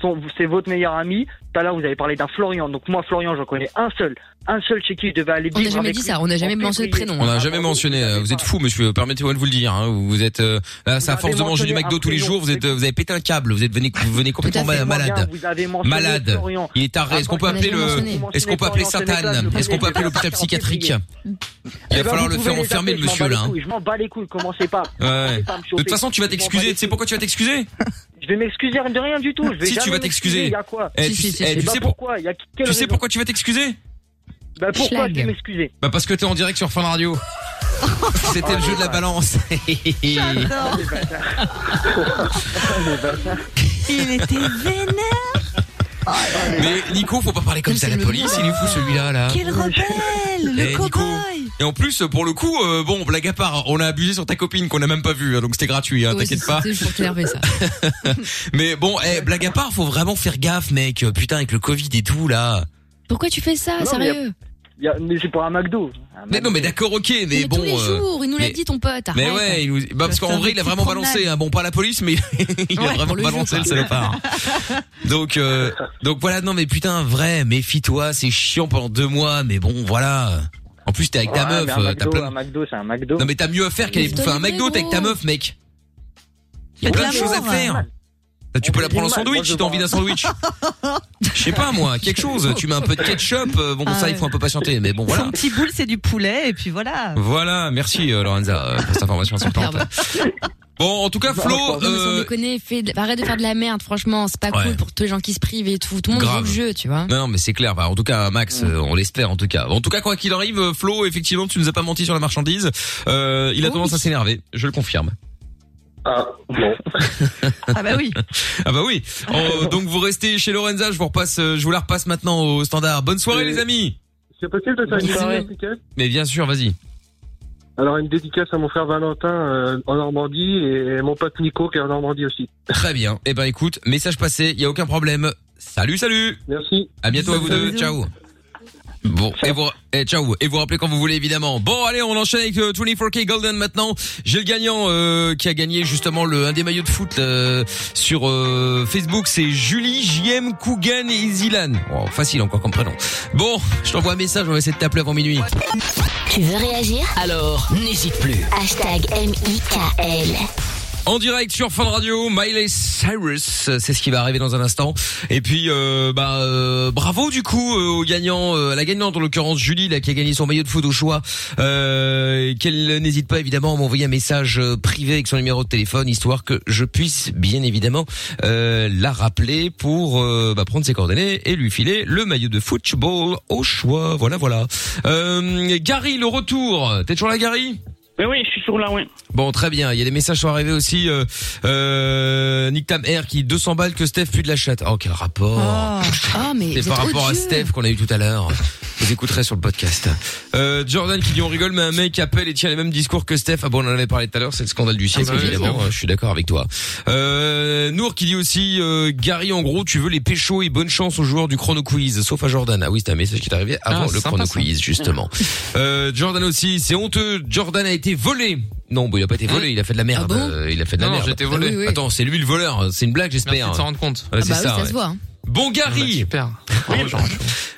Speaker 14: son- c'est votre meilleur ami. Tout à l'heure, vous avez parlé d'un Florian. Donc, moi, Florian, j'en connais un seul. Un seul chez qui je devais aller
Speaker 5: On n'a
Speaker 14: vivre
Speaker 5: jamais
Speaker 14: avec
Speaker 5: dit
Speaker 14: lui.
Speaker 5: ça, on n'a jamais mentionné le prénom.
Speaker 2: On n'a
Speaker 5: hein.
Speaker 2: jamais mentionné. euh, Vous êtes fou, monsieur. Permettez-moi de vous le dire. hein. Vous vous êtes, euh, là, c'est à
Speaker 14: avez
Speaker 2: force de manger du
Speaker 14: mentionné
Speaker 2: McDo
Speaker 14: un
Speaker 2: tous les
Speaker 14: prénom.
Speaker 2: jours. Vous êtes, euh, vous avez pété un câble. Vous êtes venu, vous venez complètement
Speaker 14: Tout à fait,
Speaker 2: ma-
Speaker 14: moi, bien,
Speaker 2: malade.
Speaker 14: vous avez mentionné
Speaker 2: Malade.
Speaker 14: Florian.
Speaker 2: Il est taré. Est-ce qu'on peut
Speaker 14: Avant,
Speaker 2: appeler
Speaker 14: vous avez
Speaker 2: le,
Speaker 14: mentionné
Speaker 2: est-ce qu'on peut appeler
Speaker 14: Florian, ce n'est
Speaker 2: Satan
Speaker 14: pas le
Speaker 2: Est-ce qu'on peut
Speaker 14: premier
Speaker 2: appeler l'hôpital
Speaker 14: docteur
Speaker 2: psychiatrique
Speaker 14: scientifique.
Speaker 2: Il va
Speaker 14: Eh ben,
Speaker 2: falloir
Speaker 14: vous
Speaker 2: le
Speaker 14: pouvez
Speaker 2: faire
Speaker 14: les
Speaker 2: enfermer, le
Speaker 14: appeler, je m'en
Speaker 2: monsieur,
Speaker 14: bats
Speaker 2: là.
Speaker 14: les
Speaker 2: hein.
Speaker 14: couilles, Je m'en bats les couilles, commencez pas.
Speaker 2: Ouais.
Speaker 14: Commencez pas à me
Speaker 2: De
Speaker 14: chauffer.
Speaker 2: toute façon, tu vas
Speaker 14: Je m'en bats
Speaker 2: t'excuser.
Speaker 14: les
Speaker 2: Tu sais pourquoi tu vas t'excuser
Speaker 14: couilles. Je vais m'excuser de rien du tout. Je vais
Speaker 2: Si, tu
Speaker 14: jamais
Speaker 2: vas t'excuser.
Speaker 14: m'excuser, Il y a quoi
Speaker 2: Eh, Si, tu si, sais- si, eh, si. tu
Speaker 14: Bah,
Speaker 2: sais pour-
Speaker 14: pourquoi Il y a quelle
Speaker 2: Tu sais
Speaker 14: raison
Speaker 2: pourquoi tu vas t'excuser
Speaker 14: Bah pourquoi je vais
Speaker 2: Schlag.
Speaker 14: m'excuser
Speaker 2: Bah parce que t'es en direct sur Fun Radio. C'était le jeu de la balance.
Speaker 3: Il était vénère.
Speaker 2: Mais Nico, faut pas parler comme ça à la police. Il est fou celui-là là.
Speaker 3: Quel rebelle,
Speaker 2: Eh,
Speaker 3: le
Speaker 2: Nico.
Speaker 3: cow-boy.
Speaker 2: Et en plus, pour le coup, euh, bon, blague à part, on a abusé sur ta copine qu'on a même pas vue, hein, donc c'était gratuit, hein,
Speaker 5: Ouais,
Speaker 2: t'inquiète
Speaker 5: c'est-
Speaker 2: pas.
Speaker 5: C'est juste pour t'énerver, ça.
Speaker 2: Mais bon, eh, blague à part, faut vraiment faire gaffe, mec. Putain, avec le Covid et tout là.
Speaker 5: Pourquoi tu fais ça,
Speaker 14: Non, mais y a-
Speaker 5: sérieux
Speaker 14: Il y a- Mais c'est pour un McDo.
Speaker 2: Mais non, mais d'accord, ok, mais,
Speaker 5: Mais
Speaker 2: bon.
Speaker 5: tous les
Speaker 2: euh,
Speaker 5: jours, il nous l'a
Speaker 2: mais-
Speaker 5: dit ton pote.
Speaker 2: Mais
Speaker 5: arrête.
Speaker 2: ouais, il nous- bah, parce qu'en vrai, il a vraiment balancé, hein. bon, pas la police, mais il a
Speaker 5: Ouais,
Speaker 2: vraiment
Speaker 5: pour le jeu,
Speaker 2: balancé le
Speaker 5: quoi.
Speaker 2: salopard. donc, euh, donc voilà, non, mais putain, vrai, méfie-toi, c'est chiant pendant deux mois, mais bon, voilà. En plus, t'es avec ta meuf,
Speaker 14: Ouais, mais
Speaker 2: euh,
Speaker 14: un
Speaker 2: t'as
Speaker 14: McDo,
Speaker 2: plein.
Speaker 14: un
Speaker 2: de-
Speaker 14: McDo, c'est un McDo.
Speaker 2: Non, mais t'as mieux à faire qu'aller
Speaker 14: Mais
Speaker 2: bouffer un McDo, t'es avec ta
Speaker 14: gros.
Speaker 2: meuf, mec. Il y a plein de choses à faire. Bah, tu peux la prendre en
Speaker 14: mal, moi,
Speaker 2: sandwich
Speaker 14: je
Speaker 2: si t'as envie d'un sandwich. Je sais pas moi, quelque chose. Tu mets un peu de ketchup. euh, Bon,
Speaker 3: Ah
Speaker 2: ça, il
Speaker 3: ouais.
Speaker 2: faut un peu patienter, mais bon, voilà.
Speaker 3: Son petit boule, c'est du poulet, et puis voilà.
Speaker 2: Voilà, merci euh, Lorenza euh, pour cette information sans Bon, en tout
Speaker 14: Bah,
Speaker 2: cas, Flo,
Speaker 5: Non, mais sans
Speaker 2: euh,
Speaker 5: déconner, fais de- arrête de faire de la merde, franchement, c'est pas
Speaker 2: Ouais.
Speaker 5: cool pour tous les gens qui se privent et tout. Tout le monde
Speaker 2: Grave.
Speaker 5: joue le jeu, tu vois.
Speaker 2: non, non, mais c'est clair. Bah, en tout cas, Max, euh, on l'espère. En tout cas, en tout cas, quoi qu'il arrive, euh, Flo, effectivement, tu nous as pas menti sur la marchandise. Euh,
Speaker 5: Oh,
Speaker 2: il a tendance à s'énerver. Je le confirme.
Speaker 12: Ah, bon.
Speaker 3: Ah bah oui.
Speaker 2: Ah bah oui. Oh, donc vous restez chez Lorenza. Je vous repasse. euh, Je vous la repasse maintenant au standard. Bonne soirée, les amis.
Speaker 13: C'est possible de faire une
Speaker 2: Bisous.
Speaker 13: soirée dédicace
Speaker 2: Mais bien sûr, vas-y.
Speaker 13: Alors, une dédicace à mon frère Valentin euh, en Normandie et mon pote Nico qui est en Normandie aussi.
Speaker 2: Très bien. Eh ben écoute, message passé, il y a aucun problème. Salut, salut.
Speaker 13: Merci.
Speaker 2: À bientôt à vous
Speaker 13: Salut,
Speaker 2: deux.
Speaker 13: bisous.
Speaker 2: Ciao. Bon, et vous, eh, ciao, et vous rappelez quand vous voulez évidemment. Bon, allez, on enchaîne avec euh, 24K Golden maintenant. J'ai le gagnant euh, qui a gagné justement le un des maillots de foot là, sur euh, Facebook, c'est Julie JM Kougan et Zilan. Oh, facile encore comme prénom. Bon, je t'envoie un message, on va essayer de t'appeler avant minuit.
Speaker 8: Tu veux réagir
Speaker 1: Alors, n'hésite plus.
Speaker 8: Hashtag M-I-K-L.
Speaker 2: En direct sur Fun Radio, Miley Cyrus, euh, c'est ce qui va arriver dans un instant. Et puis, euh, bah, euh, bravo du coup euh, au gagnant, euh, à la gagnante en l'occurrence Julie, là, qui a gagné son maillot de foot au choix. Euh, et Qu'elle n'hésite pas évidemment à m'envoyer un message euh, privé avec son numéro de téléphone, histoire que je puisse bien évidemment euh, la rappeler pour euh, bah, prendre ses coordonnées et lui filer le maillot de football au choix. Voilà, voilà. Euh, Gary, le retour. T'es toujours là, Gary
Speaker 10: Mais oui, je suis toujours là, oui.
Speaker 2: Bon, très bien. Il y a des messages qui sont arrivés aussi. Euh, euh, Nick Tam Air qui 200 balles que Steph pue de la chatte. Oh, quel rapport
Speaker 5: Ah, mais.
Speaker 2: C'est
Speaker 5: vous
Speaker 2: par
Speaker 5: êtes
Speaker 2: rapport à
Speaker 5: odieux.
Speaker 2: Steph qu'on a eu tout à l'heure. Vous écouterez sur le podcast. Euh, Jordan qui dit on rigole, mais un mec appelle et tient les mêmes discours que Steph. Ah bon, on en avait parlé tout à l'heure, c'est le scandale du siècle,
Speaker 4: Ah bah oui,
Speaker 2: évidemment.
Speaker 4: c'est vrai.
Speaker 2: Je suis d'accord avec toi. Euh, Nour qui dit aussi euh, Gary, en gros, tu veux les péchos et bonne chance aux joueurs du chrono quiz, sauf à Jordan. Ah oui, c'est un message qui est arrivé avant
Speaker 4: Ah,
Speaker 2: le
Speaker 4: sympa,
Speaker 2: chrono
Speaker 4: ça.
Speaker 2: quiz, justement. Euh, Jordan aussi, c'est honteux. Jordan a été volé. Non, bon, il a pas été volé, il a fait de la merde. Euh, il a fait de la
Speaker 4: Hein Ah Non,
Speaker 2: merde.
Speaker 4: j'ai été volé. Ah oui, oui.
Speaker 2: Attends, c'est lui le voleur. C'est une blague, j'espère.
Speaker 4: Merci de s'en rendre compte. Ah bah
Speaker 2: Ouais, c'est Ah, bah ça, ouais.
Speaker 5: voit.
Speaker 2: Bon Gary. super.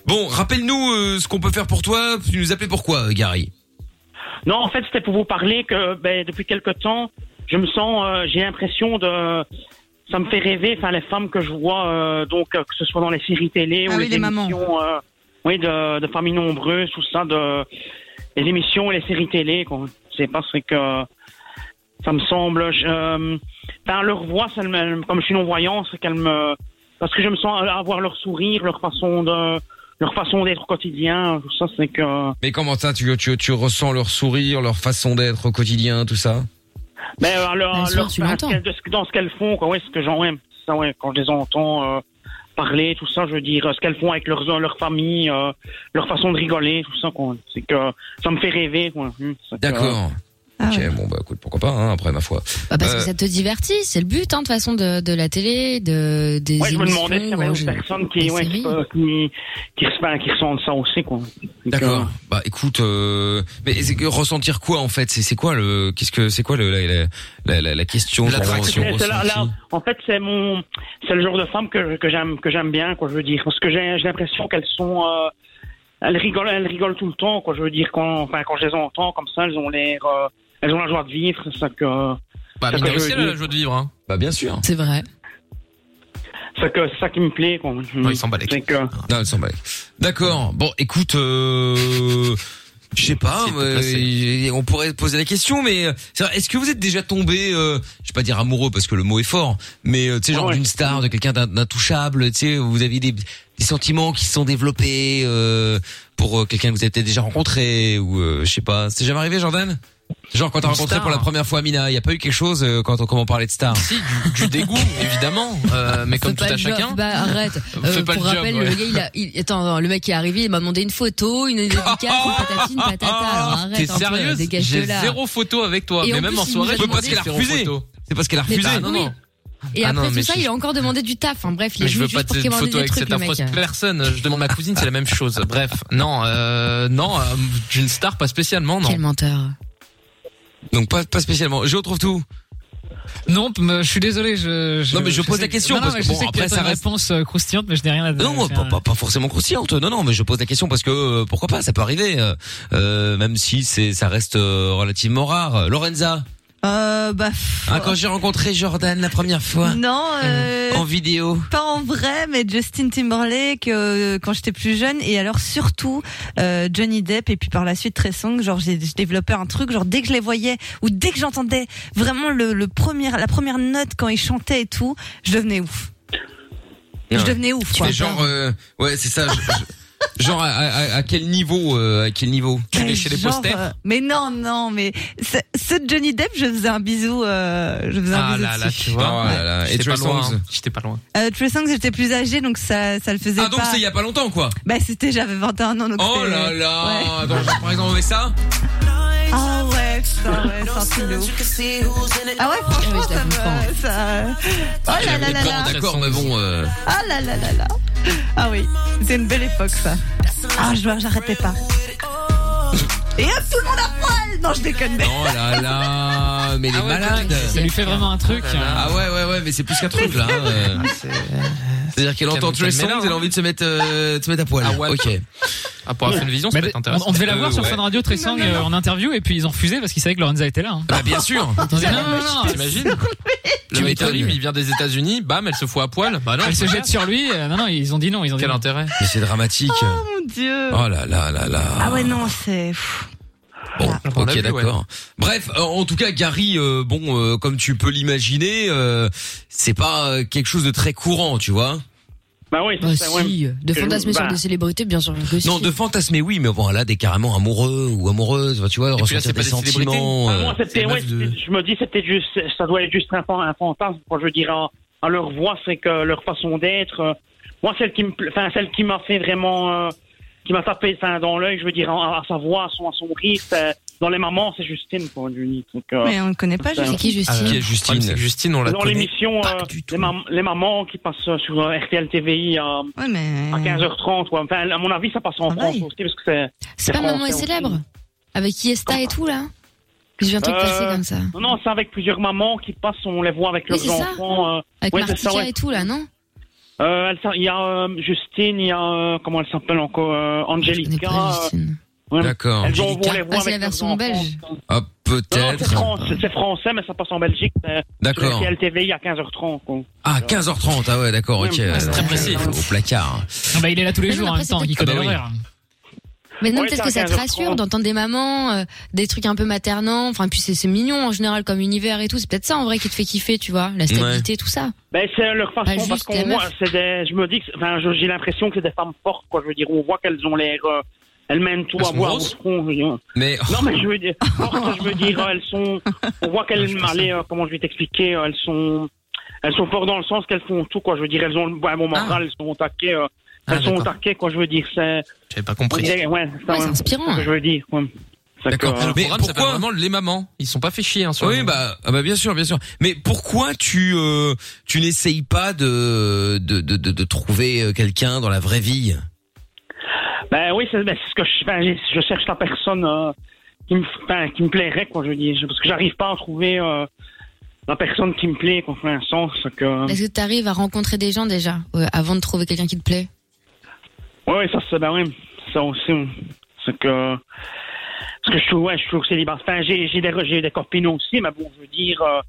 Speaker 2: Bon, rappelle-nous euh, ce qu'on peut faire pour toi. Tu nous appelais pourquoi, euh, Gary
Speaker 10: Non, en fait, c'était pour vous parler que ben, depuis quelque temps, je me sens, euh, j'ai l'impression de. Ça me fait rêver, enfin, les femmes que je vois, euh, donc, euh, que ce soit dans les séries télé
Speaker 3: Ah
Speaker 10: ou
Speaker 3: oui,
Speaker 10: les
Speaker 3: les mamans.
Speaker 10: émissions, euh, oui, de, de familles nombreuses, tout ça, de, les émissions et les séries télé, quoi. C'est parce que ça me semble, je, euh, enfin, leur voix, ça me- comme je suis non-voyant, c'est qu'elle me, parce que je me sens euh, avoir leur sourire, leur façon de, leur façon d'être au quotidien, tout ça, c'est que,
Speaker 2: Mais comment ça tu, tu, tu ressens leur sourire, leur façon d'être au quotidien, tout ça
Speaker 10: Mais euh, alors,
Speaker 2: Ben,
Speaker 10: leur,
Speaker 2: soir, tu
Speaker 10: enfin,
Speaker 2: l'entends.
Speaker 10: ce qu'elles- de ce- dans ce qu'elles font, quoi, ouais, ce que j'en ouais, ça, ouais, quand je les entends euh, parler, tout ça, je veux dire, euh, ce qu'elles font avec leurs, leur famille, euh, leur façon de rigoler, tout ça, quoi. C'est que ça me fait rêver, quoi. Hum, c'est que-
Speaker 2: D'accord. ok, bon bah écoute, pourquoi pas, hein, après ma foi.
Speaker 5: Ah Bah, parce
Speaker 2: Euh,
Speaker 5: que ça te divertit, c'est le but, hein, de toute façon, de, de la télé, de, des
Speaker 10: Ouais, je me
Speaker 5: émissions,
Speaker 10: demandais s'il y avait
Speaker 5: en
Speaker 10: d'autres
Speaker 5: général.
Speaker 10: personnes qui, ouais, qui, peuvent- qui, qui, enfin, qui ressentent ça aussi, quoi.
Speaker 2: D'accord. Bah écoute, euh, mais c'est que ressentir quoi en fait C'est c'est quoi le, qu'est-ce que c'est quoi le, la, la, la, la question genre,
Speaker 10: L'attraction.
Speaker 2: sur-
Speaker 10: C'est- c'est là- là-
Speaker 2: ressenti
Speaker 10: en fait, c'est mon, c'est le genre de femme que, que j'aime, que j'aime bien, quoi. Je veux dire, parce que j'ai, j'ai l'impression qu'elles sont, euh, elles rigolent, elles rigolent tout le temps, quoi. Je veux dire, quand, enfin, quand je les entends comme ça, elles ont l'air, euh, elles ont la joie de vivre, c'est ça que.
Speaker 4: Bah,
Speaker 10: c'est ça
Speaker 4: Mina
Speaker 10: que je
Speaker 4: aussi,
Speaker 10: veux
Speaker 4: elle a la
Speaker 10: dire.
Speaker 4: joie de vivre, hein.
Speaker 2: Bah, bien sûr.
Speaker 5: C'est vrai.
Speaker 10: C'est ça que, c'est ça qui me plaît, quoi.
Speaker 2: Non, il s'en bat les
Speaker 10: couilles.
Speaker 2: Non, il s'en bat les couilles. D'accord. Bon, écoute, euh, je sais pas.
Speaker 4: C'est tout
Speaker 2: euh,
Speaker 4: placé.
Speaker 2: y- on pourrait poser la question, mais euh, c'est vrai, est-ce que vous êtes déjà tombé, euh, je vais pas dire amoureux parce que le mot est fort, mais euh, tu
Speaker 4: Ah
Speaker 2: sais genre d'une star, de quelqu'un d'in- d'intouchable, tu sais, vous avez des, des sentiments qui se sont développés euh, pour euh, quelqu'un que vous avez peut-être déjà rencontré ou euh, je sais pas. C'est jamais arrivé, Jordan Genre quand t'as
Speaker 4: Une
Speaker 2: rencontré
Speaker 4: star.
Speaker 2: pour la première fois Mina, y a pas eu quelque chose euh, quand on comment parler de star
Speaker 4: Du dégoût, évidemment. euh, mais comme
Speaker 5: Fais
Speaker 4: tout
Speaker 5: pas
Speaker 4: à
Speaker 5: le job,
Speaker 4: chacun.
Speaker 5: Bah, arrête.
Speaker 4: Fais
Speaker 5: Euh,
Speaker 4: pas
Speaker 5: pour
Speaker 4: le job,
Speaker 5: rappel, le
Speaker 4: ouais.
Speaker 5: gars, il a, il- attends, attends, le mec est arrivé, il m'a demandé une photo, une dédicace, une patatine,
Speaker 6: Oh,
Speaker 5: patata. Alors arrête.
Speaker 4: T'es
Speaker 5: un peu,
Speaker 4: sérieuse
Speaker 5: dégage de
Speaker 4: J'ai
Speaker 5: là.
Speaker 4: zéro photo avec toi,
Speaker 5: Et
Speaker 4: mais
Speaker 5: en
Speaker 4: même
Speaker 5: plus,
Speaker 4: en
Speaker 5: il
Speaker 4: soirée.
Speaker 5: nous a
Speaker 4: je
Speaker 5: demandé-
Speaker 4: pense qu'elle a
Speaker 5: Zéro
Speaker 4: refusé.
Speaker 2: photo. C'est parce qu'elle a
Speaker 5: Mais
Speaker 2: refusé.
Speaker 5: bah,
Speaker 4: non,
Speaker 5: oui.
Speaker 4: non.
Speaker 5: Et
Speaker 4: Ah
Speaker 5: après
Speaker 4: non,
Speaker 5: tout
Speaker 4: mais
Speaker 5: ça,
Speaker 4: je-
Speaker 5: il a encore demandé du taf. Enfin bref, il est
Speaker 4: Mais je
Speaker 5: venu
Speaker 4: veux
Speaker 5: juste
Speaker 4: pas
Speaker 5: pour
Speaker 4: de
Speaker 5: commander
Speaker 4: photo
Speaker 5: des
Speaker 4: avec
Speaker 5: trucs,
Speaker 4: cette
Speaker 5: le mec.
Speaker 4: affreuse personne. Je demande ma cousine, c'est la même chose. Bref, non, euh, non, euh, d'une star pas spécialement, non.
Speaker 5: Quel menteur.
Speaker 10: Ben
Speaker 2: Donc pas pas spécialement. Je retrouve tout.
Speaker 6: Non, p- mais je suis désolé. Je,
Speaker 2: Non, mais je pose la
Speaker 6: sais
Speaker 2: question,
Speaker 6: Non, non,
Speaker 2: parce
Speaker 6: mais
Speaker 2: que
Speaker 6: je
Speaker 2: bon,
Speaker 6: sais
Speaker 2: après,
Speaker 6: qu'il y a
Speaker 2: ça
Speaker 6: une
Speaker 2: reste-
Speaker 6: réponse euh, croustillante, mais je n'ai rien à
Speaker 2: Non,
Speaker 6: faire.
Speaker 2: pas, pas- pas forcément consciente. Non, non, mais je pose la question parce que euh, pourquoi pas, ça peut arriver, euh, euh, même si c'est ça reste euh, relativement rare. Lorenza,
Speaker 3: Euh, bah. pff,
Speaker 2: hein, quand j'ai rencontré Jordan la première fois
Speaker 3: Non, euh,
Speaker 2: en vidéo.
Speaker 3: pas en vrai, mais Justin Timberlake euh, quand j'étais plus jeune, et alors surtout euh, Johnny Depp, et puis par la suite très Song. Genre, j'ai j'ai développé un truc, genre dès que je les voyais ou dès que j'entendais vraiment le, le premier, la première note quand ils chantaient et tout, je devenais ouf. Je
Speaker 2: Ouais.
Speaker 3: devenais ouf.
Speaker 2: Tu
Speaker 3: quoi.
Speaker 2: fais genre, euh, ouais, c'est ça. je- je- genre à, à- à quel niveau, euh, à quel niveau Tu es chez les
Speaker 3: Genre,
Speaker 2: posters.
Speaker 3: euh, mais non, non, mais ce, ce Johnny Depp, je faisais un bisou. euh, je faisais un
Speaker 4: Ah
Speaker 3: bisou
Speaker 4: là là,
Speaker 3: dessus.
Speaker 4: tu vois.
Speaker 2: Ah là là, et
Speaker 4: J'étais pas
Speaker 2: Trey
Speaker 4: loin.
Speaker 2: Songz.
Speaker 4: hein. J'étais pas loin.
Speaker 3: Euh, Trey Songz, j'étais plus âgée, donc ça, ça le faisait
Speaker 2: Ah donc
Speaker 3: pas.
Speaker 2: c'est il y a pas longtemps quoi.
Speaker 3: Bah c'était, j'avais 21 ans, donc
Speaker 2: Oh
Speaker 3: c'était-
Speaker 2: là
Speaker 3: Ouais.
Speaker 2: là. Attends, je- par exemple, on met ça.
Speaker 3: Ah ouais, putain, ouais, c'est un truc de ouf. Ah ouais, franchement, ça me... Ça...
Speaker 2: Ah,
Speaker 3: Oh
Speaker 1: Ah,
Speaker 3: là là là là
Speaker 2: D'accord, d'accord, mais bon. euh,
Speaker 3: Ah là là là là Ah oui, c'est une belle époque, ça. Ah, je vois, j'arrêtais pas. Et hop, tout le monde à poil Non, je déconne. mais-
Speaker 2: Oh là là, mais les
Speaker 6: Ah ouais,
Speaker 2: malades.
Speaker 6: ça lui fait vraiment un truc. hein.
Speaker 2: Ah ouais, ouais, ouais, mais c'est plus qu'un truc là. hein. C'est-à-dire qu'elle entend tous les sons,
Speaker 6: Calme-toi,
Speaker 2: elle a envie de se mettre, euh, de se mettre à poil. Ok.
Speaker 4: Ah, pour la Funvision, ça peut être intéressant.
Speaker 6: On, on devait la voir
Speaker 2: Euh,
Speaker 6: sur
Speaker 2: ouais.
Speaker 6: Fun Radio très
Speaker 2: Non, non, non.
Speaker 6: en interview et puis ils ont refusé parce qu'ils savaient que Lorenza était là. hein.
Speaker 2: Bah bien sûr.
Speaker 6: Ils ont dit, Ah, non, non, non, non.
Speaker 4: T'imagines
Speaker 6: euh,
Speaker 4: Le mec arrive, il vient des États-Unis, bam, elle se fout à poil. Bah non,
Speaker 6: Elle se jette sur lui. euh, non, non, ils ont dit non. Ils ont dit
Speaker 4: Quel
Speaker 6: non.
Speaker 4: intérêt
Speaker 2: Mais c'est dramatique.
Speaker 3: Oh mon dieu.
Speaker 2: Oh là là là là.
Speaker 3: Ah ouais, non, c'est. pff.
Speaker 2: Bon,
Speaker 4: on
Speaker 2: ok,
Speaker 4: l'a vu,
Speaker 2: d'accord.
Speaker 4: ouais.
Speaker 2: Bref, euh, en tout cas, Gary, euh, bon, euh, comme tu peux l'imaginer, euh, c'est pas euh, quelque chose de très courant, tu vois.
Speaker 10: Bah oui,
Speaker 5: Bah si, de fantasmer
Speaker 10: bah.
Speaker 5: sur des célébrités, bien sûr que si.
Speaker 2: Non, de fantasmer, oui, mais bon, là, des carrément amoureux ou amoureuse, tu vois,
Speaker 10: puis là,
Speaker 2: ressentir
Speaker 10: c'est
Speaker 2: des
Speaker 10: pas des célébrités.
Speaker 2: sentiments.
Speaker 10: Ah,
Speaker 2: euh,
Speaker 10: moi, c'était-
Speaker 2: c'est
Speaker 10: ouais,
Speaker 2: meuf de-
Speaker 10: c'était- Je me dis, c'était juste, ça doit être juste un, fan- un fantasme. Quand je dirais en, en leur voix, c'est que leur façon d'être. euh, moi, celle qui me, pla- enfin celle qui m'a fait vraiment, euh, qui m'a tapé enfin, dans l'œil, je veux dire, en- à sa voix, à son, à son rire, c'est- dans les mamans, c'est Justine, quoi, Johnny. Donc, euh,
Speaker 3: Mais on ne connaît pas,
Speaker 10: c'est-
Speaker 3: Justine. C'est qui, Justine
Speaker 2: Ah, Qui est Justine
Speaker 4: Justine, on la
Speaker 10: Dans
Speaker 4: connaît
Speaker 10: l'émission, euh, les, mam- les mamans qui passent euh, sur euh, RTL TVI à, à
Speaker 3: euh,
Speaker 10: 15h30. quoi. Enfin, à mon avis, ça passe en France aussi parce que c'est.
Speaker 5: C'est pas Maman est
Speaker 10: français aussi.
Speaker 5: célèbre Avec Iesta et tout là J'ai vu un truc
Speaker 10: Euh,
Speaker 5: passer comme ça.
Speaker 10: Non, non, c'est avec plusieurs mamans qui passent, on les voit avec
Speaker 5: Oui,
Speaker 10: leurs
Speaker 5: c'est ça.
Speaker 10: enfants. euh,
Speaker 5: Avec
Speaker 10: ouais, c'est
Speaker 5: Martika
Speaker 10: ça, ouais.
Speaker 5: et tout là, non
Speaker 10: Euh, elle s'a- Il y a euh, Justine, il y a. euh, comment elle s'appelle encore euh, Angelica. euh, ouais.
Speaker 2: D'accord.
Speaker 10: Elles vont- on les voit
Speaker 5: Ah,
Speaker 10: avec
Speaker 5: c'est la
Speaker 10: leurs
Speaker 5: version
Speaker 10: enfants.
Speaker 5: belge.
Speaker 2: Ah,
Speaker 10: Non, c'est
Speaker 2: peut-être.
Speaker 10: France- c'est français, mais ça passe en Belgique. c'est-
Speaker 2: D'accord.
Speaker 10: Sur LTVI à 15h30. quoi.
Speaker 2: Ah, 15h30, ah ouais, d'accord, ok.
Speaker 10: Ouais, mais c'est très
Speaker 2: euh,
Speaker 10: précis.
Speaker 2: Au placard.
Speaker 6: Ah bah, il est là tous les
Speaker 5: Non,
Speaker 6: jours
Speaker 5: mais
Speaker 6: en
Speaker 5: après,
Speaker 6: même temps.
Speaker 5: c'est
Speaker 6: Il
Speaker 5: peut-être-
Speaker 6: connaît
Speaker 2: Ah bah oui.
Speaker 6: l'horaire.
Speaker 5: Mais non,
Speaker 10: Ouais,
Speaker 5: peut-être
Speaker 10: c'est
Speaker 5: que
Speaker 10: à
Speaker 5: ça
Speaker 10: 15h30.
Speaker 5: te rassure d'entendre des mamans, euh, des trucs un peu maternants. Enfin, puis c'est c'est mignon en général comme univers et tout. C'est peut-être ça en vrai qui te fait kiffer, tu vois. La stabilité, tout ça.
Speaker 10: Ben, c'est leur façon,
Speaker 5: Pas juste
Speaker 10: parce
Speaker 5: la
Speaker 10: qu'on
Speaker 5: meuf.
Speaker 10: voit, c'est des, je me dis que, c'est- enfin, je- j'ai l'impression que c'est des femmes fortes, quoi. Je veux dire, on voit qu'elles ont l'air, euh, elles mènent tout
Speaker 2: Elles
Speaker 10: à
Speaker 2: sont
Speaker 10: boire au
Speaker 2: grosses
Speaker 10: front. je veux dire.
Speaker 2: Mais-
Speaker 10: Non, mais je veux dire, fortes, je veux dire, euh, elles sont, on voit qu'elles, allez, euh, comment je vais t'expliquer, euh, elles sont, elles sont fortes dans le sens qu'elles font tout, quoi. Je veux dire, elles ont le bon bon
Speaker 5: Ah.
Speaker 10: moral, elles sont au taquet, euh,
Speaker 4: Ah,
Speaker 10: elles sont au
Speaker 4: d'accord.
Speaker 10: taquet, quoi. Je veux dire, c'est.
Speaker 4: J'avais pas compris.
Speaker 10: Ouais, ouais,
Speaker 5: Ouais, c'est inspirant,
Speaker 10: c'est ce que
Speaker 5: hein.
Speaker 10: je veux dire, ouais. C'est
Speaker 2: D'accord.
Speaker 10: que-
Speaker 2: Mais
Speaker 4: Le programme s'appelle
Speaker 2: pourquoi
Speaker 4: vraiment Les Mamans. Ils sont pas fait chier, hein, sur
Speaker 2: Oui,
Speaker 4: le-
Speaker 2: bah, ah bah bien sûr, bien sûr. Mais pourquoi tu euh, tu n'essayes pas de de, de, de de trouver euh, quelqu'un dans la vraie vie
Speaker 10: Ben oui, c'est ben, c'est ce que je, ben, j'ai- je cherche la personne euh, qui, me, f- ben, qui me plairait, quoi, je veux dire. Parce que j'arrive pas à trouver euh, la personne qui me plaît, quoi, pour l'instant. c'est Que...
Speaker 5: Est-ce que t'arrives à rencontrer des gens déjà ouais, avant de trouver quelqu'un qui te plaît
Speaker 10: Ouais, ouais, ça, c'est, ben oui, ça aussi. hein. C'est que. Parce que je suis, ouais, je suis toujours célibataire. Enfin, j'ai, j'ai, des, re- j'ai des copines aussi, mais bon, je veux dire. euh,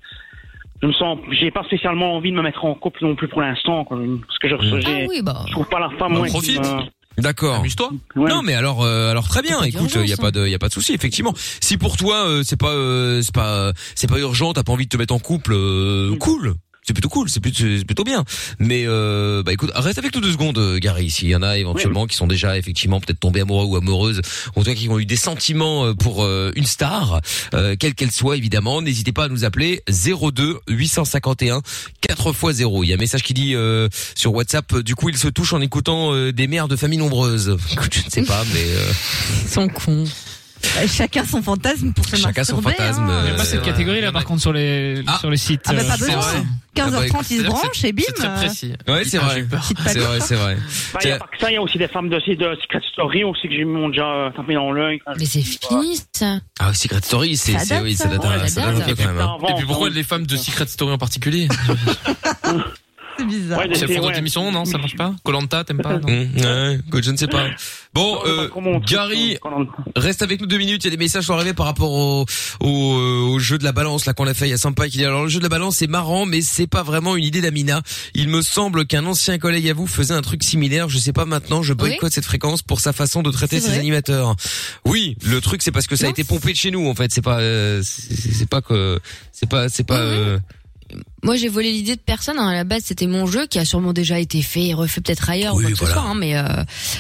Speaker 10: je me sens, j'ai pas spécialement envie de me mettre en couple non plus pour l'instant, quoi. Parce que je, j'ai-
Speaker 5: oui, bah.
Speaker 10: je trouve pas la femme,
Speaker 2: On
Speaker 10: ouais, qui
Speaker 2: profite.
Speaker 10: me-
Speaker 2: D'accord.
Speaker 4: Amuse-toi.
Speaker 2: Non, mais alors, euh, alors très bien.
Speaker 5: pas
Speaker 2: Écoute, il
Speaker 5: d'urgence,
Speaker 2: y a pas de, y a pas de souci. Effectivement, si pour toi euh, c'est pas, euh, c'est pas, euh, c'est pas urgent, t'as pas envie de te mettre en couple, euh, cool. C'est plutôt cool, c'est plutôt, c'est plutôt bien. Mais euh, bah écoute, reste avec nous deux secondes, euh, Gary. S'il y en a éventuellement qui sont déjà effectivement peut-être tombés amoureux ou amoureuses, ou en tout cas qui ont eu des sentiments euh, pour euh, une star, euh, quelle qu'elle soit évidemment, n'hésitez pas à nous appeler 02 851 4 x 0. Il y a un message qui dit euh, sur WhatsApp, euh, du coup il se touche en écoutant euh, des mères de familles nombreuses. Écoute, je ne sais pas, mais euh,
Speaker 5: Ils sont cons.
Speaker 3: Euh, Chacun son fantasme pour se
Speaker 2: Chacun son
Speaker 3: masturber,
Speaker 2: fantasme,
Speaker 3: hein.
Speaker 2: euh,
Speaker 6: Il y a pas cette catégorie là par contre sur les sur les sites.
Speaker 3: Ah bah
Speaker 6: euh,
Speaker 3: pas besoin.
Speaker 2: vrai. Ah
Speaker 3: 15h30, ils
Speaker 2: bah,
Speaker 3: se
Speaker 2: C'est-à-dire que
Speaker 3: branchent et bim. euh,
Speaker 5: Hein
Speaker 2: Ouais, c'est vrai. C'est vrai, c'est vrai.
Speaker 10: Bah, il y a pas que ça, il y a aussi des femmes de, de Secret Story aussi que j'ai m'ont déjà euh, tapé dans l'œil.
Speaker 5: Mais c'est fini
Speaker 10: bah.
Speaker 5: ça.
Speaker 2: Ah, Secret Story, c'est,
Speaker 5: Ça
Speaker 2: c'est-
Speaker 5: date,
Speaker 2: oui,
Speaker 5: ça.
Speaker 2: ça date,
Speaker 5: Ouais,
Speaker 2: à- ça
Speaker 5: ça date.
Speaker 2: date un peu quand même. hein.
Speaker 4: Et puis pourquoi les femmes de Secret Story en particulier
Speaker 3: C'est bizarre.
Speaker 10: Ouais,
Speaker 4: C'est
Speaker 10: c'est-
Speaker 4: pour d'autres
Speaker 10: ouais.
Speaker 4: émissions, non Ça marche pas Colanta, t'aimes pas non
Speaker 2: Mmh, ouais, écoute, je ne sais pas. Bon, euh, Gary, reste avec nous deux minutes. Il y a des messages qui sont arrivés par rapport au, au, euh, au jeu de la balance là qu'on a fait. Il y a Sampai qui dit alors le jeu de la balance c'est marrant, mais c'est pas vraiment une idée d'Amina. Il me semble qu'un ancien collègue à vous faisait un truc similaire. Je sais pas maintenant. Je boycotte cette fréquence pour sa façon de traiter
Speaker 5: C'est
Speaker 2: ses
Speaker 5: vrai.
Speaker 2: animateurs. Oui, le truc c'est parce que ça a été pompé de chez nous en fait. C'est pas, euh, c'est c'est pas que, c'est pas, c'est pas. euh,
Speaker 5: Moi, j'ai volé l'idée de personne. hein. À la base, c'était mon jeu qui a sûrement déjà été fait et refait peut-être ailleurs ou quoi que ce soit. hein, mais, euh,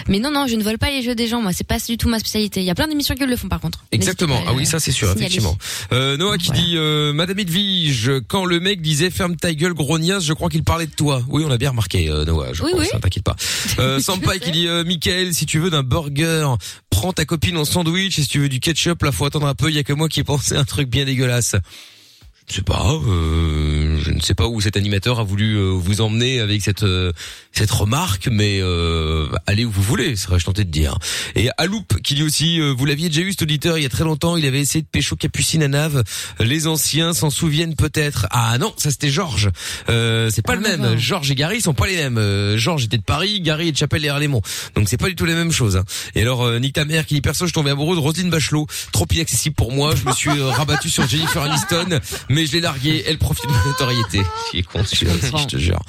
Speaker 5: mais non, non, je ne vole pas les jeux des gens. Moi, c'est pas du tout ma spécialité. Il y a plein d'émissions qui le font, par contre.
Speaker 2: Exactement. Ah oui, ça c'est sûr,
Speaker 5: signaler.
Speaker 2: effectivement. Euh, Noah qui dit euh, Madame Edwige, quand le mec disait ferme ta gueule grognasse, je crois qu'il parlait de toi. Oui, on l'a bien remarqué, euh, Noah. Je
Speaker 5: Oui,
Speaker 2: crois,
Speaker 5: oui.
Speaker 2: ça, t'inquiète pas. Euh, Sampai qui dit euh, Michael, si tu veux d'un burger, prends ta copine en sandwich et si tu veux du ketchup, là faut attendre un peu. Il y a que moi qui ai pensé à un truc bien dégueulasse. Je sais pas. Euh, je ne sais pas où cet animateur a voulu euh, vous emmener avec cette euh, cette remarque, mais euh, allez où vous voulez, serais-je tenté de dire. Et Aloup qui dit aussi, euh, vous l'aviez déjà eu cet auditeur il y a très longtemps, il avait essayé de pécho Capucine à Nave. Les anciens s'en souviennent peut-être. Ah non, ça c'était Georges. Euh, c'est pas le même. Georges et Gary sont pas les mêmes. Euh, Georges était de Paris, Gary est de Chapelle et Herlémont. Donc c'est pas du tout les mêmes choses. hein. Et alors euh, Nick ta mère qui dit perso, je tombais amoureux de Roselyne Bachelot, trop inaccessible pour moi. Je me suis euh, rabattu sur Jennifer Aniston, mais je l'ai larguée. Elle profite de la notoriété. Qui est con celui-là aussi, je te jure.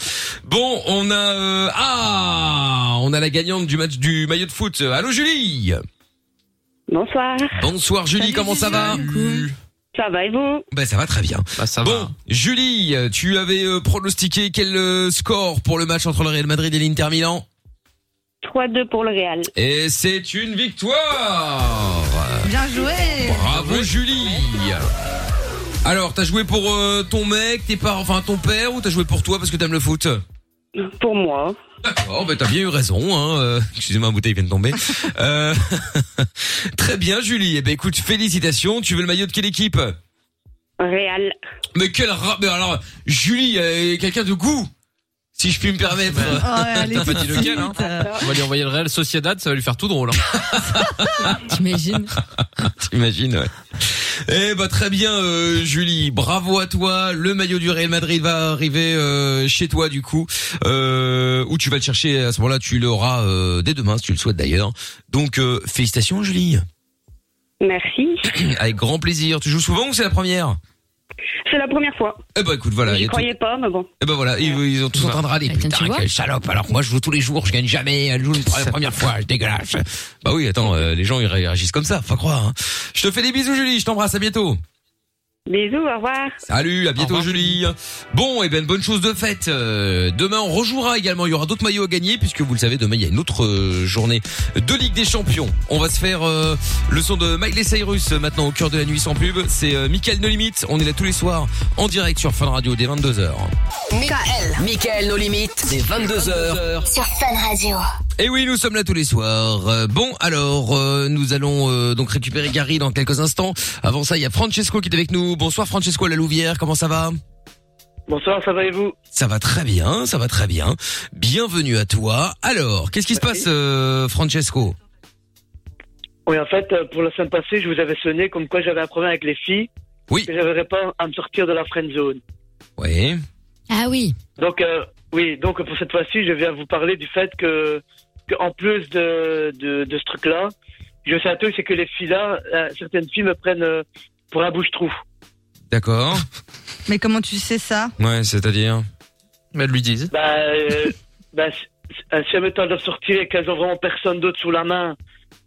Speaker 2: Bon, on a euh, ah, on a la gagnante du match du maillot de foot. Allô Julie.
Speaker 11: Bonsoir.
Speaker 2: Bonsoir Julie, comment ça va
Speaker 11: Ça va et vous
Speaker 2: Ben ça va très bien. bon, Julie, tu avais euh, pronostiqué quel euh, score pour le match entre le Real Madrid et l'Inter Milan
Speaker 11: 3-2 pour le Real.
Speaker 2: Et c'est une victoire.
Speaker 3: Bien joué.
Speaker 2: Bravo Julie. Alors, t'as joué pour euh, ton mec, tes parents, enfin ton père, ou t'as joué pour toi parce que t'aimes le foot
Speaker 11: Pour moi.
Speaker 2: D'accord, ben t'as bien eu raison. Hein. euh, Excusez-moi, ma bouteille vient de tomber. Euh, très bien, Julie. Eh ben écoute, félicitations. Tu veux le maillot de quelle équipe
Speaker 11: Real.
Speaker 2: Mais quel rap mais alors, Julie, euh, quelqu'un de goût, si je puis me permettre.
Speaker 4: T'as pas dit lequel, hein. On va lui envoyer le Real Sociedad, ça va lui faire tout drôle. hein.
Speaker 5: T'imagines
Speaker 2: T'imagines, ouais. Eh bah très bien euh, Julie, bravo à toi. Le maillot du Real Madrid va arriver euh, chez toi du coup, euh, où tu vas le chercher. À ce moment-là, tu l'auras euh, dès demain si tu le souhaites d'ailleurs. Donc euh, félicitations Julie,
Speaker 11: Merci.
Speaker 2: avec grand plaisir. Tu joues souvent ou c'est la première
Speaker 11: C'est la première fois.
Speaker 2: Eh bah écoute voilà, il y
Speaker 11: J'y
Speaker 2: a tout-
Speaker 11: croyais pas, mais bon.
Speaker 2: Eh ben voilà, ils, ils ont
Speaker 1: Bah,
Speaker 2: tous en train de râler. Putain, quelle salope. Alors que moi, je joue tous les jours, je gagne jamais. Elle joue pour la première fois, je dégueulasse. Bah oui, attends, euh, les gens, ils réagissent comme ça, faut croire. hein. Je te fais des bisous, Julie, je t'embrasse, à bientôt.
Speaker 11: Bisous, au revoir.
Speaker 2: Salut, à bientôt, Julie. Bon, et ben, bonne chose de faite. Euh, demain, on rejouera également. Il y aura d'autres maillots à gagner, puisque vous le savez, demain, il y a une autre euh, journée de Ligue des Champions. On va se faire euh, le son de Miley Cyrus euh, maintenant au cœur de la nuit sans pub. C'est euh, Mickaël No Limite. On est là tous les soirs, en direct sur Fun Radio, dès 22h.
Speaker 1: Michael. Michael, nos limites. C'est 22h.
Speaker 8: Sur Fun Radio.
Speaker 2: Et Eh oui, nous sommes là tous les soirs. Euh, bon, alors, euh, nous allons euh, donc récupérer Gary dans quelques instants. Avant ça, il y a Francesco qui est avec nous. Bonsoir Francesco à la Louvière, comment ça va
Speaker 15: Bonsoir, ça va et vous
Speaker 2: Ça va très bien, ça va très bien. Bienvenue à toi. Alors, qu'est-ce qui se passe, euh, Francesco
Speaker 15: Oui, en fait, euh, pour la semaine passée, je vous avais sonné comme quoi j'avais un problème avec les filles.
Speaker 2: Oui.
Speaker 15: Que j'arriverais pas à me sortir de la friend zone.
Speaker 2: Oui.
Speaker 5: Ah oui.
Speaker 15: Donc, euh, oui, donc pour cette fois-ci, je viens vous parler du fait que, que en plus de, de, de ce truc-là, je sais un truc, c'est que les filles-là, euh, certaines filles me prennent euh, pour un bouche-trou.
Speaker 2: D'accord.
Speaker 3: Mais comment tu sais ça
Speaker 2: Ouais, c'est-à-dire Elles lui disent.
Speaker 15: Bah, euh, bah, si- si si elles me tentent de sortir et qu'elles ont vraiment personne d'autre sous la main,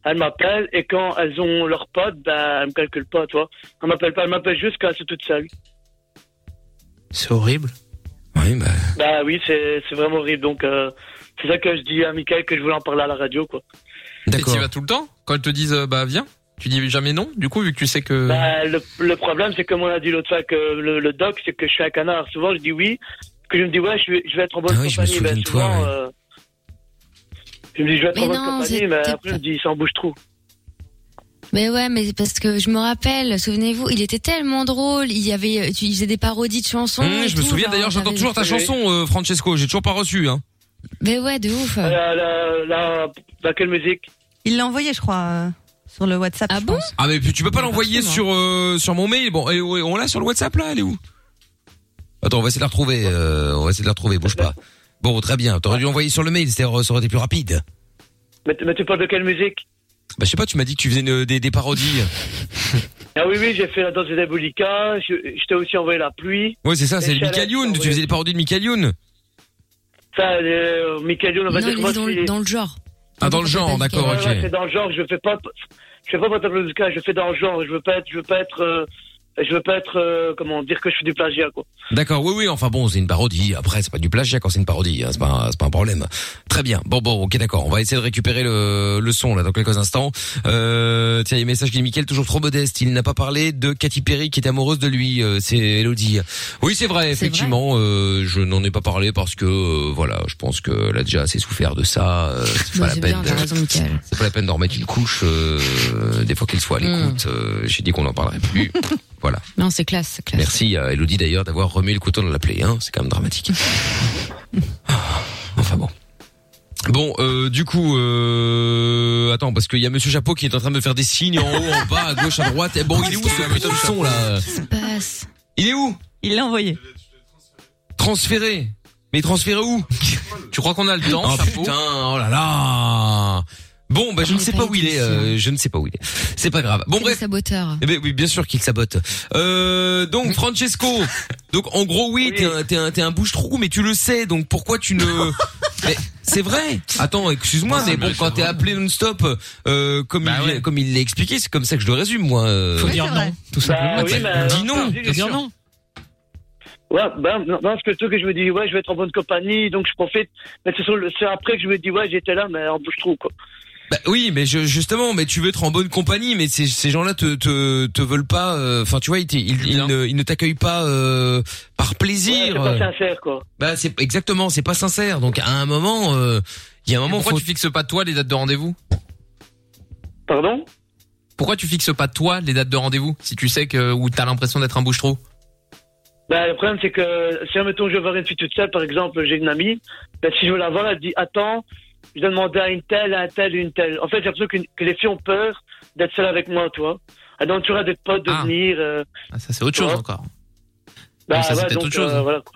Speaker 15: elles m'appellent. Et quand elles ont leur pote, bah, elles me calculent pas, toi. Elles m'appellent pas, elles m'appellent juste quand elles sont toutes seules.
Speaker 2: C'est horrible. Oui, bah,
Speaker 15: Bah oui, c'est c'est vraiment horrible. Donc, euh, c'est ça que je dis à Michael que je voulais en parler à la radio, quoi.
Speaker 4: Et tu vas tout le temps Quand elles te disent euh, bah viens, tu dis jamais non. Du coup, vu que tu sais que
Speaker 15: Bah, le, le problème, c'est comme on a dit l'autre fois, que le, le doc, c'est que je suis un canard. Souvent, je dis oui, que je me dis ouais, je vais, je vais être en bonne compagnie. mais souvent, euh, je me dis je vais être en
Speaker 5: Mais
Speaker 15: bonne
Speaker 5: non,
Speaker 15: compagnie,
Speaker 5: c'est-
Speaker 15: mais
Speaker 5: t'es
Speaker 15: après, je me dis c'est en bouche-trou.
Speaker 5: Mais ouais, mais c'est parce que je me rappelle, souvenez-vous, il était tellement drôle, il y avait, euh, tu il faisait des parodies de chansons.
Speaker 2: Hum,
Speaker 5: et
Speaker 2: je me
Speaker 5: tout,
Speaker 15: bah,
Speaker 2: souviens
Speaker 5: genre,
Speaker 2: d'ailleurs, j'entends
Speaker 5: j'avais-
Speaker 2: toujours ta chanson, euh, Francesco. J'ai toujours pas reçu. Hein.
Speaker 5: Mais ouais, de ouf.
Speaker 15: Euh, La, la, la, la- quelle musique
Speaker 3: Il l'a envoyé, je crois, euh, sur le WhatsApp. Ah bon
Speaker 2: Ah mais puis tu peux pas l'envoyer
Speaker 3: partout,
Speaker 2: sur euh, sur mon mail. Bon, et, ouais, on l'a sur le WhatsApp là. Elle est où Attends, on va essayer de la retrouver. euh, on va essayer de la retrouver. Bouge pas. Bon, très bien. T'aurais dû l'envoyer sur le mail. c'était- Ça aurait été plus rapide.
Speaker 15: Mais, mais tu parles de quelle musique
Speaker 2: Bah je sais pas. Tu m'as dit que tu faisais une- des, des parodies.
Speaker 15: Ah oui, oui, j'ai fait la danse des Daboulika, je, je t'ai aussi envoyé la pluie.
Speaker 2: Ouais, c'est ça. C'est
Speaker 15: Et Chaleur,
Speaker 2: Michael Youn.
Speaker 15: t'as
Speaker 2: Tu faisais des parodies de Michael Youn.
Speaker 15: Ça, euh, Michael Youn, on va
Speaker 5: Non,
Speaker 15: dire
Speaker 5: il
Speaker 15: moi,
Speaker 5: est dans,
Speaker 15: c'est-
Speaker 5: le- dans le genre.
Speaker 2: Ah dans le genre,
Speaker 15: Ouais,
Speaker 2: d'accord.
Speaker 15: ouais,
Speaker 2: Ok.
Speaker 15: c'est dans le genre, je fais pas, je fais pas Pantap Musical, je fais dans le genre, je veux pas être, je veux pas être, euh, je veux pas être, euh, comment dire que je suis du plagiat, quoi.
Speaker 2: D'accord, oui, oui, enfin bon, c'est une parodie. Après, c'est pas du plagiat quand c'est une parodie, hein, c'est pas, un- c'est pas un problème. Très bien. Bon, bon, ok, d'accord. On va essayer de récupérer le, le son là dans quelques instants. Euh, tiens, il y a un message qui dit Mickaël, toujours trop modeste. Il n'a pas parlé de Katy Perry qui est amoureuse de lui. euh, c'est Elodie. Oui, c'est vrai. Effectivement, euh, je n'en ai pas parlé parce que euh, voilà, je pense qu'elle a déjà assez souffert de ça. euh, c'est pas la
Speaker 5: Bah, c'est
Speaker 2: peine.
Speaker 5: bien, t'as
Speaker 2: de-
Speaker 5: raison, Mickaël. Mm.
Speaker 2: c'est pas la peine d'en remettre une couche. euh, des fois qu'elle soit à l'écoute, euh, j'ai dit qu'on n'en parlerait plus. Voilà.
Speaker 5: Non, c'est classe, c'est classe.
Speaker 2: Merci à Elodie d'ailleurs d'avoir remis le couteau dans la plaie. Hein. C'est quand même dramatique. Ah, enfin bon. Bon, euh, du coup, euh, attends, parce qu'il y a Monsieur Chapeau qui est en train de me faire des signes en haut, en bas, à gauche, à droite. Et bon, il est où ce putain de son là
Speaker 5: Passe.
Speaker 2: Il est où
Speaker 3: Il l'a envoyé.
Speaker 2: Transféré. Mais transféré où Tu crois qu'on a le temps Oh
Speaker 4: Chapeau
Speaker 2: putain, oh là là. Bon, bah je ne sais pas où il est. euh, je ne sais pas où il est. C'est pas grave. Bon
Speaker 5: C'est
Speaker 2: bref.
Speaker 5: le saboteur.
Speaker 2: Eh ben oui, bien sûr qu'il sabote. Euh, donc Francesco, donc en gros oui, t'es un, t'es un, t'es un bouche-trou, mais tu le sais, donc pourquoi tu ne... Mais c'est vrai. Attends, excuse-moi, mais bon, quand t'es appelé non-stop, euh, comme il l'a- comme il l'a expliqué, c'est comme ça que je le résume, moi. euh.
Speaker 6: Faut dire non, tout simplement.
Speaker 15: oui, bah,
Speaker 6: dis non,
Speaker 15: dis
Speaker 6: faut dire non.
Speaker 15: Ouais, ben, non, non, c'est plutôt que je me dis, ouais, je vais être en bonne compagnie, donc je profite. Mais c'est sur le- c'est après que je me dis, ouais, j'étais là, mais en bouche-trou, quoi.
Speaker 2: Bah oui, mais je- justement, mais tu veux être en bonne compagnie, mais ces, ces gens-là te, te te veulent pas. euh, Enfin, tu vois, ils, t- ils, ils ne, ils ne t'accueillent pas euh, par plaisir.
Speaker 15: Ouais, c'est pas sincère, quoi.
Speaker 2: Bah c'est exactement, c'est pas sincère. Donc à un moment, euh, il y a un moment.
Speaker 4: Pourquoi
Speaker 2: faut-
Speaker 4: tu fixes pas toi les dates de rendez-vous
Speaker 15: Pardon
Speaker 4: Pourquoi tu fixes pas toi les dates de rendez-vous si tu sais que ou t'as l'impression d'être un bouche-trou
Speaker 15: Ben, le problème, c'est que si, admettons, je veux voir une fille toute seule, par exemple, j'ai une amie, ben, si je veux la voir, elle dit, attends, je dois demander à une telle, à un tel, une telle. En fait, j'ai l'impression qu'une- que les filles ont peur d'être seules avec moi, toi. Elles ont toujours à des potes de venir. euh,
Speaker 4: Ah, ça c'est autre chose encore.
Speaker 15: bah,
Speaker 4: Oui, ça, c'est
Speaker 15: ouais,
Speaker 4: peut-être
Speaker 15: donc,
Speaker 4: autre chose.
Speaker 15: euh, voilà, quoi.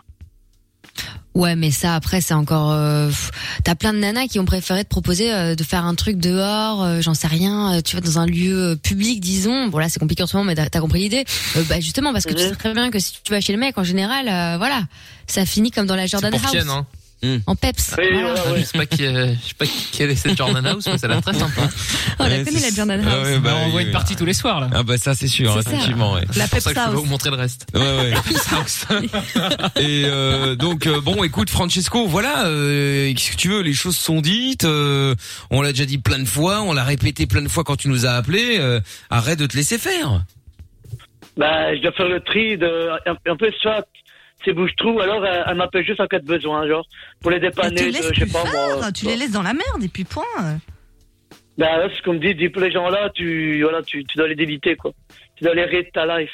Speaker 5: Ouais, mais ça après c'est encore. euh, pff, T'as plein de nanas qui ont préféré te proposer euh, de faire un truc dehors, euh, j'en sais rien. euh, tu vas dans un lieu euh, public, disons. Bon là c'est compliqué en ce moment, mais t'as t'as compris l'idée. Euh, bah justement parce que
Speaker 2: Mmh.
Speaker 5: tu sais très bien que si tu vas chez le mec en général, euh, voilà, ça finit comme dans la Jordan House.
Speaker 4: Portienne, hein.
Speaker 6: Hmm.
Speaker 5: En peps.
Speaker 4: Oui,
Speaker 5: Voilà.
Speaker 4: voilà, Je sais pas qui,
Speaker 6: euh,
Speaker 4: est- je sais pas quelle est cette Jordan House, mais celle-là très sympa.
Speaker 5: Oh, la connaît la Jordan House.
Speaker 6: Bah, on voit une partie tous les soirs là.
Speaker 2: Ah bah ça c'est sûr,
Speaker 6: C'est ça.
Speaker 2: effectivement. Ouais.
Speaker 6: La
Speaker 4: C'est pour ça que je peux pas
Speaker 6: House.
Speaker 4: vous montrer le reste.
Speaker 2: Ouais, ouais. Et euh, donc euh, bon, écoute Francesco, voilà, euh, qu'est-ce que tu veux, les choses sont dites, euh, on l'a déjà dit plein de fois, on l'a répété plein de fois quand tu nous as appelé, euh, arrête de te laisser faire.
Speaker 15: Ben, je dois faire le tri de, un, un peu, soit, c'est bouche-trou, alors, elle, elle m'appelle juste en cas de besoin, genre, pour les
Speaker 3: Mais tu
Speaker 15: dépanner,
Speaker 3: les
Speaker 15: de-
Speaker 3: laisses
Speaker 15: je sais
Speaker 3: plus
Speaker 15: pas, moi.
Speaker 3: faire, tu les laisses dans la merde et puis point.
Speaker 15: Bah, ouais, c'est ce qu'on me dit, dis pour les gens-là, tu, voilà, tu, tu dois les déliter, quoi. Tu dois les rayer de ta life.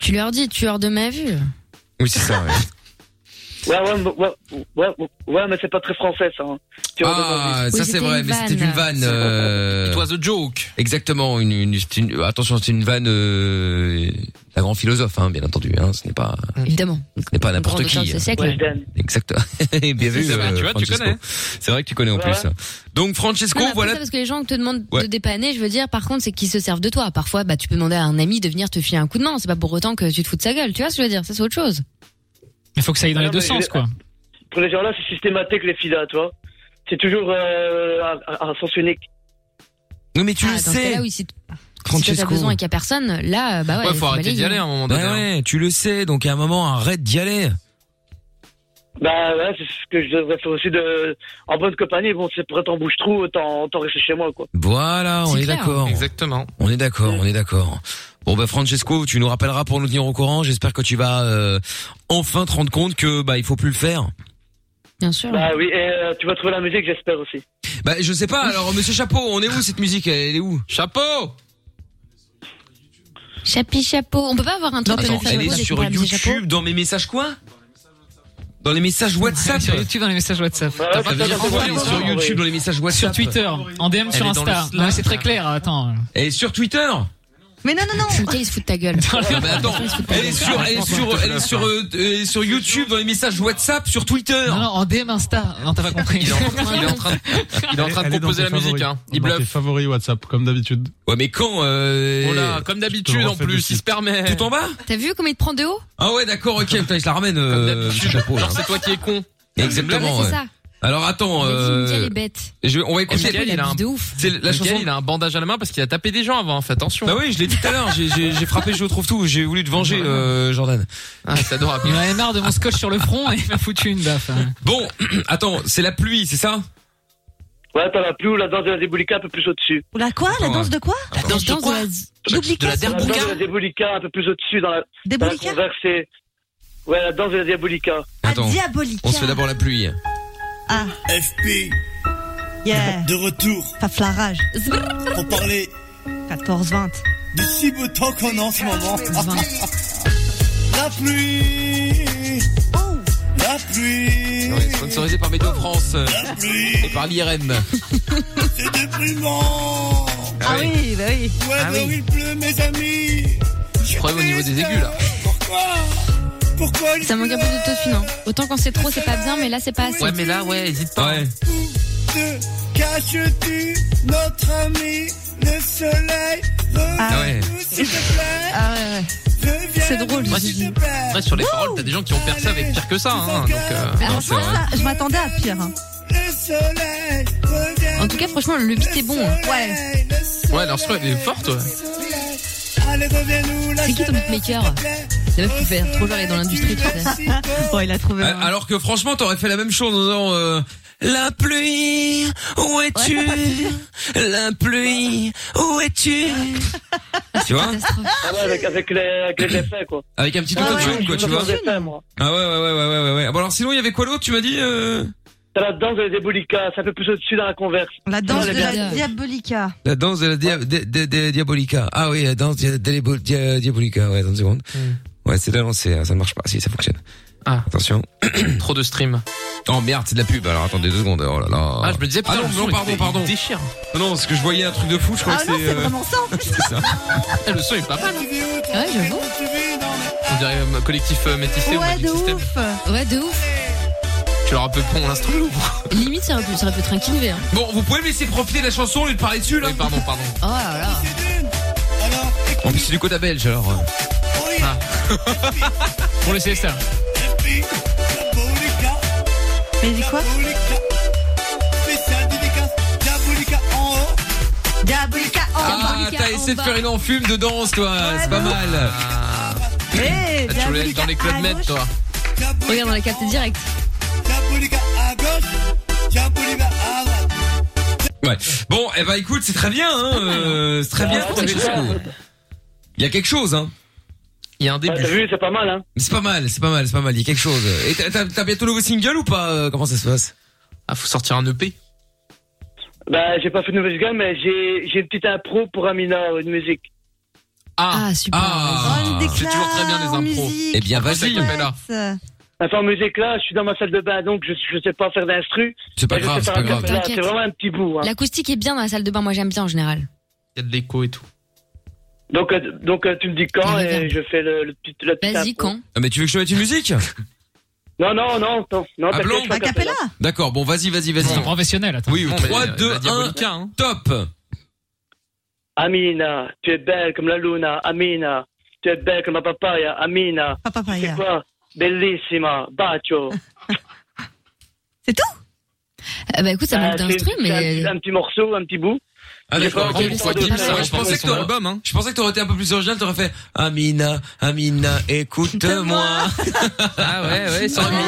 Speaker 5: Tu leur dis tueur de ma vue.
Speaker 2: Oui, c'est ça, ouais.
Speaker 15: Ouais, ouais, mais- ouais, ouais, ouais, ouais, mais c'est pas très français, ça. hein. Tu vois,
Speaker 2: Ah,
Speaker 15: dans ma
Speaker 2: ça
Speaker 15: vie.
Speaker 2: c'est vrai, mais c'était une vanne. Euh... It
Speaker 4: was a joke.
Speaker 2: Exactement, une, une, c'était une- attention, c'est une vanne euh, d'un grand philosophe, hein, bien entendu. Hein, ce n'est pas,
Speaker 5: Évidemment.
Speaker 2: ce n'est pas n'importe
Speaker 5: Grand
Speaker 2: qui.
Speaker 5: auteur de ce siècle. Weshden.
Speaker 2: Exact. bien vu.
Speaker 4: C'est vrai,
Speaker 2: euh,
Speaker 4: tu vois, tu
Speaker 2: Francesco.
Speaker 4: connais.
Speaker 2: C'est vrai que tu connais en
Speaker 4: Ouais.
Speaker 2: plus. Donc Francesco,
Speaker 5: Non, mais après
Speaker 2: voilà.
Speaker 5: ça, parce que les gens te demandent
Speaker 2: Ouais.
Speaker 5: de dépanner, je veux dire, par contre, c'est qu'ils se servent de toi. Parfois, bah, tu peux demander à un ami de venir te filer un coup de main. C'est pas pour autant que tu te fous de sa gueule. Tu vois ce que je veux dire? Ça, c'est autre chose.
Speaker 6: Il faut que ça aille dans
Speaker 15: Non,
Speaker 6: les deux
Speaker 15: mais il
Speaker 6: sens
Speaker 15: est-
Speaker 6: quoi.
Speaker 15: Pour les gens-là, c'est systématique, les filles-là, tu vois. C'est toujours euh, à, à- à sens unique.
Speaker 2: Non, mais tu
Speaker 5: Ah, dans ce cas-là, oui, si t- si toi, t'as
Speaker 2: Francesco.
Speaker 5: besoin et qu'il y a personne, là, euh, bah ouais. faut balayer, hein.
Speaker 2: Bah ouais, tu le sais, donc à un moment, arrête d'y aller.
Speaker 15: Bah, ouais, c'est ce que je devrais faire aussi de, en bonne compagnie. Bon, c'est pour être en bouche-trou, autant, autant rester chez moi, quoi.
Speaker 2: Voilà, on
Speaker 15: C'est
Speaker 2: est
Speaker 6: hein.
Speaker 15: clair.
Speaker 2: d'accord.
Speaker 4: Exactement.
Speaker 2: On est d'accord, on est d'accord. Bon bah Francesco, tu nous rappelleras pour nous tenir au courant. J'espère que tu vas euh, enfin te rendre compte que bah il faut plus le faire.
Speaker 5: Bien sûr.
Speaker 15: Bah oui, et euh, tu vas trouver la musique, j'espère aussi.
Speaker 2: Bah je sais pas. Alors Monsieur Chapeau, on est où cette musique Elle est où Chapeau.
Speaker 5: Chapi chapeau. On peut pas avoir un truc
Speaker 2: Attends,
Speaker 5: de
Speaker 2: elle
Speaker 5: chapeau
Speaker 2: est
Speaker 5: avec
Speaker 2: sur
Speaker 5: Barbie Chapeau
Speaker 2: YouTube dans mes messages quoi Dans les messages WhatsApp.
Speaker 6: Sur YouTube dans les messages WhatsApp.
Speaker 2: Ah, ça veut dire quoi, elle est sur YouTube dans les messages WhatsApp.
Speaker 6: Sur Twitter, en DM
Speaker 2: Elle
Speaker 6: sur
Speaker 2: est dans le
Speaker 6: Insta.
Speaker 2: Slack.
Speaker 6: Non, mais c'est très clair. Attends.
Speaker 2: Et sur Twitter.
Speaker 3: Mais non, non, non.
Speaker 5: Putain, il se fout de ta gueule.
Speaker 2: Ah, Mais bah, attends, elle est sur, elle est sur, elle est sur, euh, euh, sur YouTube, dans les messages WhatsApp, sur Twitter.
Speaker 6: Non, non, en DM Insta. Non, t'as pas compris.
Speaker 2: Il est en train- il est en
Speaker 4: train de- Il est en train de
Speaker 16: Elle est dans
Speaker 4: composer
Speaker 16: tes
Speaker 4: la musique,
Speaker 16: favoris.
Speaker 4: hein. Il
Speaker 16: Dans
Speaker 4: bluffe.
Speaker 16: tes favoris WhatsApp, comme d'habitude.
Speaker 2: Ouais, mais quand euh...
Speaker 4: Oh là, comme d'habitude en plus, il se permet.
Speaker 2: Tout en bas
Speaker 5: T'as vu comment il te prend de haut?
Speaker 2: Ah ouais, d'accord, ok, putain, je la ramène. Euh, chapeau, là.
Speaker 4: C'est toi qui es con.
Speaker 2: Exactement.
Speaker 5: Ouais,
Speaker 2: ouais.
Speaker 5: c'est ça.
Speaker 2: Alors attends,
Speaker 5: Vas-y, Mickaël
Speaker 2: euh...
Speaker 5: est bête.
Speaker 2: je vais- on va
Speaker 4: Et
Speaker 2: écouter.
Speaker 4: Mickaël, il a un...
Speaker 2: C'est la
Speaker 4: Mickaël,
Speaker 2: chanson.
Speaker 4: il a un bandage à la main parce qu'il a tapé des gens avant, hein, fais attention.
Speaker 2: Bah oui, je l'ai dit tout à l'heure, j'ai- j'ai j'ai frappé, je trouve tout, j'ai voulu te venger, euh, Jordan.
Speaker 4: Ah, c'est adorable.
Speaker 6: Il en avait marre de mon scotch sur le front et il m'a foutu une baffe. hein.
Speaker 2: Bon, attends, c'est la pluie, c'est ça
Speaker 15: Ouais, t'en as plus ou la danse de la déboulika un peu plus au-dessus.
Speaker 3: Ou la quoi La
Speaker 15: Attends,
Speaker 3: danse de quoi
Speaker 15: La danse de quoi
Speaker 3: Doublica,
Speaker 15: La
Speaker 3: c'est
Speaker 15: danse de la diabolica, un peu plus au-dessus dans la, dans la
Speaker 3: Diabolica
Speaker 15: conversée. Ouais, la danse de la diabolica.
Speaker 2: Attends,
Speaker 3: Diabolica.
Speaker 2: on se fait d'abord la pluie.
Speaker 3: Ah.
Speaker 17: FP
Speaker 3: Yeah.
Speaker 17: de retour
Speaker 3: Pas flarage.
Speaker 17: pour parler
Speaker 3: 14-20.
Speaker 9: du si beau temps qu'on a en ce moment. La pluie, la pluie,
Speaker 2: Ouais, sponsorisé par Météo France euh, et par l'IRM.
Speaker 9: c'est déprimant.
Speaker 2: Ah oui.
Speaker 3: bah oui.
Speaker 9: Ouais,
Speaker 2: Ah
Speaker 9: dehors,
Speaker 2: oui.
Speaker 9: il pleut, mes amis.
Speaker 2: Problème au niveau des aigus là.
Speaker 9: Pourquoi Pourquoi
Speaker 5: Ça manque un peu d'autotune. Hein. Autant quand c'est trop, c'est pas bien, mais là, c'est pas assez.
Speaker 6: Ouais, mais là, ouais, hésite pas.
Speaker 9: te caches-tu, notre ami, le soleil Ah
Speaker 2: ouais.
Speaker 9: S'il te plaît. Ah ouais, ouais. C'est drôle.
Speaker 6: Moi,
Speaker 9: S'il te plaît.
Speaker 6: Après, sur les paroles, t'as des gens qui ont percé avec pire que ça. Hein, donc, euh,
Speaker 3: Alors, ça, ça, je m'attendais à pire. hein.
Speaker 5: En tout cas, franchement, le beat est bon. hein. Ouais.
Speaker 6: Ouais, l'instru, elle est forte, ouais.
Speaker 5: C'est qui ton beatmaker La meuf qui fait trop genre, elle est dans l'industrie, tu sais.
Speaker 3: Bon, il a trouvé.
Speaker 2: Euh, Alors que franchement, t'aurais fait la même chose en disant euh, La pluie, où es-tu La pluie, où es-tu Tu vois
Speaker 15: Ah ouais, avec, avec les, avec les effets, quoi.
Speaker 2: Avec un petit
Speaker 15: Ah ouais,
Speaker 2: autotune,
Speaker 15: je
Speaker 2: quoi,
Speaker 15: me
Speaker 2: tu vois.
Speaker 15: faisais ça, moi.
Speaker 2: Ah ouais, ouais, ouais, ouais, ouais, ouais, ouais. Bon, alors sinon, il y avait quoi d'autre, tu m'as dit euh...
Speaker 15: T'as la danse des Ebolica, c'est un peu plus au-dessus dans la converse.
Speaker 3: La danse
Speaker 15: Ah,
Speaker 3: de
Speaker 15: elle est bien.
Speaker 3: la diabolica.
Speaker 2: La danse de la dia- de- de- de- diabolica. Ah oui, la danse dia- de la bo- dia- diabolica. Ouais, dans une seconde. Ouais, c'est la lancée, hein, ça ne marche pas. Si, ça fonctionne.
Speaker 6: Mm. Ah.
Speaker 2: Attention.
Speaker 6: Trop de stream.
Speaker 2: Oh merde, c'est de la pub. Alors attendez deux secondes. Oh là là.
Speaker 6: Ah, je me disais, putain,
Speaker 2: Ah non,
Speaker 6: le son,
Speaker 2: non,
Speaker 6: il
Speaker 2: pardon,
Speaker 6: était-
Speaker 2: pardon.
Speaker 6: il déchire.
Speaker 2: Ah Non, parce que je voyais un truc de fou, je crois
Speaker 6: Ah
Speaker 2: que c'est.
Speaker 6: non, c'est
Speaker 2: euh,
Speaker 6: vraiment
Speaker 3: ça.
Speaker 2: c'est ça.
Speaker 6: Eh, le son est pas mal.
Speaker 5: hein. Ah Ouais, j'avoue.
Speaker 6: On dirait euh, collectif euh, métissé ou
Speaker 5: Ouais,
Speaker 6: Magic
Speaker 5: de
Speaker 6: System.
Speaker 5: ouf. Ouais, de ouf.
Speaker 6: Tu leur as peu pont l'instru ou
Speaker 5: Limite, ça aurait pu, ça aurait pu être un Kinvé, hein.
Speaker 2: Bon, vous pouvez me laisser profiter de la chanson au lieu de parler dessus là
Speaker 6: pardon, pardon.
Speaker 5: Oh là là.
Speaker 2: En plus, c'est du quota belge alors. euh. Ah.
Speaker 18: Pour les CSR.
Speaker 3: Mais il dit quoi
Speaker 9: Spécial dédicace, diabolica en haut.
Speaker 3: Diabolica en
Speaker 2: Ah, t'as essayé de faire une enfume de danse, toi. c'est pas mal.
Speaker 3: Mais
Speaker 6: tu voulais être dans les clubs med, toi.
Speaker 5: Regarde, on l'a capté direct.
Speaker 9: Diabolica à gauche, diabolica à droite.
Speaker 2: Ouais. Bon, eh ben écoute, c'est très bien, hein. euh, c'est très bien.
Speaker 15: Ah,
Speaker 2: pour
Speaker 15: c'est
Speaker 2: quelque
Speaker 15: clair.
Speaker 2: chose. Il y a quelque chose, hein. Il y a un
Speaker 15: Ah, T'as vu, c'est pas mal, hein.
Speaker 2: C'est pas mal, c'est pas mal, c'est pas mal. Il y a quelque chose. Et t'as- t'as t'as bientôt le nouveau single ou pas euh, Comment ça se passe
Speaker 6: Ah, faut sortir un EP.
Speaker 15: Bah, j'ai pas fait de nouvelle gamme, mais j'ai, j'ai une petite impro pour Amina, euh, une musique.
Speaker 6: Ah,
Speaker 5: super.
Speaker 6: Ah, c'est toujours très bien les impros.
Speaker 2: Eh bien, vas-y.
Speaker 15: Enfin, en musique là, je suis dans ma salle de bain, donc je, je sais pas faire d'instru.
Speaker 2: C'est pas
Speaker 15: Mais je
Speaker 2: grave,
Speaker 15: sais faire
Speaker 2: c'est pas
Speaker 15: un
Speaker 2: grave.
Speaker 15: cappella,
Speaker 5: T'inquiète.
Speaker 15: C'est vraiment un petit bout, hein.
Speaker 5: L'acoustique est bien dans la salle de bain, moi j'aime bien en général.
Speaker 6: Il y a de l'écho et tout.
Speaker 15: Donc, euh, donc euh, tu me dis quand
Speaker 5: La
Speaker 15: et
Speaker 5: reverb.
Speaker 15: je fais le, le petit. La petite
Speaker 5: Vas-y,
Speaker 15: impro.
Speaker 5: quand
Speaker 2: Ah, mais tu veux que je te mette une musique
Speaker 15: Non, non, non, non, non,
Speaker 2: Ah,
Speaker 15: t'inquiète,
Speaker 2: blanc
Speaker 15: je fais un cappella.
Speaker 2: D'accord, bon, vas-y, vas-y, vas-y.
Speaker 18: professionnel, attends.
Speaker 2: Oui,
Speaker 6: Non, mais
Speaker 2: 3,
Speaker 6: la
Speaker 2: 2, 1,
Speaker 6: diabolica, hein.
Speaker 2: top
Speaker 15: Amina, tu es belle comme la luna, Amina. Tu es belle comme la papaya, Amina.
Speaker 3: papaya.
Speaker 15: C'est quoi Bellissima, bacio.
Speaker 5: Euh, bah écoute, ça manque
Speaker 15: Ah,
Speaker 5: d'un
Speaker 15: c'est-
Speaker 5: stream,
Speaker 15: c'est un,
Speaker 5: mais.
Speaker 15: petit- un petit morceau, un petit bout.
Speaker 2: Ah
Speaker 15: J'ai
Speaker 2: d'accord,
Speaker 15: pas
Speaker 2: ok,
Speaker 15: encore
Speaker 2: bon,
Speaker 15: pensé
Speaker 2: dis-moi
Speaker 15: à
Speaker 2: ça,
Speaker 15: ça.
Speaker 2: je pensais que
Speaker 6: son
Speaker 2: t'aurais-
Speaker 6: album, hein.
Speaker 2: Je pensais que t'aurais été un peu plus original, t'aurais fait Amina, Amina, écoute-moi.
Speaker 6: Ah ouais, ouais, sans
Speaker 2: Amina,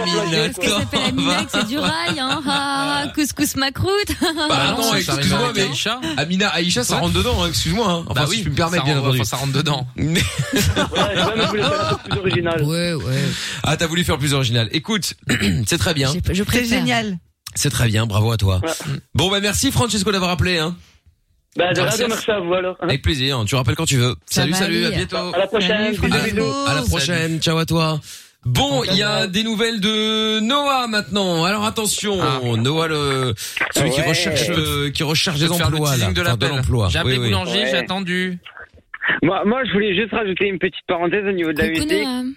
Speaker 2: Amina,
Speaker 5: Qu'est-ce que ça fait la minac, c'est du rail, hein ah, ah, Couscous ma croûte
Speaker 2: Bah
Speaker 6: non,
Speaker 2: attends,
Speaker 6: ça, ça
Speaker 2: excuse-moi,
Speaker 6: arrive
Speaker 2: mais
Speaker 6: avec Aïcha.
Speaker 2: Amina, Aïcha, ça
Speaker 6: Ouais.
Speaker 2: rentre dedans, hein, excuse-moi. hein. Enfin,
Speaker 6: Bah
Speaker 2: si
Speaker 6: oui,
Speaker 2: je peux me permettre,
Speaker 6: ça
Speaker 2: bien
Speaker 6: rentre-
Speaker 2: entendu.
Speaker 6: enfin, ça rentre dedans.
Speaker 2: Mais-
Speaker 15: Ouais, ouais, mais je voulais faire un truc plus original.
Speaker 5: Ouais, ouais.
Speaker 2: Ah, t'as voulu faire plus original. Écoute, c'est très bien.
Speaker 5: Je
Speaker 3: C'est
Speaker 5: préfère.
Speaker 3: génial.
Speaker 2: C'est très bien, bravo à toi.
Speaker 15: Ouais.
Speaker 2: Bon, bah merci Francesco d'avoir appelé. Hein.
Speaker 15: Bah, de
Speaker 2: Merci.
Speaker 15: rien, merci
Speaker 14: Ah,
Speaker 15: à vous alors. hein.
Speaker 2: Avec plaisir, tu rappelles quand tu veux.
Speaker 5: Ça
Speaker 2: salut,
Speaker 5: va
Speaker 2: salut, à
Speaker 5: aller.
Speaker 2: bientôt.
Speaker 15: À la prochaine,
Speaker 3: Salut,
Speaker 15: bisous,
Speaker 3: Francis.
Speaker 15: bisous.
Speaker 2: Oh, À la
Speaker 3: Salut.
Speaker 2: prochaine, ciao à toi. Bon, il y a des nouvelles de Noah maintenant. Alors attention,
Speaker 14: Ah,
Speaker 2: Noah le celui qui
Speaker 15: Ouais.
Speaker 2: recherche euh, qui recherche
Speaker 6: Je
Speaker 2: des
Speaker 6: vais te faire le
Speaker 2: emplois là,
Speaker 6: teasing de
Speaker 2: enfin, de
Speaker 6: l'appel.
Speaker 2: l'emploi.
Speaker 6: J'ai
Speaker 2: Oui,
Speaker 6: appelé
Speaker 2: oui.
Speaker 6: Boulanger,
Speaker 14: Ouais.
Speaker 6: j'ai attendu.
Speaker 14: Moi, moi, je voulais juste rajouter une petite parenthèse au niveau de la
Speaker 5: Coucou,
Speaker 14: musique.
Speaker 5: Noam.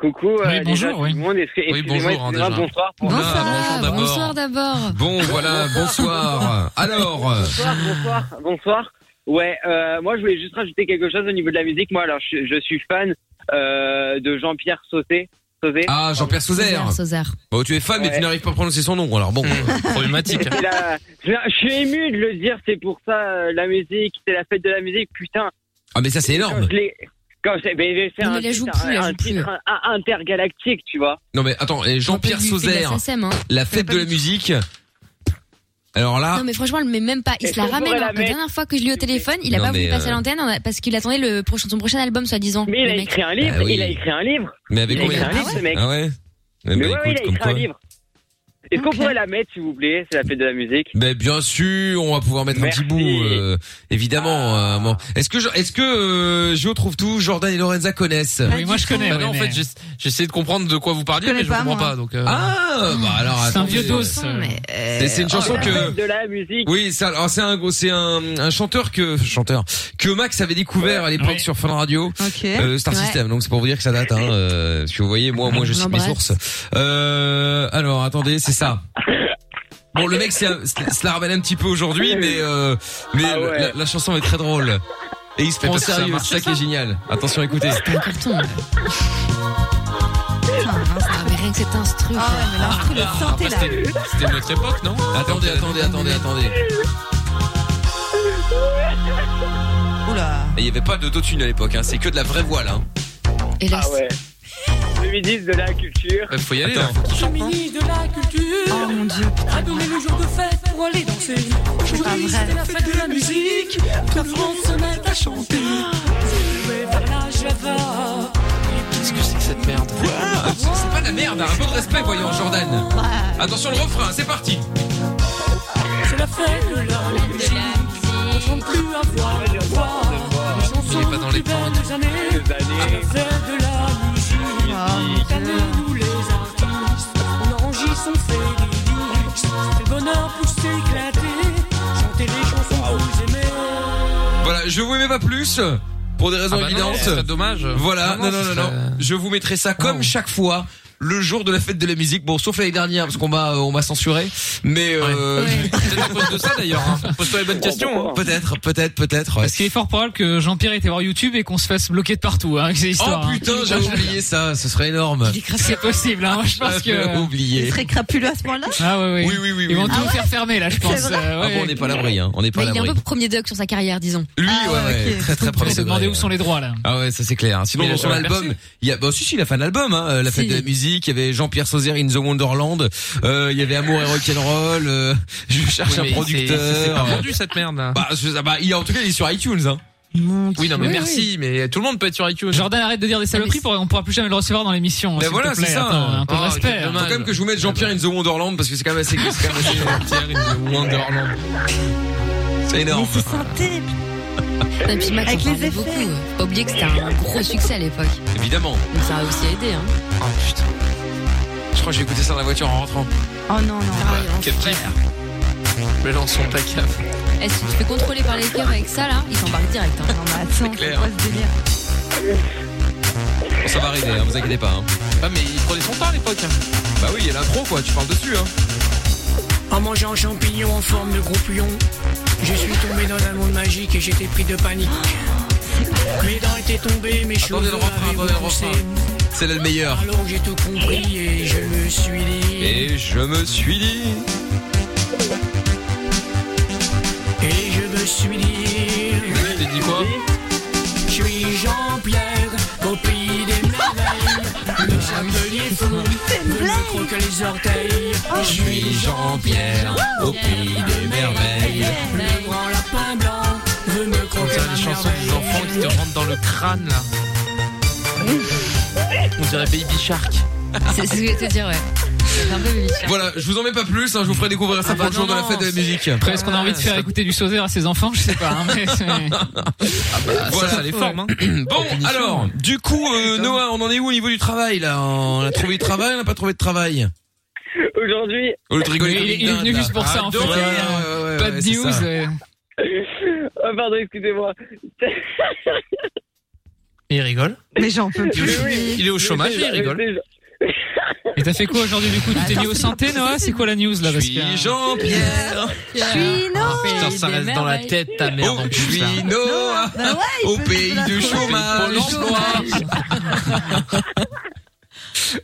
Speaker 14: Coucou, euh,
Speaker 18: Oui,
Speaker 14: déjà,
Speaker 18: bonjour,
Speaker 14: tout
Speaker 18: oui.
Speaker 14: le monde. Est-ce que-
Speaker 6: Oui,
Speaker 14: excusez-moi,
Speaker 6: bonjour, hein,
Speaker 14: excusez-moi,
Speaker 6: déjà.
Speaker 14: bonsoir. pour-
Speaker 2: Bonsoir.
Speaker 5: Ah,
Speaker 2: d'abord.
Speaker 5: bonsoir d'abord.
Speaker 2: Bon voilà, bonsoir. Alors, euh,
Speaker 14: Bonsoir, bonsoir, bonsoir. Ouais, euh, moi, je voulais juste rajouter quelque chose au niveau de la musique. Moi, alors, je, je suis fan euh, de Jean-Pierre Sauté. Sauté.
Speaker 2: ah Jean-Pierre Sauzère.
Speaker 5: Sauzère, Sauzère.
Speaker 2: Bon, tu es fan mais
Speaker 14: Ouais.
Speaker 2: tu n'arrives pas à prononcer son nom. Alors bon,
Speaker 6: Problématique.
Speaker 14: C'est la- je, je suis ému de le dire, c'est pour ça euh, la musique, c'est la fête de la musique, putain.
Speaker 2: ah mais ça c'est
Speaker 14: Quand
Speaker 2: énorme.
Speaker 14: je l'ai- quand j'ai- ben, j'ai fait
Speaker 5: Non,
Speaker 14: un
Speaker 5: mais la joue
Speaker 14: titre,
Speaker 5: plus, hein, la
Speaker 14: un- un
Speaker 5: joue plus.
Speaker 14: titre un- un intergalactique, tu vois.
Speaker 2: Non mais attends, et Jean-Pierre Sauzère,
Speaker 4: hein.
Speaker 2: la fête de la musique. Alors là,
Speaker 5: Non mais franchement, elle le met même pas. Il
Speaker 14: Est-ce
Speaker 5: se la
Speaker 14: qu'on
Speaker 5: ramène. hein.
Speaker 14: pourrait la
Speaker 5: La
Speaker 14: mettre
Speaker 5: dernière fois que je l'ai eu au téléphone, il a
Speaker 2: Non,
Speaker 5: pas voulu
Speaker 2: mais,
Speaker 5: passer à
Speaker 2: euh,
Speaker 5: l'antenne on a- parce qu'il attendait le prochain, son prochain album soi-disant.
Speaker 14: Mais il
Speaker 5: le
Speaker 14: a
Speaker 5: mec.
Speaker 14: écrit un livre,
Speaker 2: Bah oui.
Speaker 14: il a écrit un livre.
Speaker 2: mais avec
Speaker 14: Il a écrit
Speaker 2: combien
Speaker 14: un livre, ce mec.
Speaker 2: Ah ouais. Eh ben,
Speaker 14: Mais ouais, ouais,
Speaker 2: écoute,
Speaker 14: il a
Speaker 2: comme
Speaker 14: écrit un
Speaker 2: quoi.
Speaker 14: livre.
Speaker 19: Est-ce qu'on pourrait la mettre, s'il vous plaît C'est la fête de la musique.
Speaker 2: Mais Ben, bien sûr, on va pouvoir mettre un petit bout, euh, évidemment. euh, bon. Est-ce que, Jo- est-ce que euh, Jo trouve tout, Jordan et Lorenza connaissent
Speaker 6: Oui, moi, je connais,
Speaker 4: Bah
Speaker 6: oui,
Speaker 4: non, en
Speaker 6: mais-
Speaker 4: fait, j'ess- j'essayais de comprendre de quoi vous parliez,
Speaker 6: Je
Speaker 4: mais
Speaker 6: connais
Speaker 4: je
Speaker 6: pas,
Speaker 4: comprends
Speaker 6: moi.
Speaker 4: pas. Donc, euh,
Speaker 2: Ah, bah alors
Speaker 4: C'est un
Speaker 2: attendez.
Speaker 4: vieux dos, ça. Mais, euh,
Speaker 2: C'est- C'est une
Speaker 4: oh,
Speaker 2: chanson
Speaker 4: la
Speaker 2: que
Speaker 4: fête de
Speaker 19: la musique.
Speaker 2: Oui, ça alors c'est un c'est un, un chanteur que chanteur que Max avait découvert à l'époque sur Fun Radio.
Speaker 3: Ok.
Speaker 2: Euh, Star
Speaker 3: Ouais.
Speaker 2: System. Donc c'est pour vous dire que ça date hein euh, parce que vous voyez moi moi je cite mes
Speaker 3: L'embrasse.
Speaker 2: sources. Euh, alors attendez, c'est ça. Bon, le mec c'est un- se se la ramène un petit peu aujourd'hui mais euh, mais la, la chanson est très drôle. Et il se
Speaker 4: Mais
Speaker 2: prend au
Speaker 4: parce que ça
Speaker 2: sérieux,
Speaker 4: marche,
Speaker 2: c'est ça qui
Speaker 4: ça
Speaker 2: est génial. Attention, écoutez.
Speaker 5: Carton. Ah, mais rien que cet instru. Ah ouais, mais l'instru, le synthé là.
Speaker 2: C'était notre époque, non Attendez, attendez, attendez, attendez.
Speaker 3: Oula.
Speaker 2: Et Il n'y avait pas d'autotune à l'époque, hein. c'est que de la vraie voix là.
Speaker 5: Hélas.
Speaker 19: Ah ouais. Le ministre de la culture.
Speaker 2: Il faut y aller hein. là.
Speaker 9: Le ministre de la culture
Speaker 3: Oh mon dieu
Speaker 9: a donné le jour de fête pour aller danser. Aujourd'hui c'est la fête de la musique, toute la France se met à chanter. Jouer vers la Java.
Speaker 2: Qu'est-ce que c'est que cette merde C'est pas de la merde, hein. un peu de respect, voyons, Jordan. Attention le refrain, c'est parti.
Speaker 9: C'est la fête de la musique. On ne chante plus à voir les voix.
Speaker 6: Oh,
Speaker 9: Les chansons
Speaker 2: pas dans les
Speaker 9: des belles années. C'est la fête de la musique.
Speaker 3: Ah.
Speaker 9: Cette année, nous les artistes, on enregistre, on fait des mix. C'est le bonheur pour s'éclater. Chanter les chansons que vous aimez.
Speaker 2: Voilà, je vous aimais pas plus. Pour des raisons
Speaker 4: Ah bah non,
Speaker 2: évidentes.
Speaker 4: ce serait dommage.
Speaker 2: Voilà,
Speaker 4: Vraiment,
Speaker 2: Ah non, Oh. non,
Speaker 4: ce
Speaker 2: non, non.
Speaker 4: serait-
Speaker 2: Je vous mettrai ça comme chaque fois. Le jour de la fête de la musique, bon, sauf l'année dernière parce qu'on m'a, euh, on m'a censuré, mais euh, peut-être à cause de ça d'ailleurs. Hein. Pose-toi les bonnes questions. hein. Peut-être, peut-être, peut-être. ouais.
Speaker 6: Parce qu'il est fort probable que Jean-Pierre ait été voir YouTube et qu'on se fasse bloquer de partout hein, avec ces histoires.
Speaker 2: Oh
Speaker 6: hein.
Speaker 2: putain, j'ai oublié ça. Ce serait énorme.
Speaker 6: C'est possible, hein, moi, je pense
Speaker 2: J'avais
Speaker 6: que.
Speaker 2: oublié.
Speaker 3: Il serait crapuleux à ce point-là
Speaker 6: Ah ouais, ouais.
Speaker 2: Oui, oui, oui.
Speaker 6: Ils vont
Speaker 2: oui.
Speaker 6: tout faire fermer là, je pense.
Speaker 3: vrai
Speaker 6: euh,
Speaker 2: Ah
Speaker 6: ouais.
Speaker 2: bon, on n'est pas à l'abri, hein. On n'est pas à
Speaker 5: Mais il est un
Speaker 2: l'abri.
Speaker 5: peu premier doc sur sa carrière, disons. Ah,
Speaker 2: Lui, ouais, ouais, très très
Speaker 6: Ah, On
Speaker 2: premier
Speaker 6: se demandait
Speaker 2: degré,
Speaker 6: où sont les droits là.
Speaker 2: Ah ouais, ça c'est clair. Sinon
Speaker 6: Mais il
Speaker 2: dans
Speaker 6: a
Speaker 2: son
Speaker 6: jamais
Speaker 2: album,
Speaker 6: percé.
Speaker 2: il y a bah si si, il a fait un album hein, la fête
Speaker 6: Si.
Speaker 2: de la musique, il y avait Jean-Pierre Sauzère in the Wonderland, euh, il y avait Amour et Rock'n'Roll, euh, je cherche
Speaker 4: Oui, mais
Speaker 2: un
Speaker 4: c'est- c'est- C'est pas
Speaker 2: producteur.
Speaker 4: vendu cette merde là.
Speaker 2: Bah, je- ah bah, il en tout cas il est sur iTunes hein.
Speaker 6: Oh,
Speaker 4: oui, non, mais
Speaker 6: Oui,
Speaker 4: merci, mais tout le monde peut être sur iTunes. Ah,
Speaker 6: Jordan, arrête de dire des saloperies, pour- on pourra plus jamais le recevoir dans l'émission.
Speaker 2: Ben
Speaker 6: s'il te
Speaker 2: voilà,
Speaker 6: plaît,
Speaker 2: c'est ça.
Speaker 6: attends, Un peu
Speaker 4: Oh,
Speaker 6: de
Speaker 2: Ah,
Speaker 6: respect.
Speaker 2: quel
Speaker 6: hein.
Speaker 2: dommage. Faut quand même que je vous mette Jean-Pierre in the Wonderland parce que c'est quand même assez c'est quand même assez Jean-Pierre in the Wonderland. C'est énorme.
Speaker 5: Et puis Max,
Speaker 3: Avec
Speaker 5: on
Speaker 3: les
Speaker 5: parlait beaucoup. hein. Faut Pas oublier que c'était un gros succès à l'époque.
Speaker 2: Évidemment.
Speaker 5: Donc ça a aussi aidé. Hein.
Speaker 2: Oh putain. Je crois que j'ai écouté ça dans la voiture en rentrant.
Speaker 3: Oh non, non.
Speaker 2: Quel kiff. Mélenchon ta cave.
Speaker 5: Eh, si tu te fais contrôler par les cœurs avec ça, là, ils s'embarquent direct. Hein.
Speaker 3: Non, mais attends, c'est
Speaker 2: clair.
Speaker 3: quoi ce délire
Speaker 2: Bon, ça va arriver, hein, vous inquiétez pas. Hein.
Speaker 4: Ah, mais il prenait son temps à l'époque. hein.
Speaker 2: Bah oui, il y a l'impro quoi, tu parles dessus. Hein.
Speaker 9: En mangeant champignons en forme de groupillon, je suis tombé dans un monde magique et j'étais pris de panique. Mes dents étaient tombées, mes
Speaker 2: Attendez
Speaker 9: cheveux
Speaker 2: le refrain,
Speaker 9: avaient
Speaker 2: attendez le refrain.
Speaker 9: repoussé.
Speaker 2: C'est là le meilleur.
Speaker 9: Alors j'ai tout compris et je me suis dit.
Speaker 2: Et je me suis dit.
Speaker 9: Et je me suis dit.
Speaker 2: T'as dit quoi
Speaker 9: Je suis Jean-Pierre, copie des merveilles. Le chapelier fou ne me croit que les orteils. Je suis
Speaker 2: Jean-Pierre, au pays des merveilles.
Speaker 9: le grand lapin blanc, veut me croquer
Speaker 4: Ça, les
Speaker 9: la
Speaker 4: chansons des enfants qui te rentrent dans le crâne là. On dirait Baby Shark.
Speaker 5: C'est ce que je voulais te dire, ouais. C'est un peu bizarre.
Speaker 2: Voilà, je vous en mets pas plus, hein, je vous ferai découvrir ça pour le jour de la fête de la musique.
Speaker 6: Après, est-ce qu'on a envie
Speaker 4: Ah,
Speaker 6: de faire écouter du Sauzère à ses enfants Je sais pas. hein, mais c'est- Ah bah,
Speaker 2: Euh, Voilà.
Speaker 4: ça, les formes, hein.
Speaker 2: bon, alors, du coup, euh, Noah, on en est où au niveau du travail là On a trouvé du travail, on n'a pas trouvé de travail
Speaker 19: Aujourd'hui,
Speaker 2: Oh, le rigolé
Speaker 6: Mais
Speaker 2: comme
Speaker 6: il-
Speaker 2: une
Speaker 6: il est
Speaker 2: dinde,
Speaker 6: venu
Speaker 2: là.
Speaker 6: juste pour ça, en
Speaker 2: Adoré,
Speaker 6: fait.
Speaker 2: ouais, ouais, ouais,
Speaker 6: Pas
Speaker 2: ouais,
Speaker 6: de
Speaker 2: c'est
Speaker 6: news.
Speaker 2: ça.
Speaker 6: euh,
Speaker 15: Ah,
Speaker 19: oh, pardon, excusez-moi.
Speaker 4: Il rigole.
Speaker 3: Mais j'en peux plus.
Speaker 4: Il est au chômage, il rigole.
Speaker 6: Et t'as fait quoi aujourd'hui du coup Tu t'es mis au santé, Noah C'est quoi la news là parce que...
Speaker 2: Jean-Pierre Oh,
Speaker 5: Je suis
Speaker 4: Ah, putain, ça reste dans la tête ta
Speaker 6: Oh,
Speaker 4: merde en
Speaker 2: Je
Speaker 4: plus là.
Speaker 2: suis Noah
Speaker 3: Bah ouais, il
Speaker 2: hein. au
Speaker 3: peut
Speaker 2: pays
Speaker 3: se la
Speaker 2: du
Speaker 3: trouver.
Speaker 2: chômage.
Speaker 4: Pôle emploi.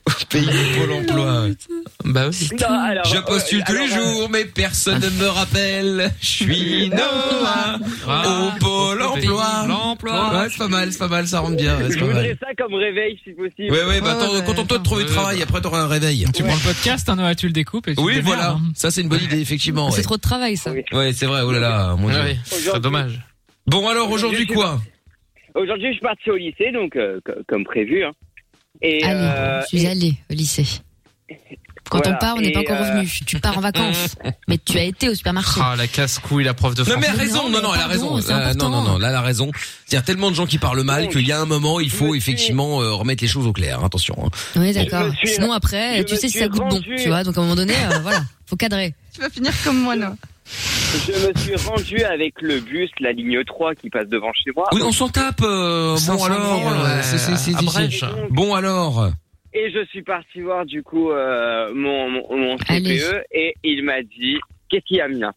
Speaker 2: Au pays du Pôle emploi.
Speaker 4: Bah oui.
Speaker 19: Non, alors,
Speaker 2: Je postule
Speaker 19: euh,
Speaker 2: tous les
Speaker 19: alors, euh,
Speaker 2: jours, mais personne
Speaker 6: Ah,
Speaker 2: ne me rappelle. Je suis Noah
Speaker 4: Ah,
Speaker 2: au pôle
Speaker 4: au pays
Speaker 2: emploi.
Speaker 4: de l'emploi.
Speaker 2: Ouais, c'est pas mal, c'est pas mal, ça rentre bien, ouais, c'est
Speaker 19: je
Speaker 2: pas
Speaker 19: voudrais
Speaker 2: mal.
Speaker 19: ça comme réveil si possible.
Speaker 2: Ouais, ouais, bah attends, contente-toi de trouver du
Speaker 4: Ouais,
Speaker 6: bah.
Speaker 2: travail, après t'auras un réveil.
Speaker 6: Tu prends le podcast, hein, Noah, tu le découpes et tu
Speaker 2: Oui,
Speaker 6: te démerdes,
Speaker 2: voilà,
Speaker 6: hein.
Speaker 2: ça c'est une bonne idée, effectivement.
Speaker 5: C'est
Speaker 2: Ouais,
Speaker 5: trop de travail, ça.
Speaker 2: Ouais, c'est vrai, oh là là, mon
Speaker 4: Ouais,
Speaker 2: dieu.
Speaker 4: ouais, c'est dommage.
Speaker 2: Bon alors, aujourd'hui quoi
Speaker 19: Aujourd'hui, je suis parti au lycée, donc euh, co- comme prévu. hein. Et
Speaker 5: Allez,
Speaker 19: euh,
Speaker 5: je suis allée au lycée. Quand
Speaker 6: Voilà.
Speaker 5: on part, on n'est pas
Speaker 6: Et,
Speaker 5: encore
Speaker 6: euh,
Speaker 5: revenu. Tu pars en vacances, mais tu as été au supermarché.
Speaker 6: Ah, la casse-couille, la prof de
Speaker 2: Non
Speaker 6: français.
Speaker 2: mais elle a raison, non non, elle a raison.
Speaker 5: c'est
Speaker 2: Euh, non non non, là elle a raison. Il y a tellement de gens qui parlent mal qu'il y a un moment il faut effectivement euh, remettre les choses au clair. hein, Attention. hein.
Speaker 5: Oui, d'accord.
Speaker 2: suis-
Speaker 5: Sinon, après, tu sais si ça goûte bon, tu vois. Donc, à un moment donné, euh, voilà, faut cadrer.
Speaker 20: Tu vas finir comme moi, non
Speaker 14: Je me suis rendu avec le bus, la ligne 3 qui passe devant chez moi.
Speaker 2: Oui, on s'en tape. euh, bon
Speaker 14: 500
Speaker 2: alors,
Speaker 14: euros,
Speaker 2: euh,
Speaker 14: ouais.
Speaker 2: c'est- c'est- c'est-
Speaker 14: Après,
Speaker 2: c'est- bon alors.
Speaker 14: Et je suis parti voir du coup euh, mon, mon, mon CPE
Speaker 6: Allez.
Speaker 14: et il m'a dit Qu'est-ce qu'il y a, Mina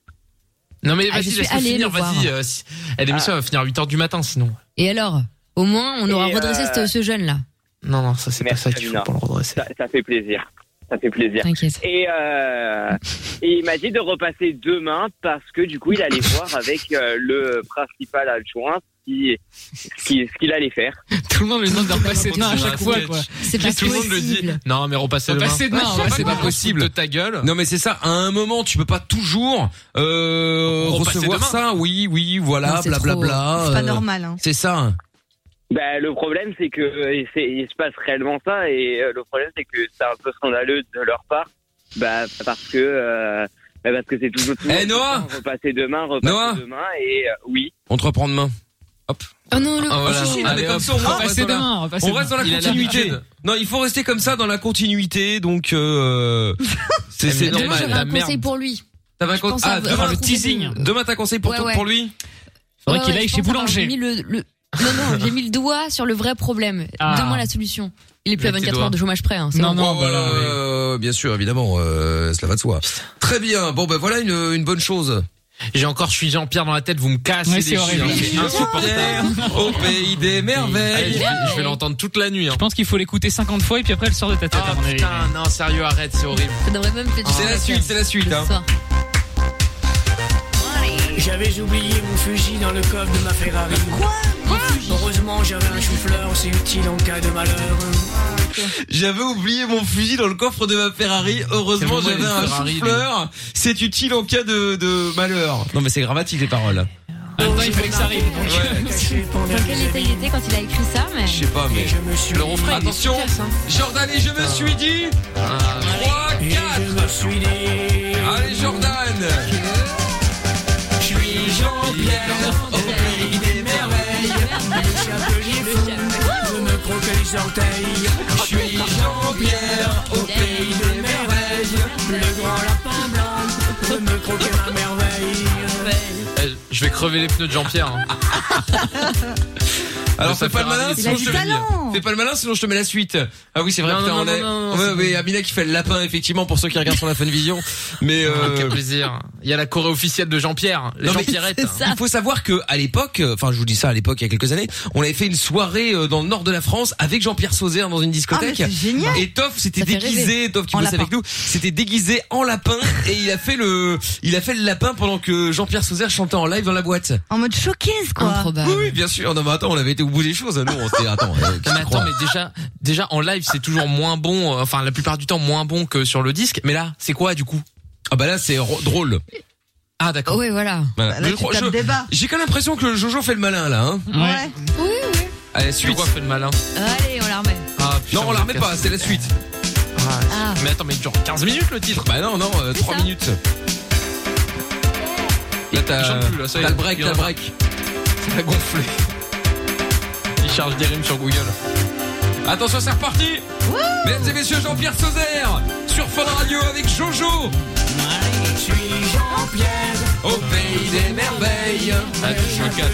Speaker 6: Non mais
Speaker 14: Ah,
Speaker 6: vas-y,
Speaker 14: je suis
Speaker 6: laisse-le
Speaker 14: allée
Speaker 6: finir,
Speaker 14: le voir.
Speaker 6: vas-y. euh, si- Eh, l'émission va finir à 8h du matin sinon.
Speaker 5: Et alors Au moins, on aura
Speaker 14: Et,
Speaker 5: redressé
Speaker 14: euh,
Speaker 5: ce, ce jeune-là.
Speaker 6: Non, non, ça c'est pas ça qu'il faut pour le redresser.
Speaker 14: Ça, ça fait plaisir. Ça fait plaisir.
Speaker 5: T'inquiète.
Speaker 14: Et, euh, et il m'a dit de repasser demain parce que du coup, il allait voir avec euh, le principal adjoint qui- ce qui- ce qu'il allait faire.
Speaker 6: Tout le monde lui demande de repasser
Speaker 14: Non,
Speaker 6: demain
Speaker 14: à chaque fois, quoi.
Speaker 5: C'est
Speaker 6: Tout le monde le dit. Non mais repasser demain.
Speaker 2: Repasser demain,
Speaker 6: Ouais,
Speaker 2: ouais,
Speaker 6: c'est pas possible. De ta gueule.
Speaker 2: Non mais c'est ça. À un moment tu peux pas toujours euh,
Speaker 6: Repasser
Speaker 2: recevoir
Speaker 6: demain.
Speaker 2: ça. Oui oui voilà
Speaker 14: Non, c'est
Speaker 2: blablabla.
Speaker 14: trop, c'est pas
Speaker 2: euh,
Speaker 14: normal, hein.
Speaker 2: C'est ça.
Speaker 14: Ben, le problème, c'est que euh, c'est- il se passe réellement ça, et euh, le problème, c'est que c'est un peu scandaleux de leur part, bah, parce que euh, ben, parce que c'est toujours tout.
Speaker 2: Eh, Noah
Speaker 14: repasser demain, repasser
Speaker 2: Noah
Speaker 14: demain, et euh, oui.
Speaker 2: On te reprend demain.
Speaker 5: Oh non,
Speaker 14: le-
Speaker 2: Ah, voilà.
Speaker 14: Ah, si, si,
Speaker 2: Allez,
Speaker 14: mais comme
Speaker 2: hop.
Speaker 14: ça, on va
Speaker 2: Ah,
Speaker 14: rester
Speaker 2: dans la-
Speaker 14: demain, on va passer
Speaker 2: On reste dans
Speaker 14: demain.
Speaker 2: la
Speaker 14: Il a la
Speaker 2: continuité.
Speaker 14: habitude.
Speaker 2: Non, il faut rester comme ça dans la continuité. Donc, euh,
Speaker 6: Eh,
Speaker 2: c'est c'est
Speaker 5: Demain,
Speaker 2: normal.
Speaker 5: j'avais
Speaker 2: la
Speaker 5: un
Speaker 2: merde.
Speaker 5: conseil pour lui.
Speaker 2: T'avais un
Speaker 5: Je
Speaker 2: con-
Speaker 5: pense
Speaker 2: Ah,
Speaker 5: à-
Speaker 2: demain,
Speaker 5: à
Speaker 2: le
Speaker 5: trouver
Speaker 2: teasing.
Speaker 5: des-
Speaker 2: Demain, t'as un conseil pour,
Speaker 5: Ouais,
Speaker 2: toi-
Speaker 5: ouais.
Speaker 2: pour lui
Speaker 5: Ouais, ouais, je pense avoir mis le- le- Non, non, j'ai mis le doigt sur le vrai problème.
Speaker 2: Ah.
Speaker 5: Donne-moi la solution. Il est plus à
Speaker 2: Le petit
Speaker 5: 24
Speaker 2: doigt.
Speaker 5: heures de chômage près. Hein, c'est bon.
Speaker 2: euh, bien sûr, évidemment, euh, cela va de soi. Très bien. Bon, ben voilà une, une bonne chose.
Speaker 6: J'ai encore, je suis Jean-Pierre dans la tête, vous me cassez
Speaker 2: Ouais,
Speaker 6: les
Speaker 2: c'est
Speaker 6: chiens,
Speaker 2: horrible.
Speaker 6: mais insupportable.
Speaker 2: Au pays des
Speaker 6: Allez,
Speaker 2: merveilles.
Speaker 6: je vais- je vais l'entendre toute la nuit. hein.
Speaker 21: Je pense qu'il faut l'écouter 50 fois et puis après elle sort de ta tête.
Speaker 2: Ah,
Speaker 21: à mon avis.
Speaker 6: Putain, non, sérieux, arrête, c'est horrible.
Speaker 5: Ça devrait même te
Speaker 2: C'est la suite, c'est la suite. hein.
Speaker 9: J'avais oublié mon fusil dans le coffre de ma Ferrari. Quoi Heureusement, j'avais un chou-fleur, c'est utile en cas de malheur.
Speaker 2: J'avais oublié mon fusil dans le coffre de ma Ferrari. Heureusement,
Speaker 6: C'est
Speaker 2: j'avais
Speaker 6: vraiment
Speaker 2: un
Speaker 6: une Ferrari,
Speaker 2: chou-fleur. C'est utile en cas de, de malheur. Non, mais c'est gravatique les paroles.
Speaker 9: il fallait que ça arrive.
Speaker 5: Dans quel état il était quand il a écrit ça mais...
Speaker 2: Je sais pas, mais. Le refrain, attention. Jordan et je me suis dit. 3, 4. Allez, Jordan.
Speaker 9: Je suis Jean-Pierre, au pays des merveilles. Le chapelier fou, je me croque les orteils. Je suis Jean-Pierre, au pays des merveilles. Le grand lapin blanc, je me croque ma merveille.
Speaker 6: Eh, Je vais crever les pneus de Jean-Pierre. hein.
Speaker 2: Alors,
Speaker 6: Ça
Speaker 2: fais pas le
Speaker 6: fait
Speaker 2: malin,
Speaker 6: un-
Speaker 2: sinon
Speaker 6: Il a du
Speaker 2: je te le dis.
Speaker 6: talent.
Speaker 2: Fais pas le malin, sinon je te mets la suite. Ah oui, c'est vrai,
Speaker 6: Non,
Speaker 2: putain,
Speaker 6: non,
Speaker 2: on
Speaker 6: non,
Speaker 2: est.
Speaker 6: non, non,
Speaker 2: ouais,
Speaker 6: c'est
Speaker 2: ouais, Amina qui fait le lapin, effectivement, pour ceux qui regardent sur la Funvision. Mais, euh.
Speaker 6: Ah, Quel plaisir. Il y a la choré officielle de Jean-Pierre. Les
Speaker 2: Non, mais
Speaker 6: Jean-Pierrettes.
Speaker 2: c'est ça. Il faut savoir que à l'époque, euh, enfin je vous dis ça à l'époque il y a quelques années, on avait fait une soirée euh, dans le nord de la France avec Jean-Pierre Sauzet hein, dans une discothèque.
Speaker 6: Ah, mais c'est génial.
Speaker 2: Et Toff s'était
Speaker 6: Ça fait
Speaker 2: déguisé,
Speaker 6: rêver.
Speaker 2: Toff qui
Speaker 6: En
Speaker 2: bosse
Speaker 6: lapin.
Speaker 2: avec nous, s'était déguisé en lapin et il a fait le il a fait le lapin pendant que Jean-Pierre Sauzet chantait en live dans la boîte.
Speaker 20: En mode showcase, quoi.
Speaker 6: Ah.
Speaker 2: Oui, oui, bien sûr. Non mais attends, on avait été au bout des choses hein, nous, on s'était attends. euh, qui
Speaker 6: Non, mais
Speaker 2: se
Speaker 6: attends,
Speaker 2: croit
Speaker 6: mais déjà, déjà en live c'est toujours moins bon, euh, enfin la plupart du temps moins bon que sur le disque. Mais là, c'est quoi du coup
Speaker 2: Ah bah là c'est ro- drôle.
Speaker 6: Ah d'accord.
Speaker 5: Oui, voilà.
Speaker 2: Voilà.
Speaker 5: Bah, là,
Speaker 2: Je
Speaker 5: tu
Speaker 2: crois-
Speaker 5: tapes
Speaker 2: je-
Speaker 5: des barres.
Speaker 2: J'ai quand même l'impression que Jojo fait le malin là hein.
Speaker 5: Ouais. Oui, oui.
Speaker 2: Allez, suite.
Speaker 6: Pourquoi fait le malin
Speaker 5: Allez, on la remet.
Speaker 2: Non, on la remet
Speaker 6: casse.
Speaker 2: pas, c'est la suite.
Speaker 5: Ah.
Speaker 6: Mais attends, mais il dure 15 minutes le titre.
Speaker 2: Bah non, non, 3 minutes. Là, t'as
Speaker 6: J'en peux plus, là, ça y est.
Speaker 2: t'as le break,
Speaker 6: Il y
Speaker 2: t'as
Speaker 6: en
Speaker 2: le
Speaker 6: a
Speaker 2: break.
Speaker 6: Ça a gonflé. Il charge des rimes sur Google.
Speaker 2: Attention, c'est reparti Mesdames et messieurs, Jean-Pierre Sauzère sur Fun Radio avec Jojo
Speaker 9: Je suis Jean-Pierre,
Speaker 2: au pays des merveilles.
Speaker 6: Ah,
Speaker 2: Allez, je me casse.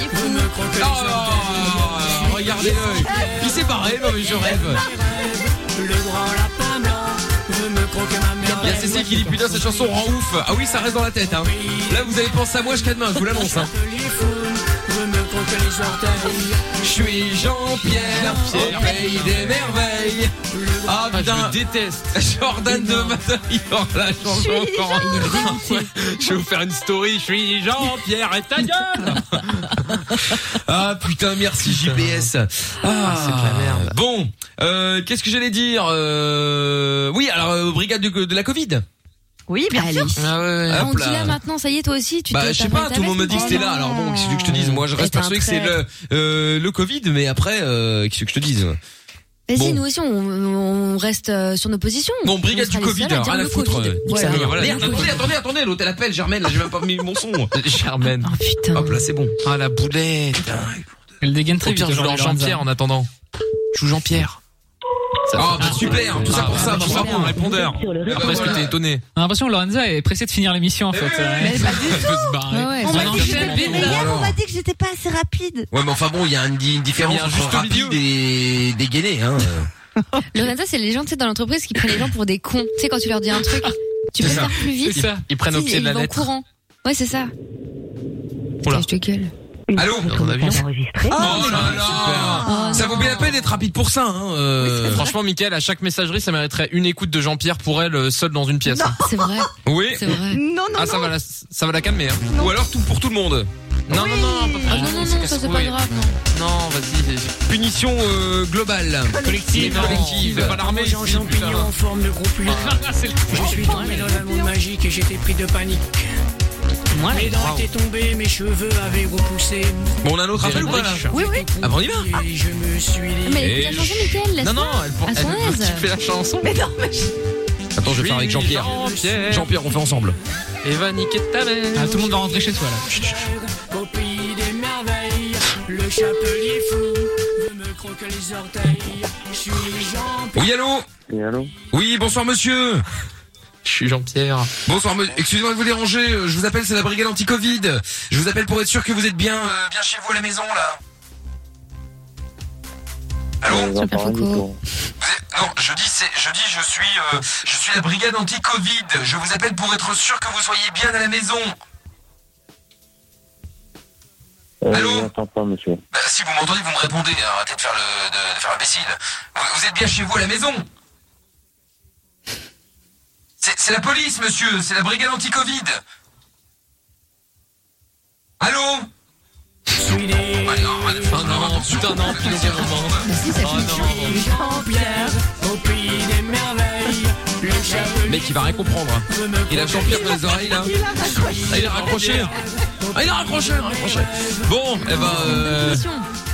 Speaker 9: je me croque les orteils.
Speaker 2: Oh, Regardez-le Il s'est barré, non mais je rêve
Speaker 9: Le grand lapin blanc, je me croque ma
Speaker 2: Il y a
Speaker 9: merveille.
Speaker 2: Cécile qui dit putain cette chanson rend ouf Ah oui ça reste dans la tête hein. Là vous avez pensé à moi jusqu'à demain je vous l'annonce hein. Je suis Jean-Pierre au pays des merveilles Ah putain
Speaker 6: je déteste
Speaker 2: Jordan de Mataille Oh là
Speaker 6: Je suis
Speaker 2: chanson encore
Speaker 6: Jean-Pierre. Je vais vous faire une story, je suis Jean-Pierre et ta gueule
Speaker 2: Ah putain, merci JPS. Ah, c'est de la merde. Bon, euh, qu'est-ce que j'allais dire Euh, Oui, alors euh, brigade du- de la Covid.
Speaker 20: Oui, bien sûr.
Speaker 2: Ah ouais.
Speaker 5: Ah, on dit là maintenant, ça y est, toi aussi, tu
Speaker 2: Bah
Speaker 5: te.
Speaker 2: je sais pas, tout le monde me dit que c'était là. Alors bon, qu'est-ce que je te dise Moi, je reste
Speaker 5: t'as un
Speaker 2: persuadé que c'est
Speaker 5: trait.
Speaker 2: le euh, le Covid, mais après, euh, qu'est-ce que je te dise
Speaker 5: Vas-y,
Speaker 2: Bon.
Speaker 5: Eh nous aussi, on, on reste euh, sur nos positions.
Speaker 2: Bon, brigade
Speaker 5: On sera
Speaker 2: du
Speaker 5: les
Speaker 2: Covid,
Speaker 5: seuls à
Speaker 2: hein,
Speaker 5: dire
Speaker 2: rien à
Speaker 5: le
Speaker 2: foutre.
Speaker 5: Covid.
Speaker 2: euh, nique sa
Speaker 5: Voilà.
Speaker 2: mère. Merde,
Speaker 5: Le
Speaker 2: attendez,
Speaker 5: Covid.
Speaker 2: attendez, attendez, l'hôtel appelle Germaine, là j'ai même pas mis mon son. Germaine.
Speaker 5: Oh putain.
Speaker 2: Hop là, c'est bon. Ah la boulette.
Speaker 6: Elle dégaine
Speaker 2: très
Speaker 4: Au pire,
Speaker 2: vite,
Speaker 4: je joue
Speaker 2: Jean-
Speaker 4: dans Jean-Pierre
Speaker 2: Lorenza.
Speaker 4: en attendant. Je joue Jean-Pierre.
Speaker 2: Ah, bah, super, tout ça pour ça, bravo.
Speaker 4: Bravo, répondeur. Après, est-ce que t'es étonné
Speaker 6: On a l'impression que Lorenza est pressée de finir l'émission en fait. Elle
Speaker 3: pas
Speaker 6: veut se barrer.
Speaker 3: Ouais,
Speaker 2: Bah,
Speaker 3: ouais,
Speaker 6: On
Speaker 3: on m'a
Speaker 6: va
Speaker 3: dit que j'étais-
Speaker 6: enchaîner.
Speaker 3: mais hier, on
Speaker 2: alors.
Speaker 3: m'a dit que j'étais pas assez rapide.
Speaker 2: Ouais, mais enfin bon, il y a une, di- une différence
Speaker 4: Il y a un
Speaker 2: entre
Speaker 4: juste
Speaker 2: rapide et dégainé, hein.
Speaker 5: Lorenza, c'est les gens, tu sais, dans l'entreprise qui prennent les gens pour des cons. Tu sais, quand tu leur dis un truc, tu peux
Speaker 2: C'est ça.
Speaker 5: faire plus vite.
Speaker 2: C'est ça. Ils prennent au
Speaker 5: Si,
Speaker 2: pied de la
Speaker 5: ils vont
Speaker 2: lettre.
Speaker 5: courant. Ouais, c'est ça.
Speaker 2: Oula.
Speaker 5: Je te gueule.
Speaker 2: Allô Oh là là Ça vaut bien la peine d'être rapide pour ça, hein. euh.
Speaker 4: Franchement, Mickaël, à chaque messagerie, ça mériterait une écoute de Jean-Pierre pour elle, euh, seule dans une pièce.
Speaker 5: C'est vrai.
Speaker 4: Oui.
Speaker 5: C'est vrai.
Speaker 3: Non,
Speaker 4: ah, ça va la, ça va la calmer. hein.
Speaker 2: Ou alors tout pour tout le monde.
Speaker 4: Non, non, non, pas-
Speaker 5: Ah non, non, non, ça c'est pas
Speaker 4: Oui.
Speaker 5: grave.
Speaker 4: Non, vas-y.
Speaker 2: Punition euh, globale.
Speaker 4: Collective. hein.
Speaker 2: Collective.
Speaker 4: C'est pas l'armée.
Speaker 9: Jean Champignon en forme de groupe lune.
Speaker 4: Ah,
Speaker 9: Je suis tombé dans un monde magique et j'étais pris de panique. mes dents
Speaker 2: Wow.
Speaker 9: étaient tombées, mes cheveux avaient repoussé.
Speaker 2: Bon, on a un autre appel ou pas là
Speaker 5: Oui, oui.
Speaker 2: Ah bon, on y va
Speaker 9: Et je me suis dit.
Speaker 5: Ah, Mais écoute
Speaker 2: Et
Speaker 5: la chanson, Mickaël, laisse
Speaker 4: Non, non, elle,
Speaker 9: Ah,
Speaker 5: À son
Speaker 4: elle-
Speaker 5: aise.
Speaker 4: tu fais la chanson.
Speaker 3: Mais non, mais je-
Speaker 2: Attends, je vais faire avec Jean-Pierre.
Speaker 4: Jean-Pierre.
Speaker 2: Jean-Pierre, on fait ensemble.
Speaker 4: Et va niquer ta mère.
Speaker 6: Ah, tout le monde va rentrer chez toi là.
Speaker 9: Au pays des merveilles, le chapelier fou veut me croquer les orteils. Je suis Jean.
Speaker 2: Oui, allô Oui, bonsoir monsieur.
Speaker 4: Je suis Jean-Pierre.
Speaker 2: Bonsoir, monsieur. excusez-moi de vous déranger, euh, je vous appelle, c'est la brigade anti-Covid. Je vous appelle pour être sûr que vous êtes bien, euh, bien chez vous à la maison là.
Speaker 5: Super Foucault.
Speaker 2: Non, je dis c'est, je dis je suis, euh, je suis la brigade anti-Covid. Je vous appelle pour être sûr que vous soyez bien à la maison. Allô
Speaker 10: Euh,
Speaker 12: Je n'entends pas, monsieur.
Speaker 2: Bah, si vous m'entendez, vous me répondez. hein, Arrêtez de faire le, de, de faire imbécile. Vous, vous êtes bien chez vous à la maison C'est c'est la police, monsieur. C'est la brigade anti-Covid. Allô Ah non,
Speaker 4: Oh,
Speaker 2: ah non, putain, Oh, non,
Speaker 9: Jean-Pierre, au pays des merveilles, le chapelier
Speaker 2: Mec, il va rien comprendre. hein.
Speaker 9: veut me
Speaker 2: Il a Jean-Pierre dans les oreilles, là. Ah, il a raccroché. Ah, il a raccroché, il a raccroché. Bon, eh ben... euh,
Speaker 5: Attention,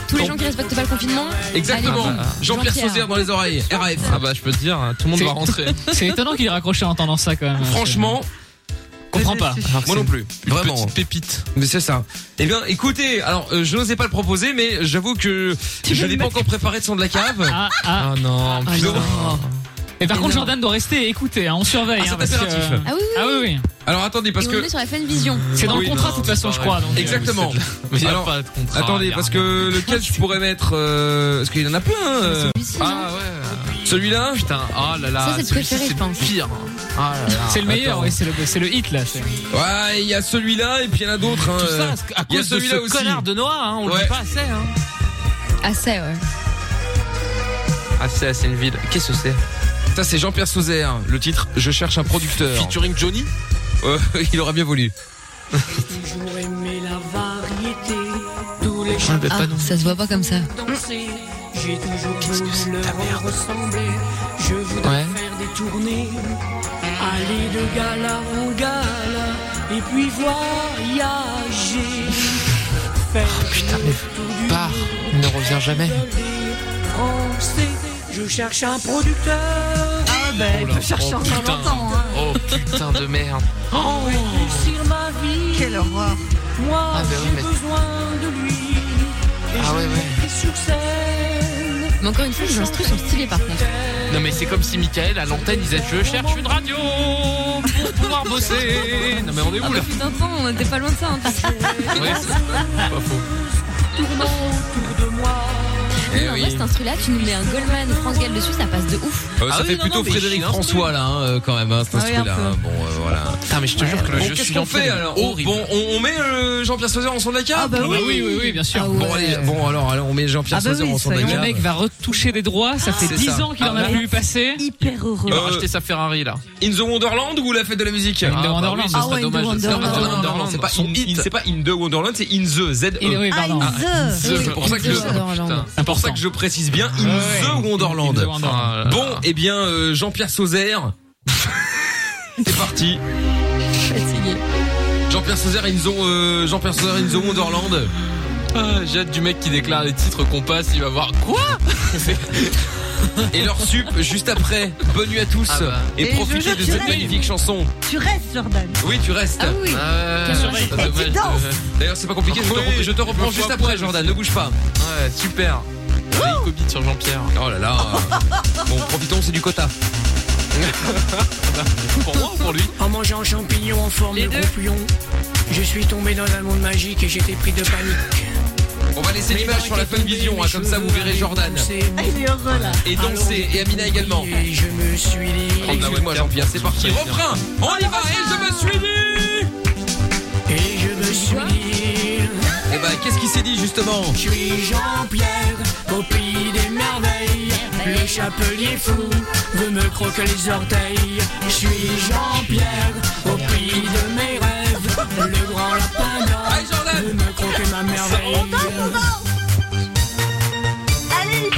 Speaker 5: Tous les gens qui respectent pas le confinement.
Speaker 2: Exactement. Ah bah.
Speaker 5: allez,
Speaker 2: Jean-Pierre Sauzère dans les oreilles. RAF.
Speaker 4: Ah bah, je peux te dire, tout le monde
Speaker 6: C'est-
Speaker 4: va rentrer.
Speaker 6: C'est étonnant qu'il ait raccroché en entendant ça quand
Speaker 4: Mmh.
Speaker 6: même.
Speaker 2: Franchement,
Speaker 6: Je comprends pas.
Speaker 2: moi non plus. Vraiment.
Speaker 4: Petite pépite.
Speaker 2: Mais c'est ça. Eh bien, écoutez, alors euh, je n'osais pas le proposer, mais j'avoue que je n'ai pas encore préparé le son de la cave.
Speaker 6: Ah, ah.
Speaker 4: Ah non,
Speaker 6: Ah,
Speaker 4: putain.
Speaker 6: non. Et par
Speaker 5: Mais
Speaker 6: contre,
Speaker 5: non.
Speaker 6: Jordan doit rester et écouter, hein, on surveille.
Speaker 2: Ah, c'est
Speaker 6: hein, parce que,
Speaker 2: impératif.
Speaker 6: euh,
Speaker 5: Ah oui, oui,
Speaker 6: Ah
Speaker 5: oui.
Speaker 6: oui, oui.
Speaker 2: Alors attendez, parce
Speaker 5: Et
Speaker 2: que
Speaker 5: On est sur la fan vision.
Speaker 6: C'est dans
Speaker 2: Oui,
Speaker 6: le contrat, de toute façon, je crois. donc, euh,
Speaker 2: exactement.
Speaker 4: Mais y a
Speaker 2: Alors,
Speaker 4: pas de contrat. y
Speaker 2: Attendez,
Speaker 4: a
Speaker 2: parce
Speaker 4: rien.
Speaker 2: que lequel je pourrais mettre euh, Parce qu'il y en a plein. euh,
Speaker 5: Celui-ci, non
Speaker 4: Ah ouais.
Speaker 2: Celui-là.
Speaker 4: Putain, oh là là.
Speaker 5: Ça, c'est le
Speaker 4: celui-ci,
Speaker 5: préféré, je pense.
Speaker 4: C'est le pire. Ah là là.
Speaker 6: C'est le meilleur,
Speaker 4: Attends.
Speaker 6: oui, c'est le, c'est le hit là. c'est-
Speaker 2: Ouais, il y a celui-là et puis il y en a d'autres. hein,
Speaker 4: Tout
Speaker 2: euh.
Speaker 4: ça, à
Speaker 2: Il y a
Speaker 4: cause de
Speaker 2: celui-là
Speaker 4: ce
Speaker 2: aussi.
Speaker 4: connard de Noah, hein, on le
Speaker 2: Ouais.
Speaker 4: dit pas assez. Hein.
Speaker 5: Ah, c'est, ouais.
Speaker 4: Assez, assez Ah, une ville. Qu'est-ce que c'est
Speaker 2: Ça c'est Jean-Pierre Sauzère. Le titre Je cherche un producteur.
Speaker 4: Featuring Johnny
Speaker 2: Euh, il aura bien voulu.
Speaker 9: toujours aimé la variété, tous les
Speaker 4: Ah,
Speaker 9: chants
Speaker 4: bah,
Speaker 5: Ah,
Speaker 4: pas non.
Speaker 5: ça se voit pas comme ça.
Speaker 9: Ah. danser. J'ai toujours voulu leur ressembler. Je voudrais
Speaker 4: Ouais.
Speaker 9: faire des tournées, aller de gala en gala, et puis voyager. Faire
Speaker 4: Oh, putain,
Speaker 9: le
Speaker 4: mais
Speaker 9: tour du
Speaker 4: Barre, ne reviens jamais.
Speaker 9: monde des Français. Je cherche un producteur.
Speaker 3: Ah, ben, il
Speaker 4: Oh
Speaker 3: peut chercher
Speaker 4: putain.
Speaker 3: encore longtemps. hein.
Speaker 4: Oh putain de merde.
Speaker 6: Oh
Speaker 9: pour Oh, réussir ma vie.
Speaker 3: Quelle horreur.
Speaker 9: Moi,
Speaker 4: Ah, bah oui,
Speaker 9: j'ai
Speaker 4: mais-
Speaker 9: besoin de lui. Et
Speaker 4: Ah,
Speaker 9: je
Speaker 4: ouais,
Speaker 9: le
Speaker 4: ouais.
Speaker 9: mettrai sur scène.
Speaker 5: Mais encore une fois, les instrus sont stylés par contre.
Speaker 4: Non mais c'est comme si Michael à l'antenne disait je cherche une radio pour pouvoir bosser. Non mais on est
Speaker 5: Ah,
Speaker 4: où
Speaker 5: bah
Speaker 4: là
Speaker 5: putain, attends, on était pas loin de ça. hein.
Speaker 4: Ouais, c'est pas faux.
Speaker 2: Eh
Speaker 9: Tournant autour de moi.
Speaker 5: Oui, en vrai, cet instru-là, tu nous mets un Goldman France Gall dessus, ça passe de ouf.
Speaker 2: Euh, ça
Speaker 4: Ah oui,
Speaker 2: fait
Speaker 4: non,
Speaker 2: plutôt
Speaker 4: non, mais
Speaker 2: Frédéric
Speaker 4: je suis
Speaker 2: François là hein, euh, quand même. Hein, cet
Speaker 3: Ah oui, un
Speaker 2: instru-là,
Speaker 3: peu.
Speaker 2: hein. Bon euh, voilà.
Speaker 4: Putain mais je te jure que le
Speaker 2: Bon,
Speaker 4: je
Speaker 2: qu'est-ce
Speaker 4: suis
Speaker 2: qu'on
Speaker 4: Jean-Pierre
Speaker 2: fait
Speaker 4: est
Speaker 2: alors
Speaker 4: horrible.
Speaker 2: Bon, on, on met euh, Jean-Pierre Sauzère en son de la cave
Speaker 3: Ah, bah
Speaker 6: Ah bah oui, oui, oui, bien sûr.
Speaker 5: Ah ouais.
Speaker 2: Bon allez, bon alors, alors on met Jean-Pierre
Speaker 3: Ah bah
Speaker 2: Sauzère
Speaker 3: oui,
Speaker 2: en son de la
Speaker 3: ça y est.
Speaker 6: Le
Speaker 2: cave.
Speaker 6: mec va retoucher des droits, ça fait
Speaker 2: c'est
Speaker 6: 10
Speaker 2: ça.
Speaker 6: ans qu'il en
Speaker 4: Ah
Speaker 6: a
Speaker 4: ouais.
Speaker 6: plus passé.
Speaker 3: Hyper heureux.
Speaker 4: Il va
Speaker 2: Euh,
Speaker 4: racheter sa Ferrari là.
Speaker 2: In the Wonderland ou la fête de la musique
Speaker 6: the
Speaker 4: bah
Speaker 6: Wonderland.
Speaker 4: oui, ce
Speaker 3: Ah
Speaker 4: serait
Speaker 3: ouais, In the
Speaker 4: dommage.
Speaker 3: Wonderland.
Speaker 2: Non, non, non, non, c'est pas
Speaker 4: Son
Speaker 2: in,
Speaker 4: hit.
Speaker 2: c'est pas in the Wonderland, c'est in the Z.
Speaker 6: Et oui,
Speaker 3: Ah,
Speaker 6: pardon.
Speaker 3: in the-
Speaker 2: C'est
Speaker 5: Oui,
Speaker 2: pour ça que
Speaker 5: in
Speaker 2: je-
Speaker 4: Ah,
Speaker 5: the Wonderland.
Speaker 2: C'est pour ça que je précise bien in
Speaker 6: Ah Ouais.
Speaker 2: the Wonderland.
Speaker 6: In the Wonderland.
Speaker 4: Ah, là, là.
Speaker 2: Bon, eh bien euh, Jean-Pierre Sauzère. c'est parti.
Speaker 5: Fatigué.
Speaker 2: Jean-Pierre Sauzère in the euh, Jean-Pierre Sauzère in the Wonderland.
Speaker 4: Ah, j'ai hâte du mec qui déclare les titres qu'on passe, il va voir quoi
Speaker 2: et leur sup juste après. Bonne nuit à tous
Speaker 3: Ah bah.
Speaker 2: et,
Speaker 3: Et
Speaker 2: profitez
Speaker 3: Jojo,
Speaker 2: de
Speaker 3: tu
Speaker 2: cette
Speaker 3: restes.
Speaker 2: magnifique chanson.
Speaker 3: Tu restes, Jordan.
Speaker 2: Oui, tu restes.
Speaker 3: Ah oui. Bah,
Speaker 2: Ah,
Speaker 3: Tu restes.
Speaker 2: c'est
Speaker 3: Et tu
Speaker 2: dommage de-
Speaker 3: danses.
Speaker 2: D'ailleurs, c'est pas compliqué. je te
Speaker 4: Oui,
Speaker 2: re- je te
Speaker 4: je
Speaker 2: reprends
Speaker 4: me
Speaker 2: juste
Speaker 4: vois
Speaker 2: après,
Speaker 4: après,
Speaker 2: Jordan. Ne bouge pas.
Speaker 4: Ouais, super. Allez, copie sur Jean-Pierre.
Speaker 2: Oh là là. Bon, profitons, c'est du quota.
Speaker 9: pour moi ou pour lui En mangeant champignons en forme de groupillon, je suis tombé dans un monde magique et j'étais pris de panique.
Speaker 2: On va laisser
Speaker 9: Mais
Speaker 2: l'image
Speaker 9: dans
Speaker 2: sur la
Speaker 9: tes
Speaker 2: Fun Vision,
Speaker 9: tombées,
Speaker 2: hein,
Speaker 9: mes
Speaker 2: comme ça vous
Speaker 9: cheveux
Speaker 2: verrez
Speaker 9: avaient
Speaker 2: Jordan.
Speaker 9: dansé.
Speaker 3: Ah, Il est heureux là.
Speaker 2: Et danser, et Amina également.
Speaker 9: Et je me suis dit.
Speaker 2: Excuse-moi Jean-Pierre, c'est parti. Refrain On y va et je me suis dit
Speaker 9: Et je me suis dit.
Speaker 2: Eh ben, qu'est-ce qui s'est dit justement
Speaker 9: Je suis Jean-Pierre, au pays des merveilles. Le chapelier fou veut me croquer les orteils. Je suis Jean-Pierre, au pays de mes rêves. Le grand lapin d'or veut me croquer
Speaker 2: hein,
Speaker 9: ma merveille.
Speaker 3: Allez,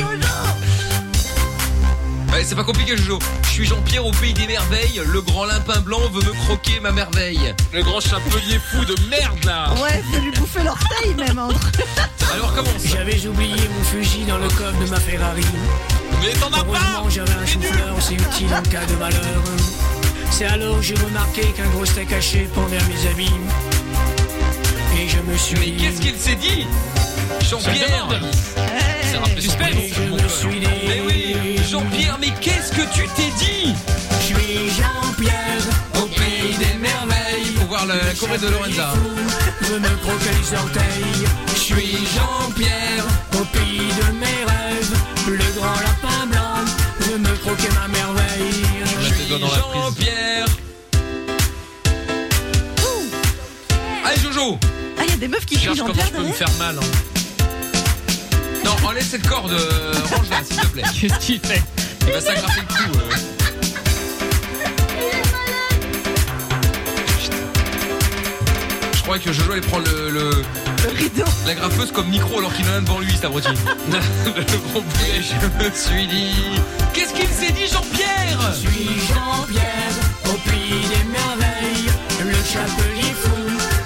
Speaker 2: Ouais, c'est pas compliqué, Jojo. Je suis Jean-Pierre au pays des merveilles. Le grand limpin blanc veut me croquer ma merveille. Le grand chapelier fou de merde là.
Speaker 3: Ouais, je vais lui bouffer l'orteil même entre.
Speaker 2: Alors comment
Speaker 9: J'avais oublié mon fusil dans le coffre de ma Ferrari.
Speaker 2: Mais t'en as
Speaker 9: pas j'avais un chauffeur, c'est utile en cas de malheur. C'est alors que j'ai remarqué qu'un gros steak caché pendait à mes habits. Et je me suis Mais qu'est-ce
Speaker 2: qu'il s'est dit Jean-Pierre
Speaker 9: Je me suis dit
Speaker 2: Mais oui Jean-Pierre, mais qu'est-ce que tu t'es dit
Speaker 9: Je suis Jean-Pierre, au pays des merveilles.
Speaker 2: Faut voir la, la choré de Lorenza.
Speaker 9: Je me croquer les orteils. Je suis Jean-Pierre, au pays de mes rêves. Le grand lapin blanc, je me croquer ma merveille.
Speaker 2: Je suis Jean-Pierre. Allez Jojo
Speaker 3: Ah, il y a des meufs qui crient Jean-Pierre derrière.
Speaker 2: faire mal. hein. Non, enlève cette corde, euh, range-la s'il te plaît.
Speaker 6: Qu'est-ce qu'il fait
Speaker 2: Il va s'agrafer le cou. euh. Je crois que Jojo allait prendre le, le, La graffeuse comme micro alors qu'il en a un devant lui, cet abruti. le gros boulet, je me suis dit. Qu'est-ce qu'il s'est dit, Jean-Pierre
Speaker 9: Je suis Jean-Pierre, au pays des merveilles. Le chapelier fou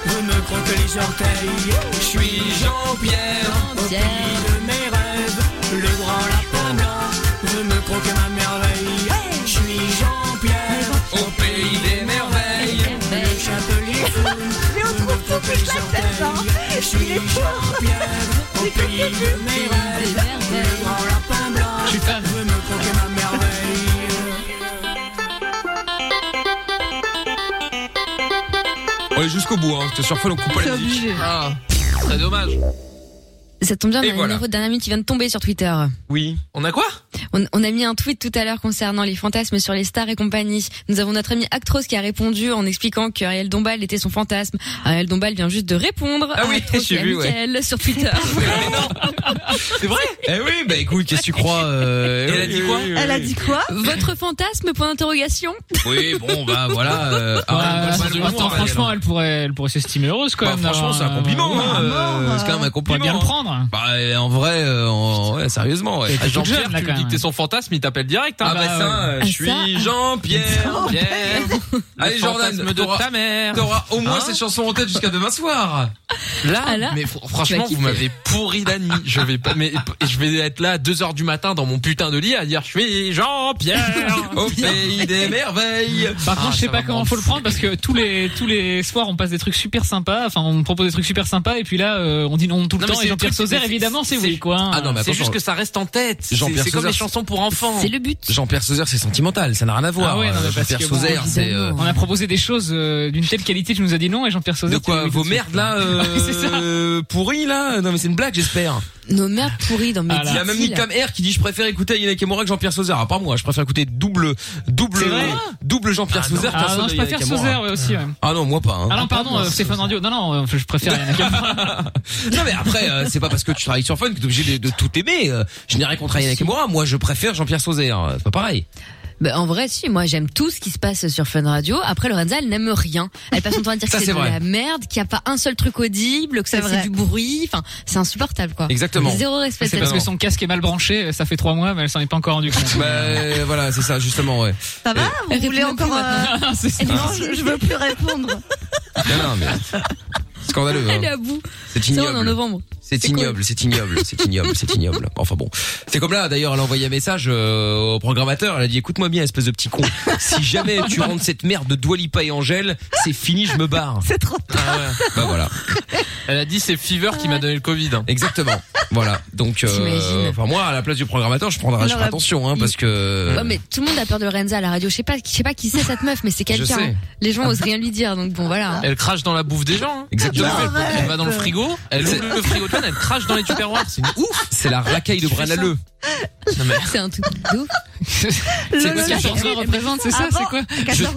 Speaker 9: veut me croquer les orteils. Je suis Jean-Pierre, au pays de mes rêves. Le grand lapin blanc veut me croquer ma merveille. Je suis Jean-Pierre, au pays des merveilles. Le chapelier fou veut me croquer les
Speaker 2: hein.
Speaker 9: orteils. Je suis Jean-Pierre, au pays de mes rêves. Le grand lapin blanc veut me croquer ma merveille.
Speaker 2: On est jusqu'au bout, hein. C'était sur Fun, on coupe pas la musique. Ah, très dommage.
Speaker 5: Ça tombe bien, on
Speaker 2: Et
Speaker 5: a
Speaker 2: voilà.
Speaker 5: le numéro d'un ami qui vient de tomber sur Twitter.
Speaker 2: Oui. On a quoi
Speaker 5: On, on a mis un tweet tout à l'heure concernant les fantasmes sur les stars et compagnie. Nous avons notre ami Actros qui a répondu en expliquant que Ariel Dombal était son fantasme. Ariel Dombal vient juste de répondre à
Speaker 2: Ah oui,
Speaker 5: Actros
Speaker 2: j'ai
Speaker 5: et à
Speaker 2: vu, ouais.
Speaker 5: Mickaël sur Twitter.
Speaker 2: C'est vrai Eh oui, bah écoute, qu'est-ce que tu crois
Speaker 4: euh,
Speaker 2: Elle a dit quoi
Speaker 5: Elle a dit quoi Votre fantasme point d'interrogation
Speaker 2: Oui, bon, bah voilà. euh,
Speaker 4: Ah,
Speaker 6: Bah,
Speaker 2: Ariel,
Speaker 6: attends,
Speaker 2: gloire, Ariel.
Speaker 6: franchement, elle pourrait, elle pourrait s'estimer heureuse quand
Speaker 2: Bah,
Speaker 6: même. Ah,
Speaker 2: franchement, c'est un compliment. hein, euh, c'est quand même un compliment.
Speaker 6: bien le
Speaker 2: hein.
Speaker 6: prendre.
Speaker 2: Bah, euh, en vrai, euh, en- ouais, sérieusement, ouais.
Speaker 4: Et
Speaker 2: Ah,
Speaker 4: Jean-Pierre,
Speaker 2: Jean-Pierre,
Speaker 4: tu lui dis que t'es son fantasme, il t'appelle direct. hein,
Speaker 2: Ah bah ça,
Speaker 4: ouais.
Speaker 2: euh, je suis Jean-Pierre. Pierre. Allez
Speaker 4: Le
Speaker 2: Jordan,
Speaker 4: fantasme de
Speaker 2: t'auras-
Speaker 4: ta mère.
Speaker 2: T'auras au moins
Speaker 4: Hein
Speaker 2: cette chanson en tête jusqu'à demain soir.
Speaker 4: Là,
Speaker 2: Ah là,
Speaker 4: mais fr-
Speaker 2: tu vas
Speaker 4: Oh, franchement,
Speaker 2: kiffer.
Speaker 4: vous m'avez pourri la nuit. Je vais pas, mais et je vais être là à 2 heures du matin dans mon putain de lit à dire je suis Jean-Pierre
Speaker 2: au pays des merveilles.
Speaker 6: Par
Speaker 4: Ah,
Speaker 6: contre, je
Speaker 2: Ah,
Speaker 6: sais pas comment faut le prendre parce que tous les tous les soirs on passe des trucs super sympas, enfin on propose des trucs super sympas et puis là euh, on dit non tout le
Speaker 4: Non, mais
Speaker 6: temps
Speaker 4: c'est
Speaker 6: et
Speaker 4: le
Speaker 6: Jean-Pierre
Speaker 4: truc,
Speaker 6: Sauzère
Speaker 4: c'est-
Speaker 6: évidemment c'est oui quoi.
Speaker 2: Ah
Speaker 6: hein.
Speaker 4: c'est juste que ça reste en tête. C'est
Speaker 2: Jean-Pierre
Speaker 4: c'est comme
Speaker 2: Sauzère,
Speaker 4: les chansons pour enfants.
Speaker 5: C'est le but.
Speaker 2: Jean-Pierre Sauzère, c'est sentimental, ça n'a rien à voir.
Speaker 6: Ah ouais, non, mais
Speaker 2: Euh,
Speaker 6: parce
Speaker 2: Jean-Pierre
Speaker 6: que, bon,
Speaker 2: Sauzère, c'est euh,
Speaker 6: On a proposé des choses euh, d'une telle qualité, tu nous as dit non et Jean-Pierre Sauzère.
Speaker 2: de quoi
Speaker 6: t'es-
Speaker 2: vos
Speaker 6: t'es-
Speaker 2: merdes là
Speaker 6: Ouais, c'est ça.
Speaker 2: euh, pourries là Non mais c'est une blague, j'espère.
Speaker 5: Nos merdes pourries dans mes
Speaker 2: Ah Il y a même Nick Tam Air qui dit je préfère écouter Yannick Moura que Jean-Pierre Sauzère. À part moi, je préfère écouter double double
Speaker 6: C'est vrai
Speaker 2: double Jean-Pierre
Speaker 6: Ah non.
Speaker 2: Sauzère.
Speaker 6: Ah
Speaker 2: qu'un
Speaker 6: non,
Speaker 2: seul
Speaker 6: je préfère
Speaker 2: Yannick Moura.
Speaker 6: Sauzère, ouais, aussi, ouais.
Speaker 2: Ah non, moi pas. hein.
Speaker 6: Ah non pardon, euh, Stéphane Radio. Non non, euh, je préfère Yann Ackerman.
Speaker 2: Non mais après, euh, c'est pas parce que tu travailles sur Fun que t'es obligé de, de tout aimer. Euh, je n'ai rien contre Yannick Moura. Moi, je préfère Jean-Pierre Sauzère. Euh, C'est pas pareil.
Speaker 5: Bah, en vrai, si, moi j'aime tout ce qui se passe sur Fun Radio. Après, Lorenza, elle n'aime rien. Elle passe son temps à dire
Speaker 2: Ça,
Speaker 5: que c'est
Speaker 2: c'est
Speaker 5: de
Speaker 2: vrai.
Speaker 5: la merde, qu'il n'y a pas un seul truc audible, que ça
Speaker 6: C'est
Speaker 5: c'est
Speaker 6: vrai.
Speaker 5: du bruit. Enfin, c'est insupportable quoi. Zéro respect.
Speaker 6: C'est parce que son casque est mal branché, ça fait trois mois, mais elle s'en est pas encore rendue compte.
Speaker 2: Bah voilà, c'est ça justement, ouais.
Speaker 3: Ça va Vous voulez encore euh,
Speaker 6: Non, c'est ça.
Speaker 3: Non, je, je veux plus répondre.
Speaker 2: Non, non, mais. C'est scandaleux. hein.
Speaker 5: Elle est à bout.
Speaker 2: C'est
Speaker 5: Ça, on est en
Speaker 2: ignoble.
Speaker 5: novembre.
Speaker 2: C'est ignoble, c'est ignoble, c'est ignoble, c'est ignoble. Enfin bon, c'est comme là. D'ailleurs, elle a envoyé un message euh, au programmateur. Elle a dit "Écoute-moi bien, espèce de petit con. Si jamais tu rentres cette merde de Dwalipa et Angèle, c'est fini, je me barre."
Speaker 3: C'est trop
Speaker 2: tard. Bah voilà.
Speaker 4: Elle a dit c'est Fever qui m'a donné le Covid.
Speaker 2: Exactement. Voilà. Donc, euh,
Speaker 4: T'imagines.
Speaker 2: enfin moi, à la place du programmateur, je prendrai, je ferai
Speaker 5: Alors,
Speaker 2: attention, hein, parce que.
Speaker 6: Euh.
Speaker 5: Ouais, mais tout le monde a peur de Lorenza à la radio. Je sais pas, je sais pas qui c'est cette meuf, mais c'est
Speaker 2: Je
Speaker 5: quelqu'un.
Speaker 2: sais.
Speaker 5: hein. Les gens osent rien lui dire, donc bon,
Speaker 6: Ah,
Speaker 5: voilà.
Speaker 4: Elle crache dans la bouffe des gens. hein.
Speaker 2: Exactement.
Speaker 4: Elle, fait- elle va dans le frigo, elle
Speaker 2: C'est-
Speaker 4: ouvre le frigo de fan, elle crache dans les tupperwares. C'est une ouf.
Speaker 2: C'est la racaille de Branaleu.
Speaker 5: C'est un truc de ouf.
Speaker 4: C'est quoi ce que Chanson
Speaker 5: représente, c'est ça, c'est quoi
Speaker 3: 14-20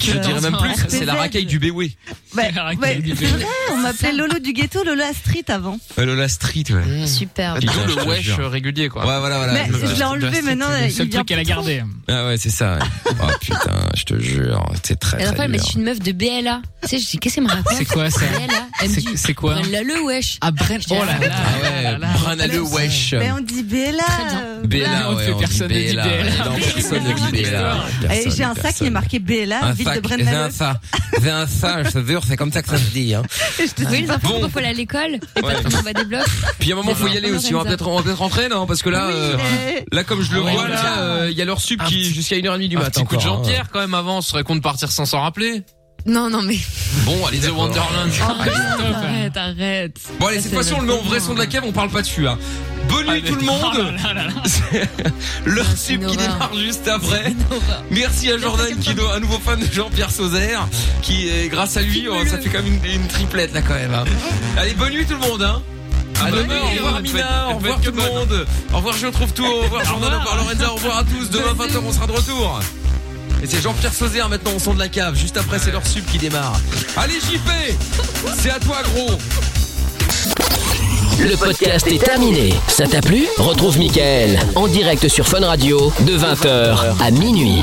Speaker 2: Je dirais même plus, c'est la racaille du Béoué.
Speaker 3: Ouais, c'est vrai, on m'appelait Lolo du ghetto, Lola Street avant.
Speaker 2: Ouais, Euh, Lola Street, ouais.
Speaker 5: Super.
Speaker 4: D'où
Speaker 2: Putain, je te
Speaker 4: le wesh
Speaker 2: jure.
Speaker 4: régulier, quoi.
Speaker 2: Ouais, voilà, voilà.
Speaker 3: Mais je l'ai enlevé maintenant.
Speaker 6: le
Speaker 3: il
Speaker 6: seul
Speaker 3: vient
Speaker 6: truc qu'elle a
Speaker 3: plus trop.
Speaker 6: gardé.
Speaker 2: Ah ouais, c'est ça. ouais. Oh putain, je te jure, c'est très
Speaker 5: Et après,
Speaker 2: très
Speaker 5: elle m'a
Speaker 2: dur.
Speaker 5: dit, je suis une meuf de BLA. Tu sais, je dis, qu'est-ce qu'elle me raconte
Speaker 6: C'est quoi, ça
Speaker 5: BLA. Elle me
Speaker 6: C'est-
Speaker 5: dit,
Speaker 6: c'est quoi
Speaker 5: Brenne-la le wesh.
Speaker 6: Ah, Bren,
Speaker 5: Je dis,
Speaker 6: oh là là.
Speaker 2: Ah ouais, Branaleu wesh.
Speaker 3: Mais on dit Bella.
Speaker 2: Béla,
Speaker 6: On ne
Speaker 2: ouais,
Speaker 6: fait
Speaker 2: on dit
Speaker 6: personne ne dit
Speaker 2: Béla.
Speaker 6: Béla.
Speaker 2: Non, personne ne dit Béla.
Speaker 3: Et j'ai un sac qui est marqué Bella,
Speaker 2: Un
Speaker 3: ville de
Speaker 2: sac, j'ai un
Speaker 3: Brendan.
Speaker 2: ça, j'ai un ça, je te jure, c'est comme ça que ça se dit. Hein.
Speaker 5: Oui, les enfants,
Speaker 2: Bon.
Speaker 5: pourquoi faut aller à l'école Et pas
Speaker 2: Ouais.
Speaker 5: tout le monde va des blocs.
Speaker 2: Puis à un moment, faut y
Speaker 5: Voilà.
Speaker 2: aller aussi. On va peut-être, on va peut-être rentrer, non Parce que là, euh,
Speaker 5: mais-
Speaker 2: là, comme je le
Speaker 4: Ah ouais,
Speaker 2: vois,
Speaker 4: mais
Speaker 2: là,
Speaker 4: tiens.
Speaker 2: euh, il y a leur sub qui jusqu'à 1h30 du
Speaker 4: Un
Speaker 2: matin.
Speaker 4: petit coup de
Speaker 2: encore, hein.
Speaker 4: Jean-Pierre quand même avant, on serait content de partir sans s'en rappeler.
Speaker 5: Non, non, mais.
Speaker 4: Bon, allez, The Wonderland.
Speaker 5: Oh, Ah, Arrête, arrête.
Speaker 2: Bon allez, cette fois-ci on le met en vrai son de la cave, on parle pas dessus. Hein. Bonne nuit tout le
Speaker 4: Oh
Speaker 2: monde. C'est Leur sub qui démarre juste après. Merci à Jordan qui est un nouveau fan de Jean-Pierre Sauzère, qui est grâce à lui, oh, ça fait quand même une, une triplette là quand même. hein. Allez, bonne nuit tout le monde. Hein. À
Speaker 4: Bonne
Speaker 2: demain,
Speaker 4: nuit,
Speaker 2: au revoir
Speaker 4: bonne fête.
Speaker 2: Mina, au revoir tout le monde, au revoir je trouve tout, au revoir Jordan, au revoir Lorenza, au revoir à tous, demain 20h on sera de retour. Et c'est Jean-Pierre Sauzère maintenant au son de la cave, juste après c'est leur sub qui démarre. Allez JP, c'est à toi gros.
Speaker 1: Le podcast est terminé. Ça t'a plu Retrouve Mickaël en direct sur Fun Radio de 20h à minuit.